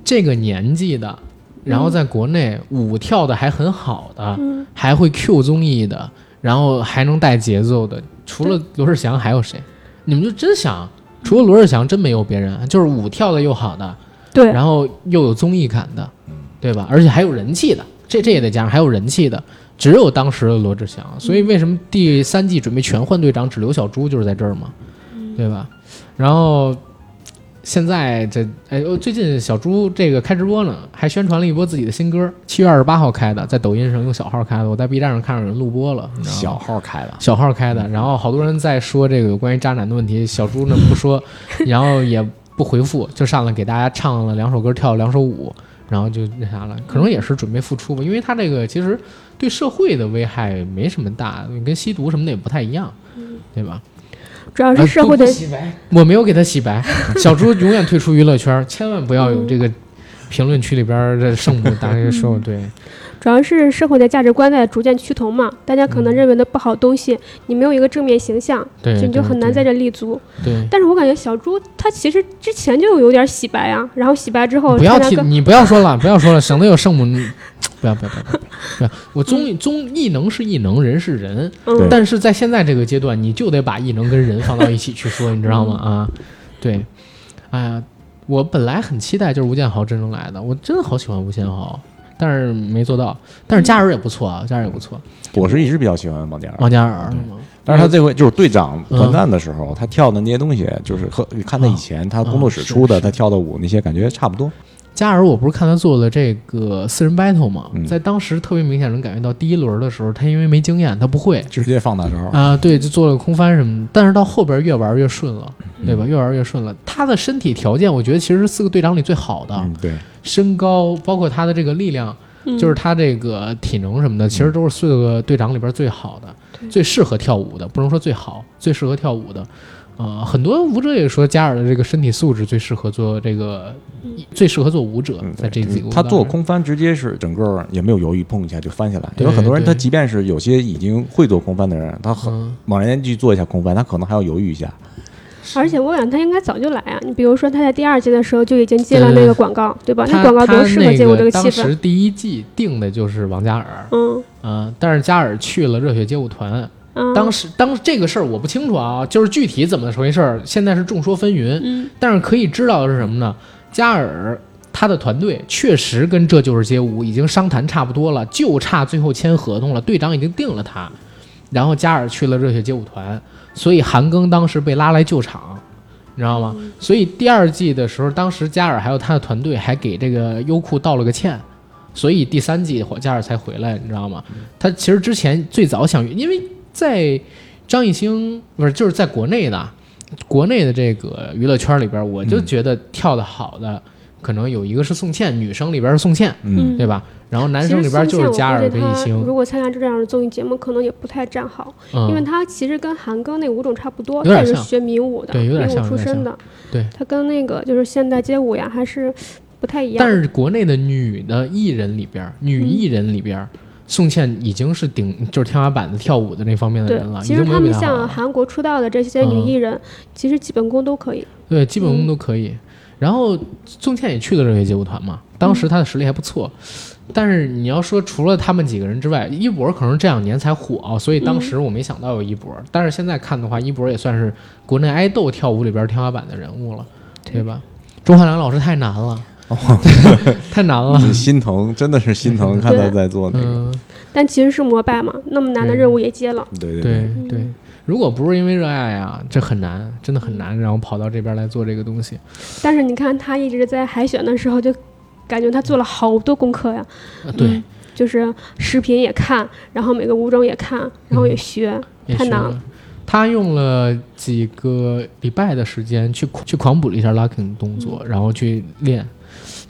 这个年纪的，然后在国内舞跳的还很好的，
嗯，
还会 Q 综艺的，然后还能带节奏的，除了罗志祥还有谁？你们就真想，除了罗志祥，真没有别人，就是舞跳的又好的，
对，
然后又有综艺感的，对吧？而且还有人气的，这这也得加上还有人气的，只有当时的罗志祥。所以为什么第三季准备全换队长，只留小猪，就是在这儿嘛，对吧？然后现在这哎，呃最近小猪这个开直播呢，还宣传了一波自己的新歌，七月二十八号开的，在抖音上用小号开的，我在 B 站上看着有人录播了，你知道吗
小号开的，
小号开的，
嗯
然后好多人在说这个有关于渣男的问题，小猪呢不 说，然后也不回复，就上来给大家唱了两首歌，跳了两首舞，然后就那啥了，可能也是准备复
嗯
出吧，因为他这个其实对社会的危害没什么大，跟吸毒什么的也不太一样，对吧？
主嗯要是社会的
啊都不洗白，我没有给他洗 白，小猪永远退出娱乐圈，千万不要有这
嗯
个评论区里边的圣母大家 说我对，
主要是社会的价值观在逐渐趋同嘛，大家可能认为的不好东西，你没有一个正面形象，
嗯对
就你就
对
很难
对
在这立足。
对。
但是我感觉小猪他其实之前就有点洗白啊，然后洗白之后
不要
参加
提，
歌，
你不要说了，不要说了，省得有圣母。不要不要不要不要！不要我综艺综艺能是艺能，人是人，
对
嗯，
但是在现在这个阶段，你就得把艺能跟人放到一起去说，你知道吗？啊，对，哎呀，我本来很期待就是吴建豪真正来的，我真的好喜欢吴建豪，但是没做到。但是佳儿也不错啊，佳儿也不错，
我是一直比较喜欢王嘉尔，
王嘉尔是吗
但是他这回就是队长
嗯
团战的时候，他跳的那些东西，就是和你看他以前他工作室出
啊
的，
嗯是
他跳的舞那些感觉差不多。
加尔，我不是看他做了这个四人 battle 吗？
嗯
在当时特别明显能感觉到，第一轮的时候他因为没经验，他不会，
直接放大招，
啊，对，就做了空翻什么的，但是到后边越玩越顺了，
嗯
对吧？越玩越顺了。他的身体条件，我觉得其实是四个队长里最好的，
嗯，对，
身高包括他的这个力量，
嗯
就是他这个体能什么的，其
嗯
实都是四个队长里边最好的，最适合跳舞的，不能说最好，最适合跳舞的。呃，很多舞者也说加尔的这个身体素质最适合做这个，
嗯
最适合做舞者
嗯，，
在这
就
几
是
个舞
他
蹈
做
上
空翻直接是整个也没有犹豫，碰一下就翻下来。
对
有很多人，
对
他即便是有些已经会做空翻的人，他很
嗯
猛然间去做一下空翻，他可能还要犹豫一下。
而且我感觉他应该早就来啊。你比如说他在第二季的时候就已经接了
对
那个广告，对吧？那
他
广告
他
多适合
那
接我这
个
个
当
气氛
时，第一季定的就是王嘉尔，
嗯
嗯，但是加尔去了热血街舞团，
嗯，
当时当时这个事儿我不清楚啊，就是具体怎么回事儿，现在是众说纷纭。
嗯
但是可以知道的是什么呢？加尔他的团队确实跟这就是街舞已经商谈差不多了，就差最后签合同了，队长已经定了他。然后加尔去了热血街舞团，所以韩庚当时被拉来救场，你知道吗？
嗯
所以第二季的时候，当时加尔还有他的团队还给这个优酷道了个歉，所以第三季加尔才回来，你知道
嗯
吗？他其实之前最早想，因为在张艺兴不是就是在国内的国内的这个娱乐圈里边，我就觉得跳的好的、可能有一个是宋茜，女生里边是宋茜，
嗯，
对吧？然后男
其
生
实
里
宋
边就嗯是
茜，我
加尔跟
估计
艺
他
兴，
如果参加这样的综艺节目，可能也不太站好，因为
嗯，
他其实跟韩庚那舞种差不多，
有
他
点
也是
像
学民舞的，
对有
民
点
舞
像有
出
点
身
像
的。
对，
他跟那个就是现代街舞呀，还是不太一样。
但是国内的女的艺人里边，女艺人里边。宋茜已经是顶就是天花板的跳舞的那方面的
对
人，嗯了，已
其
经
实
没
他
有比
们
她好
像
了
韩国出道的这些女
嗯
艺人，其实基本功都可以。
对，基本功都可以。然后宋茜也去了热血街舞团嘛，当时她的实力还不错。但是你要说除了他们几个人之外，一博可能这两年才火、所以当时我没想到有一博。但是现在看的话，一博也算是国内爱豆跳舞里边天花板的人物了，对吧？钟汉良老师太难了， 太难了。
嗯 心疼，真的是心疼，看他在做那个，
嗯，
但其实是膜拜嘛，那么难的
对
任务也接了。
对
对
对，
对，如果不是因为热爱啊，这很难，真的很难，然后跑到这边来做这个东西。
但是你看他一直在海选的时候，就感觉他做了好多功课呀，
啊对，
嗯就是视频也看，然后每个舞种也看，然
嗯
后也学。
也
太
学
难了
了。他用了几个礼拜的时间去去狂补了一下 locking 的动作，
嗯
然后去练。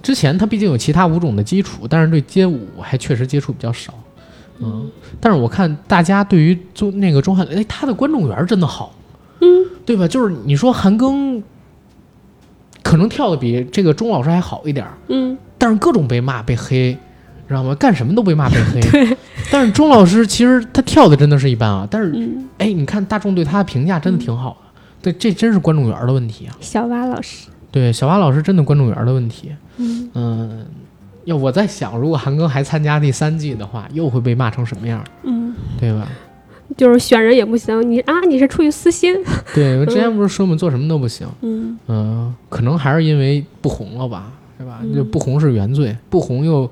之前他毕竟有其他舞种的基础，但是对街舞还确实接触比较少。嗯，但是我看大家对于中那个钟汉，哎，他的观众缘真的好，嗯，对吧？就是你说韩庚可能跳的比这个钟老师还好一点儿，
嗯，
但是各种被骂被黑，知道吗？干什么都被骂被 黑。但是钟老师其实他跳的真的是一般啊，但是
嗯
哎，你看大众对他的评价真的挺好的。对，这真是观众缘儿的问题啊。
小蛙老师，
对，小蛙老师真的观众缘儿的问题。
嗯
嗯、要我在想，如果韩庚还参加第三季的话，又会被骂成什么样，
嗯，
对吧？
就是选人也不行，你啊你是出于私心，
对，我之前不是说嘛，做什么都不行，
嗯
嗯、可能还是因为不红了吧，对吧？就不红是原罪，不红又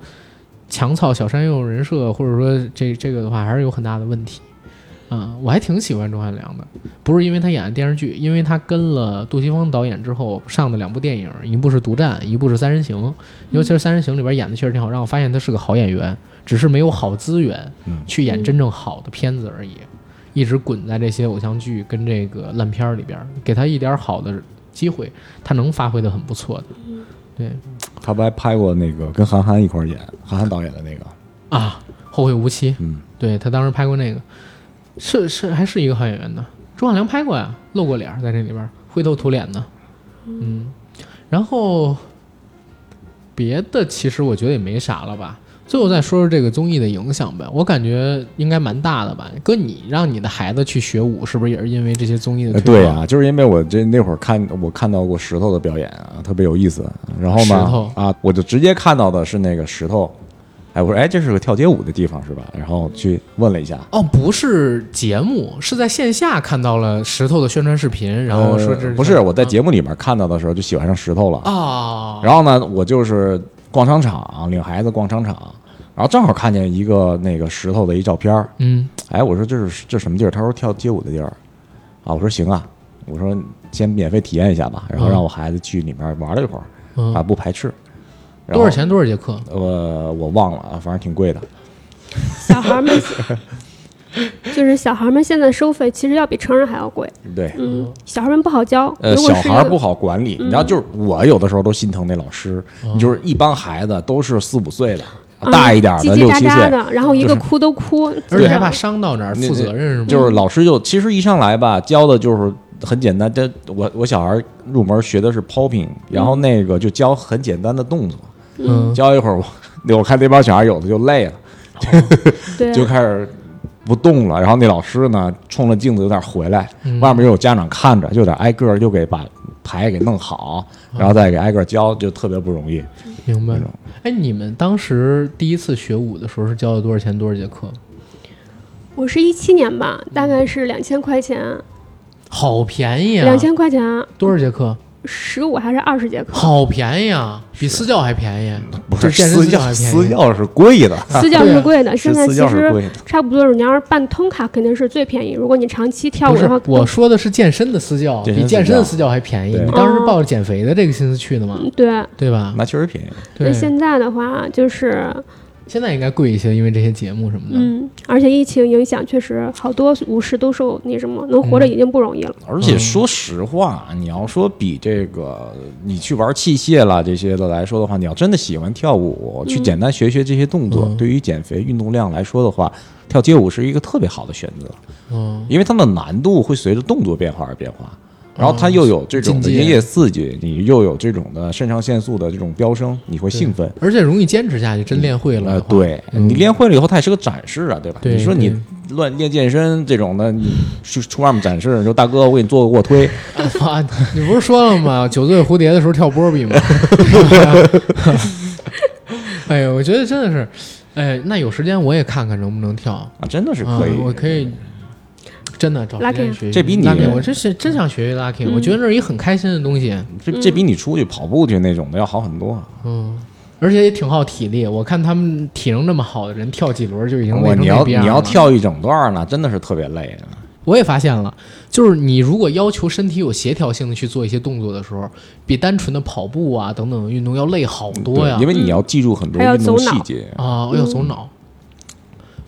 强操小山右人设，或者说这这个的话，还是有很大的问题。啊、我还挺喜欢钟汉良的，不是因为他演的电视剧，因为他跟了杜琪峰导演之后上的两部电影，一部是《独占》，一部是《三人行》。尤其是《三人行》里边演的确实挺好，让我发现他是个好演员，只是没有好资源
嗯
去演真正好的片子而已，一直滚在这些偶像剧跟这个烂片儿里边儿，给他一点好的机会，他能发挥的很不错的。对
他不还拍过那个跟韩寒一块儿演，韩寒导演的那个，
啊，《后会无期》
嗯，
对他当时拍过那个，是是还是一个好演员呢。钟汉良拍过呀，露过脸儿在这里边儿，灰头土脸的。嗯，然后别的其实我觉得也没啥了吧。最后再说说这个综艺的影响呗，我感觉应该蛮大的吧。哥，你让你的孩子去学舞，是不是也是因为这些综艺的
呃
推
对
广
啊，就是因为我这那会儿看我看到过石头的表演啊，特别有意思。然后
石头
呢，啊，我就直接看到的是那个石头，哎，我说哎，这是个跳街舞的地方是吧？然后去问了一下，
哦，不是节目，是在线下看到了石头的宣传视频，然后说这、啊
呃不是我在节目里面看到的时候就喜欢上石头了。
哦，
然后呢，我就是逛商场，领孩子逛商场，然后正好看见一个那个石头的一照片儿，
嗯，
哎，我说这是这什么地儿？他说跳街舞的地儿，啊，我说行啊，我说先免费体验一下吧，然后
嗯
让我孩子去里面玩了一会儿，
嗯
啊，不排斥。然
多少
后？
钱？多少节课？
呃，我忘了啊，反正挺贵的。
小孩儿们就是小孩儿们现在收费其实要比成人还要贵，
对，
嗯，小孩儿们不好教，
呃，
如
小
果是一
孩儿
个
不好管理，你知道，就是我有的时候都心疼那老师，就是一帮孩子都是四五岁的，
嗯
大一点
叽叽
的六
喳
七岁
喳，的，然后一
就
个
是
哭都哭，
而且还
就
怕
是
伤到哪儿，
那
负责任是吗？
就是老师就其实一上来吧，教的就是很简单。这我我小孩儿入门学的是 popping，然后那个就教很简单的动作，
嗯，
教一会儿我我 看那帮小孩有的就累了，
对
就开始不动了。然后那老师呢，冲着镜子有点回来，
嗯
外面又有家长看着，就得挨个儿就给把牌给弄好，
嗯
然后再给挨个儿教，就特别不容易。
明白了。哎，你们当时第一次学舞的时候是交了多少钱多少节课？
我是一七年吧，大概是两千块钱，
好便宜啊！
两千块钱
多少节课？
十五还是二十节课？
好便宜啊，比私教还便宜。
不
就是健身
私
私教还
教，
便宜
私教是贵的，
私教
对啊
是贵的，现
是
在
私
其
教是
实
贵的。
差不多，你要是办通卡肯定是最便宜。如果你长期跳
不
舞
是
的话，，
我说的是健身的私教，
健
比
身
健
私
身的
教
私教还便宜。
对
你当时是抱着减肥的这个心思去的嘛？
嗯对。
对吧？
那确实便宜。
那
对，
现在的话就是，
现在应该贵一些，因为这些节目什么的。
嗯，而且疫情影响，确实好多舞狮都受那什么，能活着
嗯
已经不容易了。
而且说实话，你要说比这个你去玩器械啦这些的来说的话，你要真的喜欢跳舞，
嗯
去简单学学这些动作，
嗯
对于减肥运动量来说的话，跳街舞是一个特别好的选择，
嗯，
因为它的难度会随着动作变化而变化。然后它又有这种的
境界
音乐刺激，你又有这种的肾上腺素的这种飙升，你会兴奋。
而且容易坚持下去，真练会了
呃
的，话。
对
嗯
你练会了以后，它也是个展示啊，对吧？
对
你说你乱练健身这种的，你去出外面展示，你说大哥，我给你做个卧推，
啊，你不是说了吗？酒醉蝴蝶的时候跳波比吗？哎呀，我觉得真的是，哎，那有时间我也看看能不能跳，
啊，真的是
啊
可以，
我可以，真的找时
Lucky
间
啊
学一学。
这比你嗯
Lucky，我真是真想学学 lucky，、我觉得那是一很开心的东西，
这这比你出去跑步去那种的要好很多啊。
嗯，而且也挺耗体力。我看他们体能那么好的人，跳几轮就已经累
我
成
你
那
要
逼
你
样
要
了。
跳一整段呢，真的是特别累啊。
我也发现了，就是你如果要求身体有协调性的去做一些动作的时候，比单纯的跑步啊等等运动要累好多
对
呀，
因。为你要记住很多
还要
运动
走脑
细节。
啊，要走脑。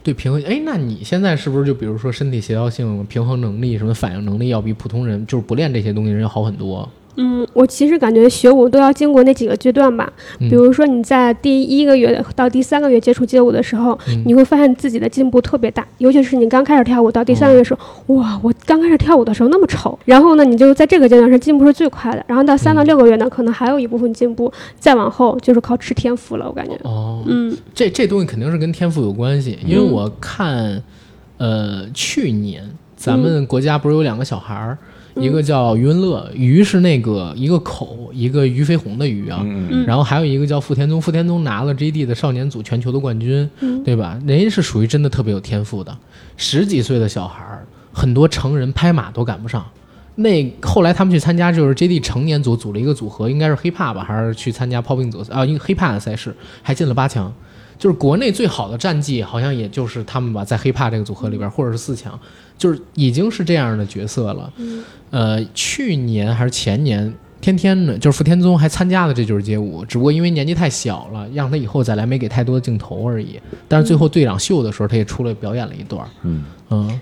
对平衡，哎，那你现在是不是就比如说身体协调性、平衡能力、什么反应能力，要比普通人就是不练这些东西人要好很多？
嗯，我其实感觉学舞都要经过那几个阶段吧。
嗯
比如说你在第一个月到第三个月接触街舞的时候，
嗯
你会发现自己的进步特别大，尤其是你刚开始跳舞到第三个月的时候，哇，我刚开始跳舞的时候那么丑，然后呢，你就在这个阶段是进步是最快的，然后到三
嗯
到六个月呢，可能还有一部分进步，再往后就是靠吃天赋了，我感觉。
哦，
嗯
这这东西肯定是跟天赋有关系，因为我看，呃，去年咱们国家不是有两个小孩儿，一个叫余文乐，余是那个一个口，一个俞飞鸿的俞啊，
嗯
然后还有一个叫傅田宗，傅田宗拿了 JD 的少年组全球的冠军，对吧？人家是属于真的特别有天赋的，十几岁的小孩儿，很多成人拍马都赶不上。那后来他们去参加就是 JD 成年组组了一个组合，应该是 hiphop 吧，还是去参加 popping 组啊，一个 hiphop 的赛事，还进了八强。就是国内最好的战绩，好像也就是他们吧，在 hiphop 这个组合里边，或者是四强，就是已经是这样的角色了。呃，去年还是前年，天天呢，就是傅天宗还参加了《这就是街舞》，只不过因为年纪太小了，让他以后再来没给太多的镜头而已。但是最后队长秀的时候，他也出来表演了一段儿。
嗯
嗯，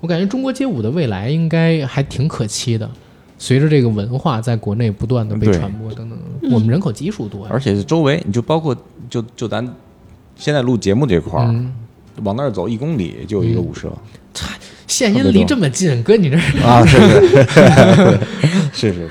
我感觉中国街舞的未来应该还挺可期的。随着这个文化在国内不断的被
对
传播等等，我们人口基数多呀。
而且是周围，你就包括就就咱现在录节目这块儿，
嗯，
往那儿走一公里就有一个舞社、
现音离这么近，哥你这
啊，是是 是是是，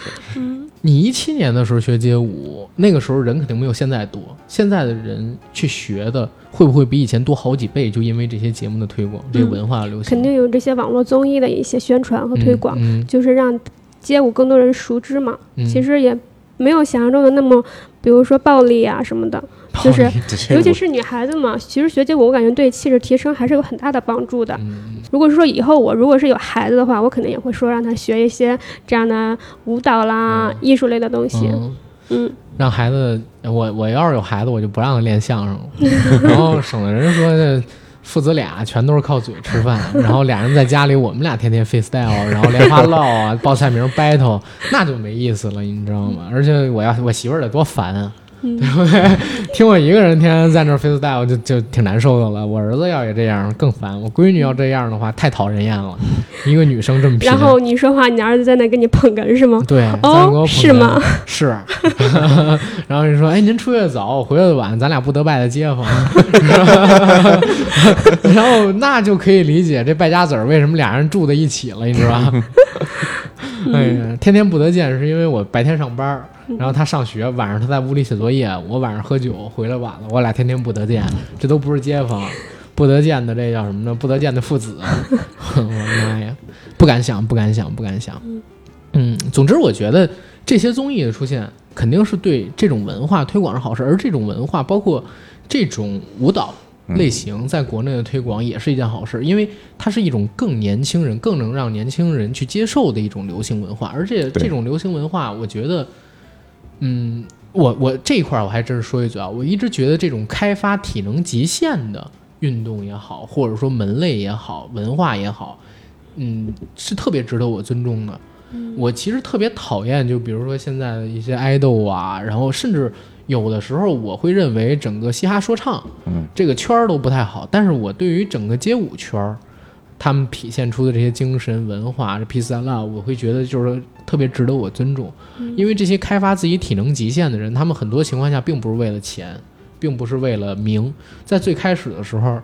你一七年的时候学街舞，那个时候人肯定没有现在多。现在的人去学的会不会比以前多好几倍？就因为这些节目的推广，这文化的流行，
嗯肯定有这些网络综艺的一些宣传和
嗯
推广，
嗯
就是让街舞更多人熟知嘛。
嗯
其实也没有想象中的那么，比如说暴力啊什么的，就是
这
尤
个
其是女孩子嘛，其实学街舞我感觉对气质提升还是有很大的帮助的。
嗯
如果是说以后我如果是有孩子的话，我肯定也会说让他学一些这样的舞蹈啦、艺术类的东西。
嗯
嗯，
让孩子，我我要是有孩子，我就不让他练相声了， 然后省得人说这父子俩全都是靠嘴吃饭， 然后俩人在家里，我们俩天天 freestyle，然后莲花落 啊、报菜名 battle，那就没意思了，你知道吗？
嗯
而且我要我媳妇儿得多烦啊， 对不对？听我一个人天天在那儿 freestyle 就就挺难受的了。我儿子要也这样更烦，我闺女要这样的话太讨人厌了，一个女生这么拼。
然后你说话，你儿子在那给你捧哏是吗？
对，
哦
三国
是吗？
是。然后就说：“哎，您出去的早，我回来的晚，咱俩不得拜的街 坊。”然后那就可以理解这败家子儿为什么俩人住在一起了，你知道吧？
嗯
哎呀，天天不得见，是因为我白天上班儿，然后他上学，晚上他在屋里写作业，我晚上喝酒回来晚了，我俩天天不得见，这都不是街坊，不得见的这叫什么呢？不得见的父子， 我的妈呀，不敢想，不敢想，不敢想。嗯，总之我觉得这些综艺的出现肯定是对这种文化推广是好事，而这种文化包括这种舞蹈类型在国内的推广也是一件好事，因为它是一种更年轻人、更能让年轻人去接受的一种流行文化，而且
对
这种流行文化，我觉得，嗯，我我这一块儿我还真是说一句啊，我一直觉得这种开发体能极限的运动也好，或者说门类也好、文化也好，嗯，是特别值得我尊重的。我其实特别讨厌，就比如说现在的一些爱豆啊，然后甚至有的时候我会认为整个嘻哈说唱，
嗯，
这个圈儿都不太好，但是我对于整个街舞圈儿，他们体现出的这些精神文化，这 peace and love，我会啊觉得就是特别值得我尊重，因为这些开发自己体能极限的人，他们很多情况下并不是为了钱，并不是为了名，在最开始的时候。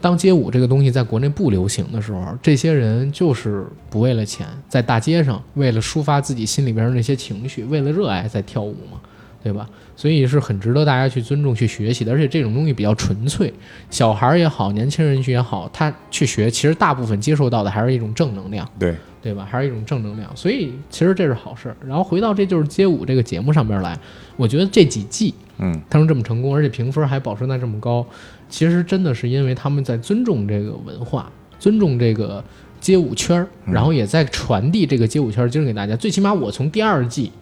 当街舞这个东西在国内不流行的时候，这些人就是不为了钱，在大街上为了抒发自己心里边的那些情绪，为了热爱在跳舞嘛，对吧？所以是很值得大家去尊重、去学习的。而且这种东西比较纯粹，小孩儿也好，年轻人也好，他去学，其实大部分接受到的还是一种正能量。
对，
对吧？还是一种正能量，所以其实这是好事儿。然后回到这就是街舞这个节目上边来，我觉得这几季，
嗯，
他们这么成功，而且评分还保持在这么高，其实真的是因为他们在尊重这个文化，尊重这个街舞圈儿，然后也在传递这个街舞圈儿精神给大家。最起码我从第二季，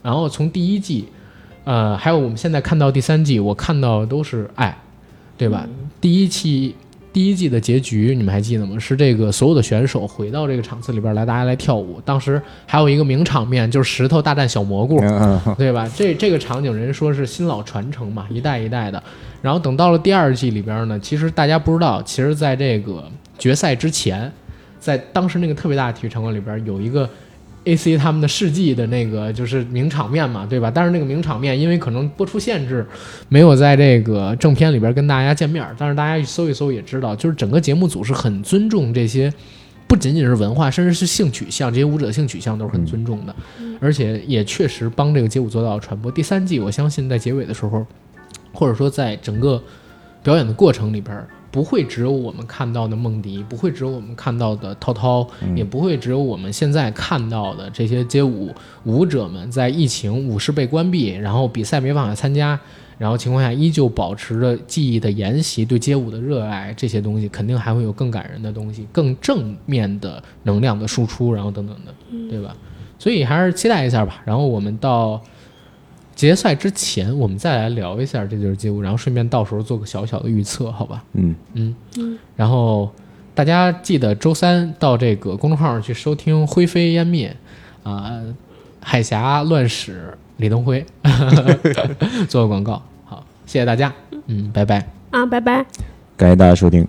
然后从第一季，呃，还有我们现在看到第三季，我看到的都是爱，对吧？第一期第一季的结局，你们还记得吗？是这个所有的选手回到这个场次里边来，大家来跳舞。当时还有一个名场面，就是石头大战小蘑菇，
嗯嗯
对吧？这这个场景，人说是新老传承嘛，一代一代的。然后等到了第二季里边呢，其实大家不知道，其实在这个决赛之前，在当时那个特别大的体育场馆里边有一个 A C 他们的世纪的那个就是名场面嘛，对吧？但是那个名场面因为可能播出限制，没有在这个正片里边跟大家见面儿。但是大家搜一搜也知道，就是整个节目组是很尊重这些。不仅仅是文化，甚至是性取向，这些舞者性取向都是很尊重的，而且也确实帮这个街舞做到了传播。第三季，我相信在结尾的时候，或者说在整个表演的过程里边儿，不会只有我们看到的梦迪，不会只有我们看到的涛涛，也不会只有我们现在看到的这些街舞舞者们在疫情舞室被关闭，然后比赛没办法参加，然后情况下依旧保持着记忆的沿袭，对街舞的热爱，这些东西肯定还会有更感人的东西，更正面的能量的输出，然后等等的，对吧？所以还是期待一下吧。然后我们到决赛之前，我们再来聊一下这就是街舞，然后顺便到时候做个小小的预测，好吧？
嗯，
然后大家记得周三到这个公众号上去收听《灰飞烟灭》啊、海峡乱史李登辉 做个广告。好，谢谢大家，嗯，拜拜。
啊，拜拜。
感谢大家收听。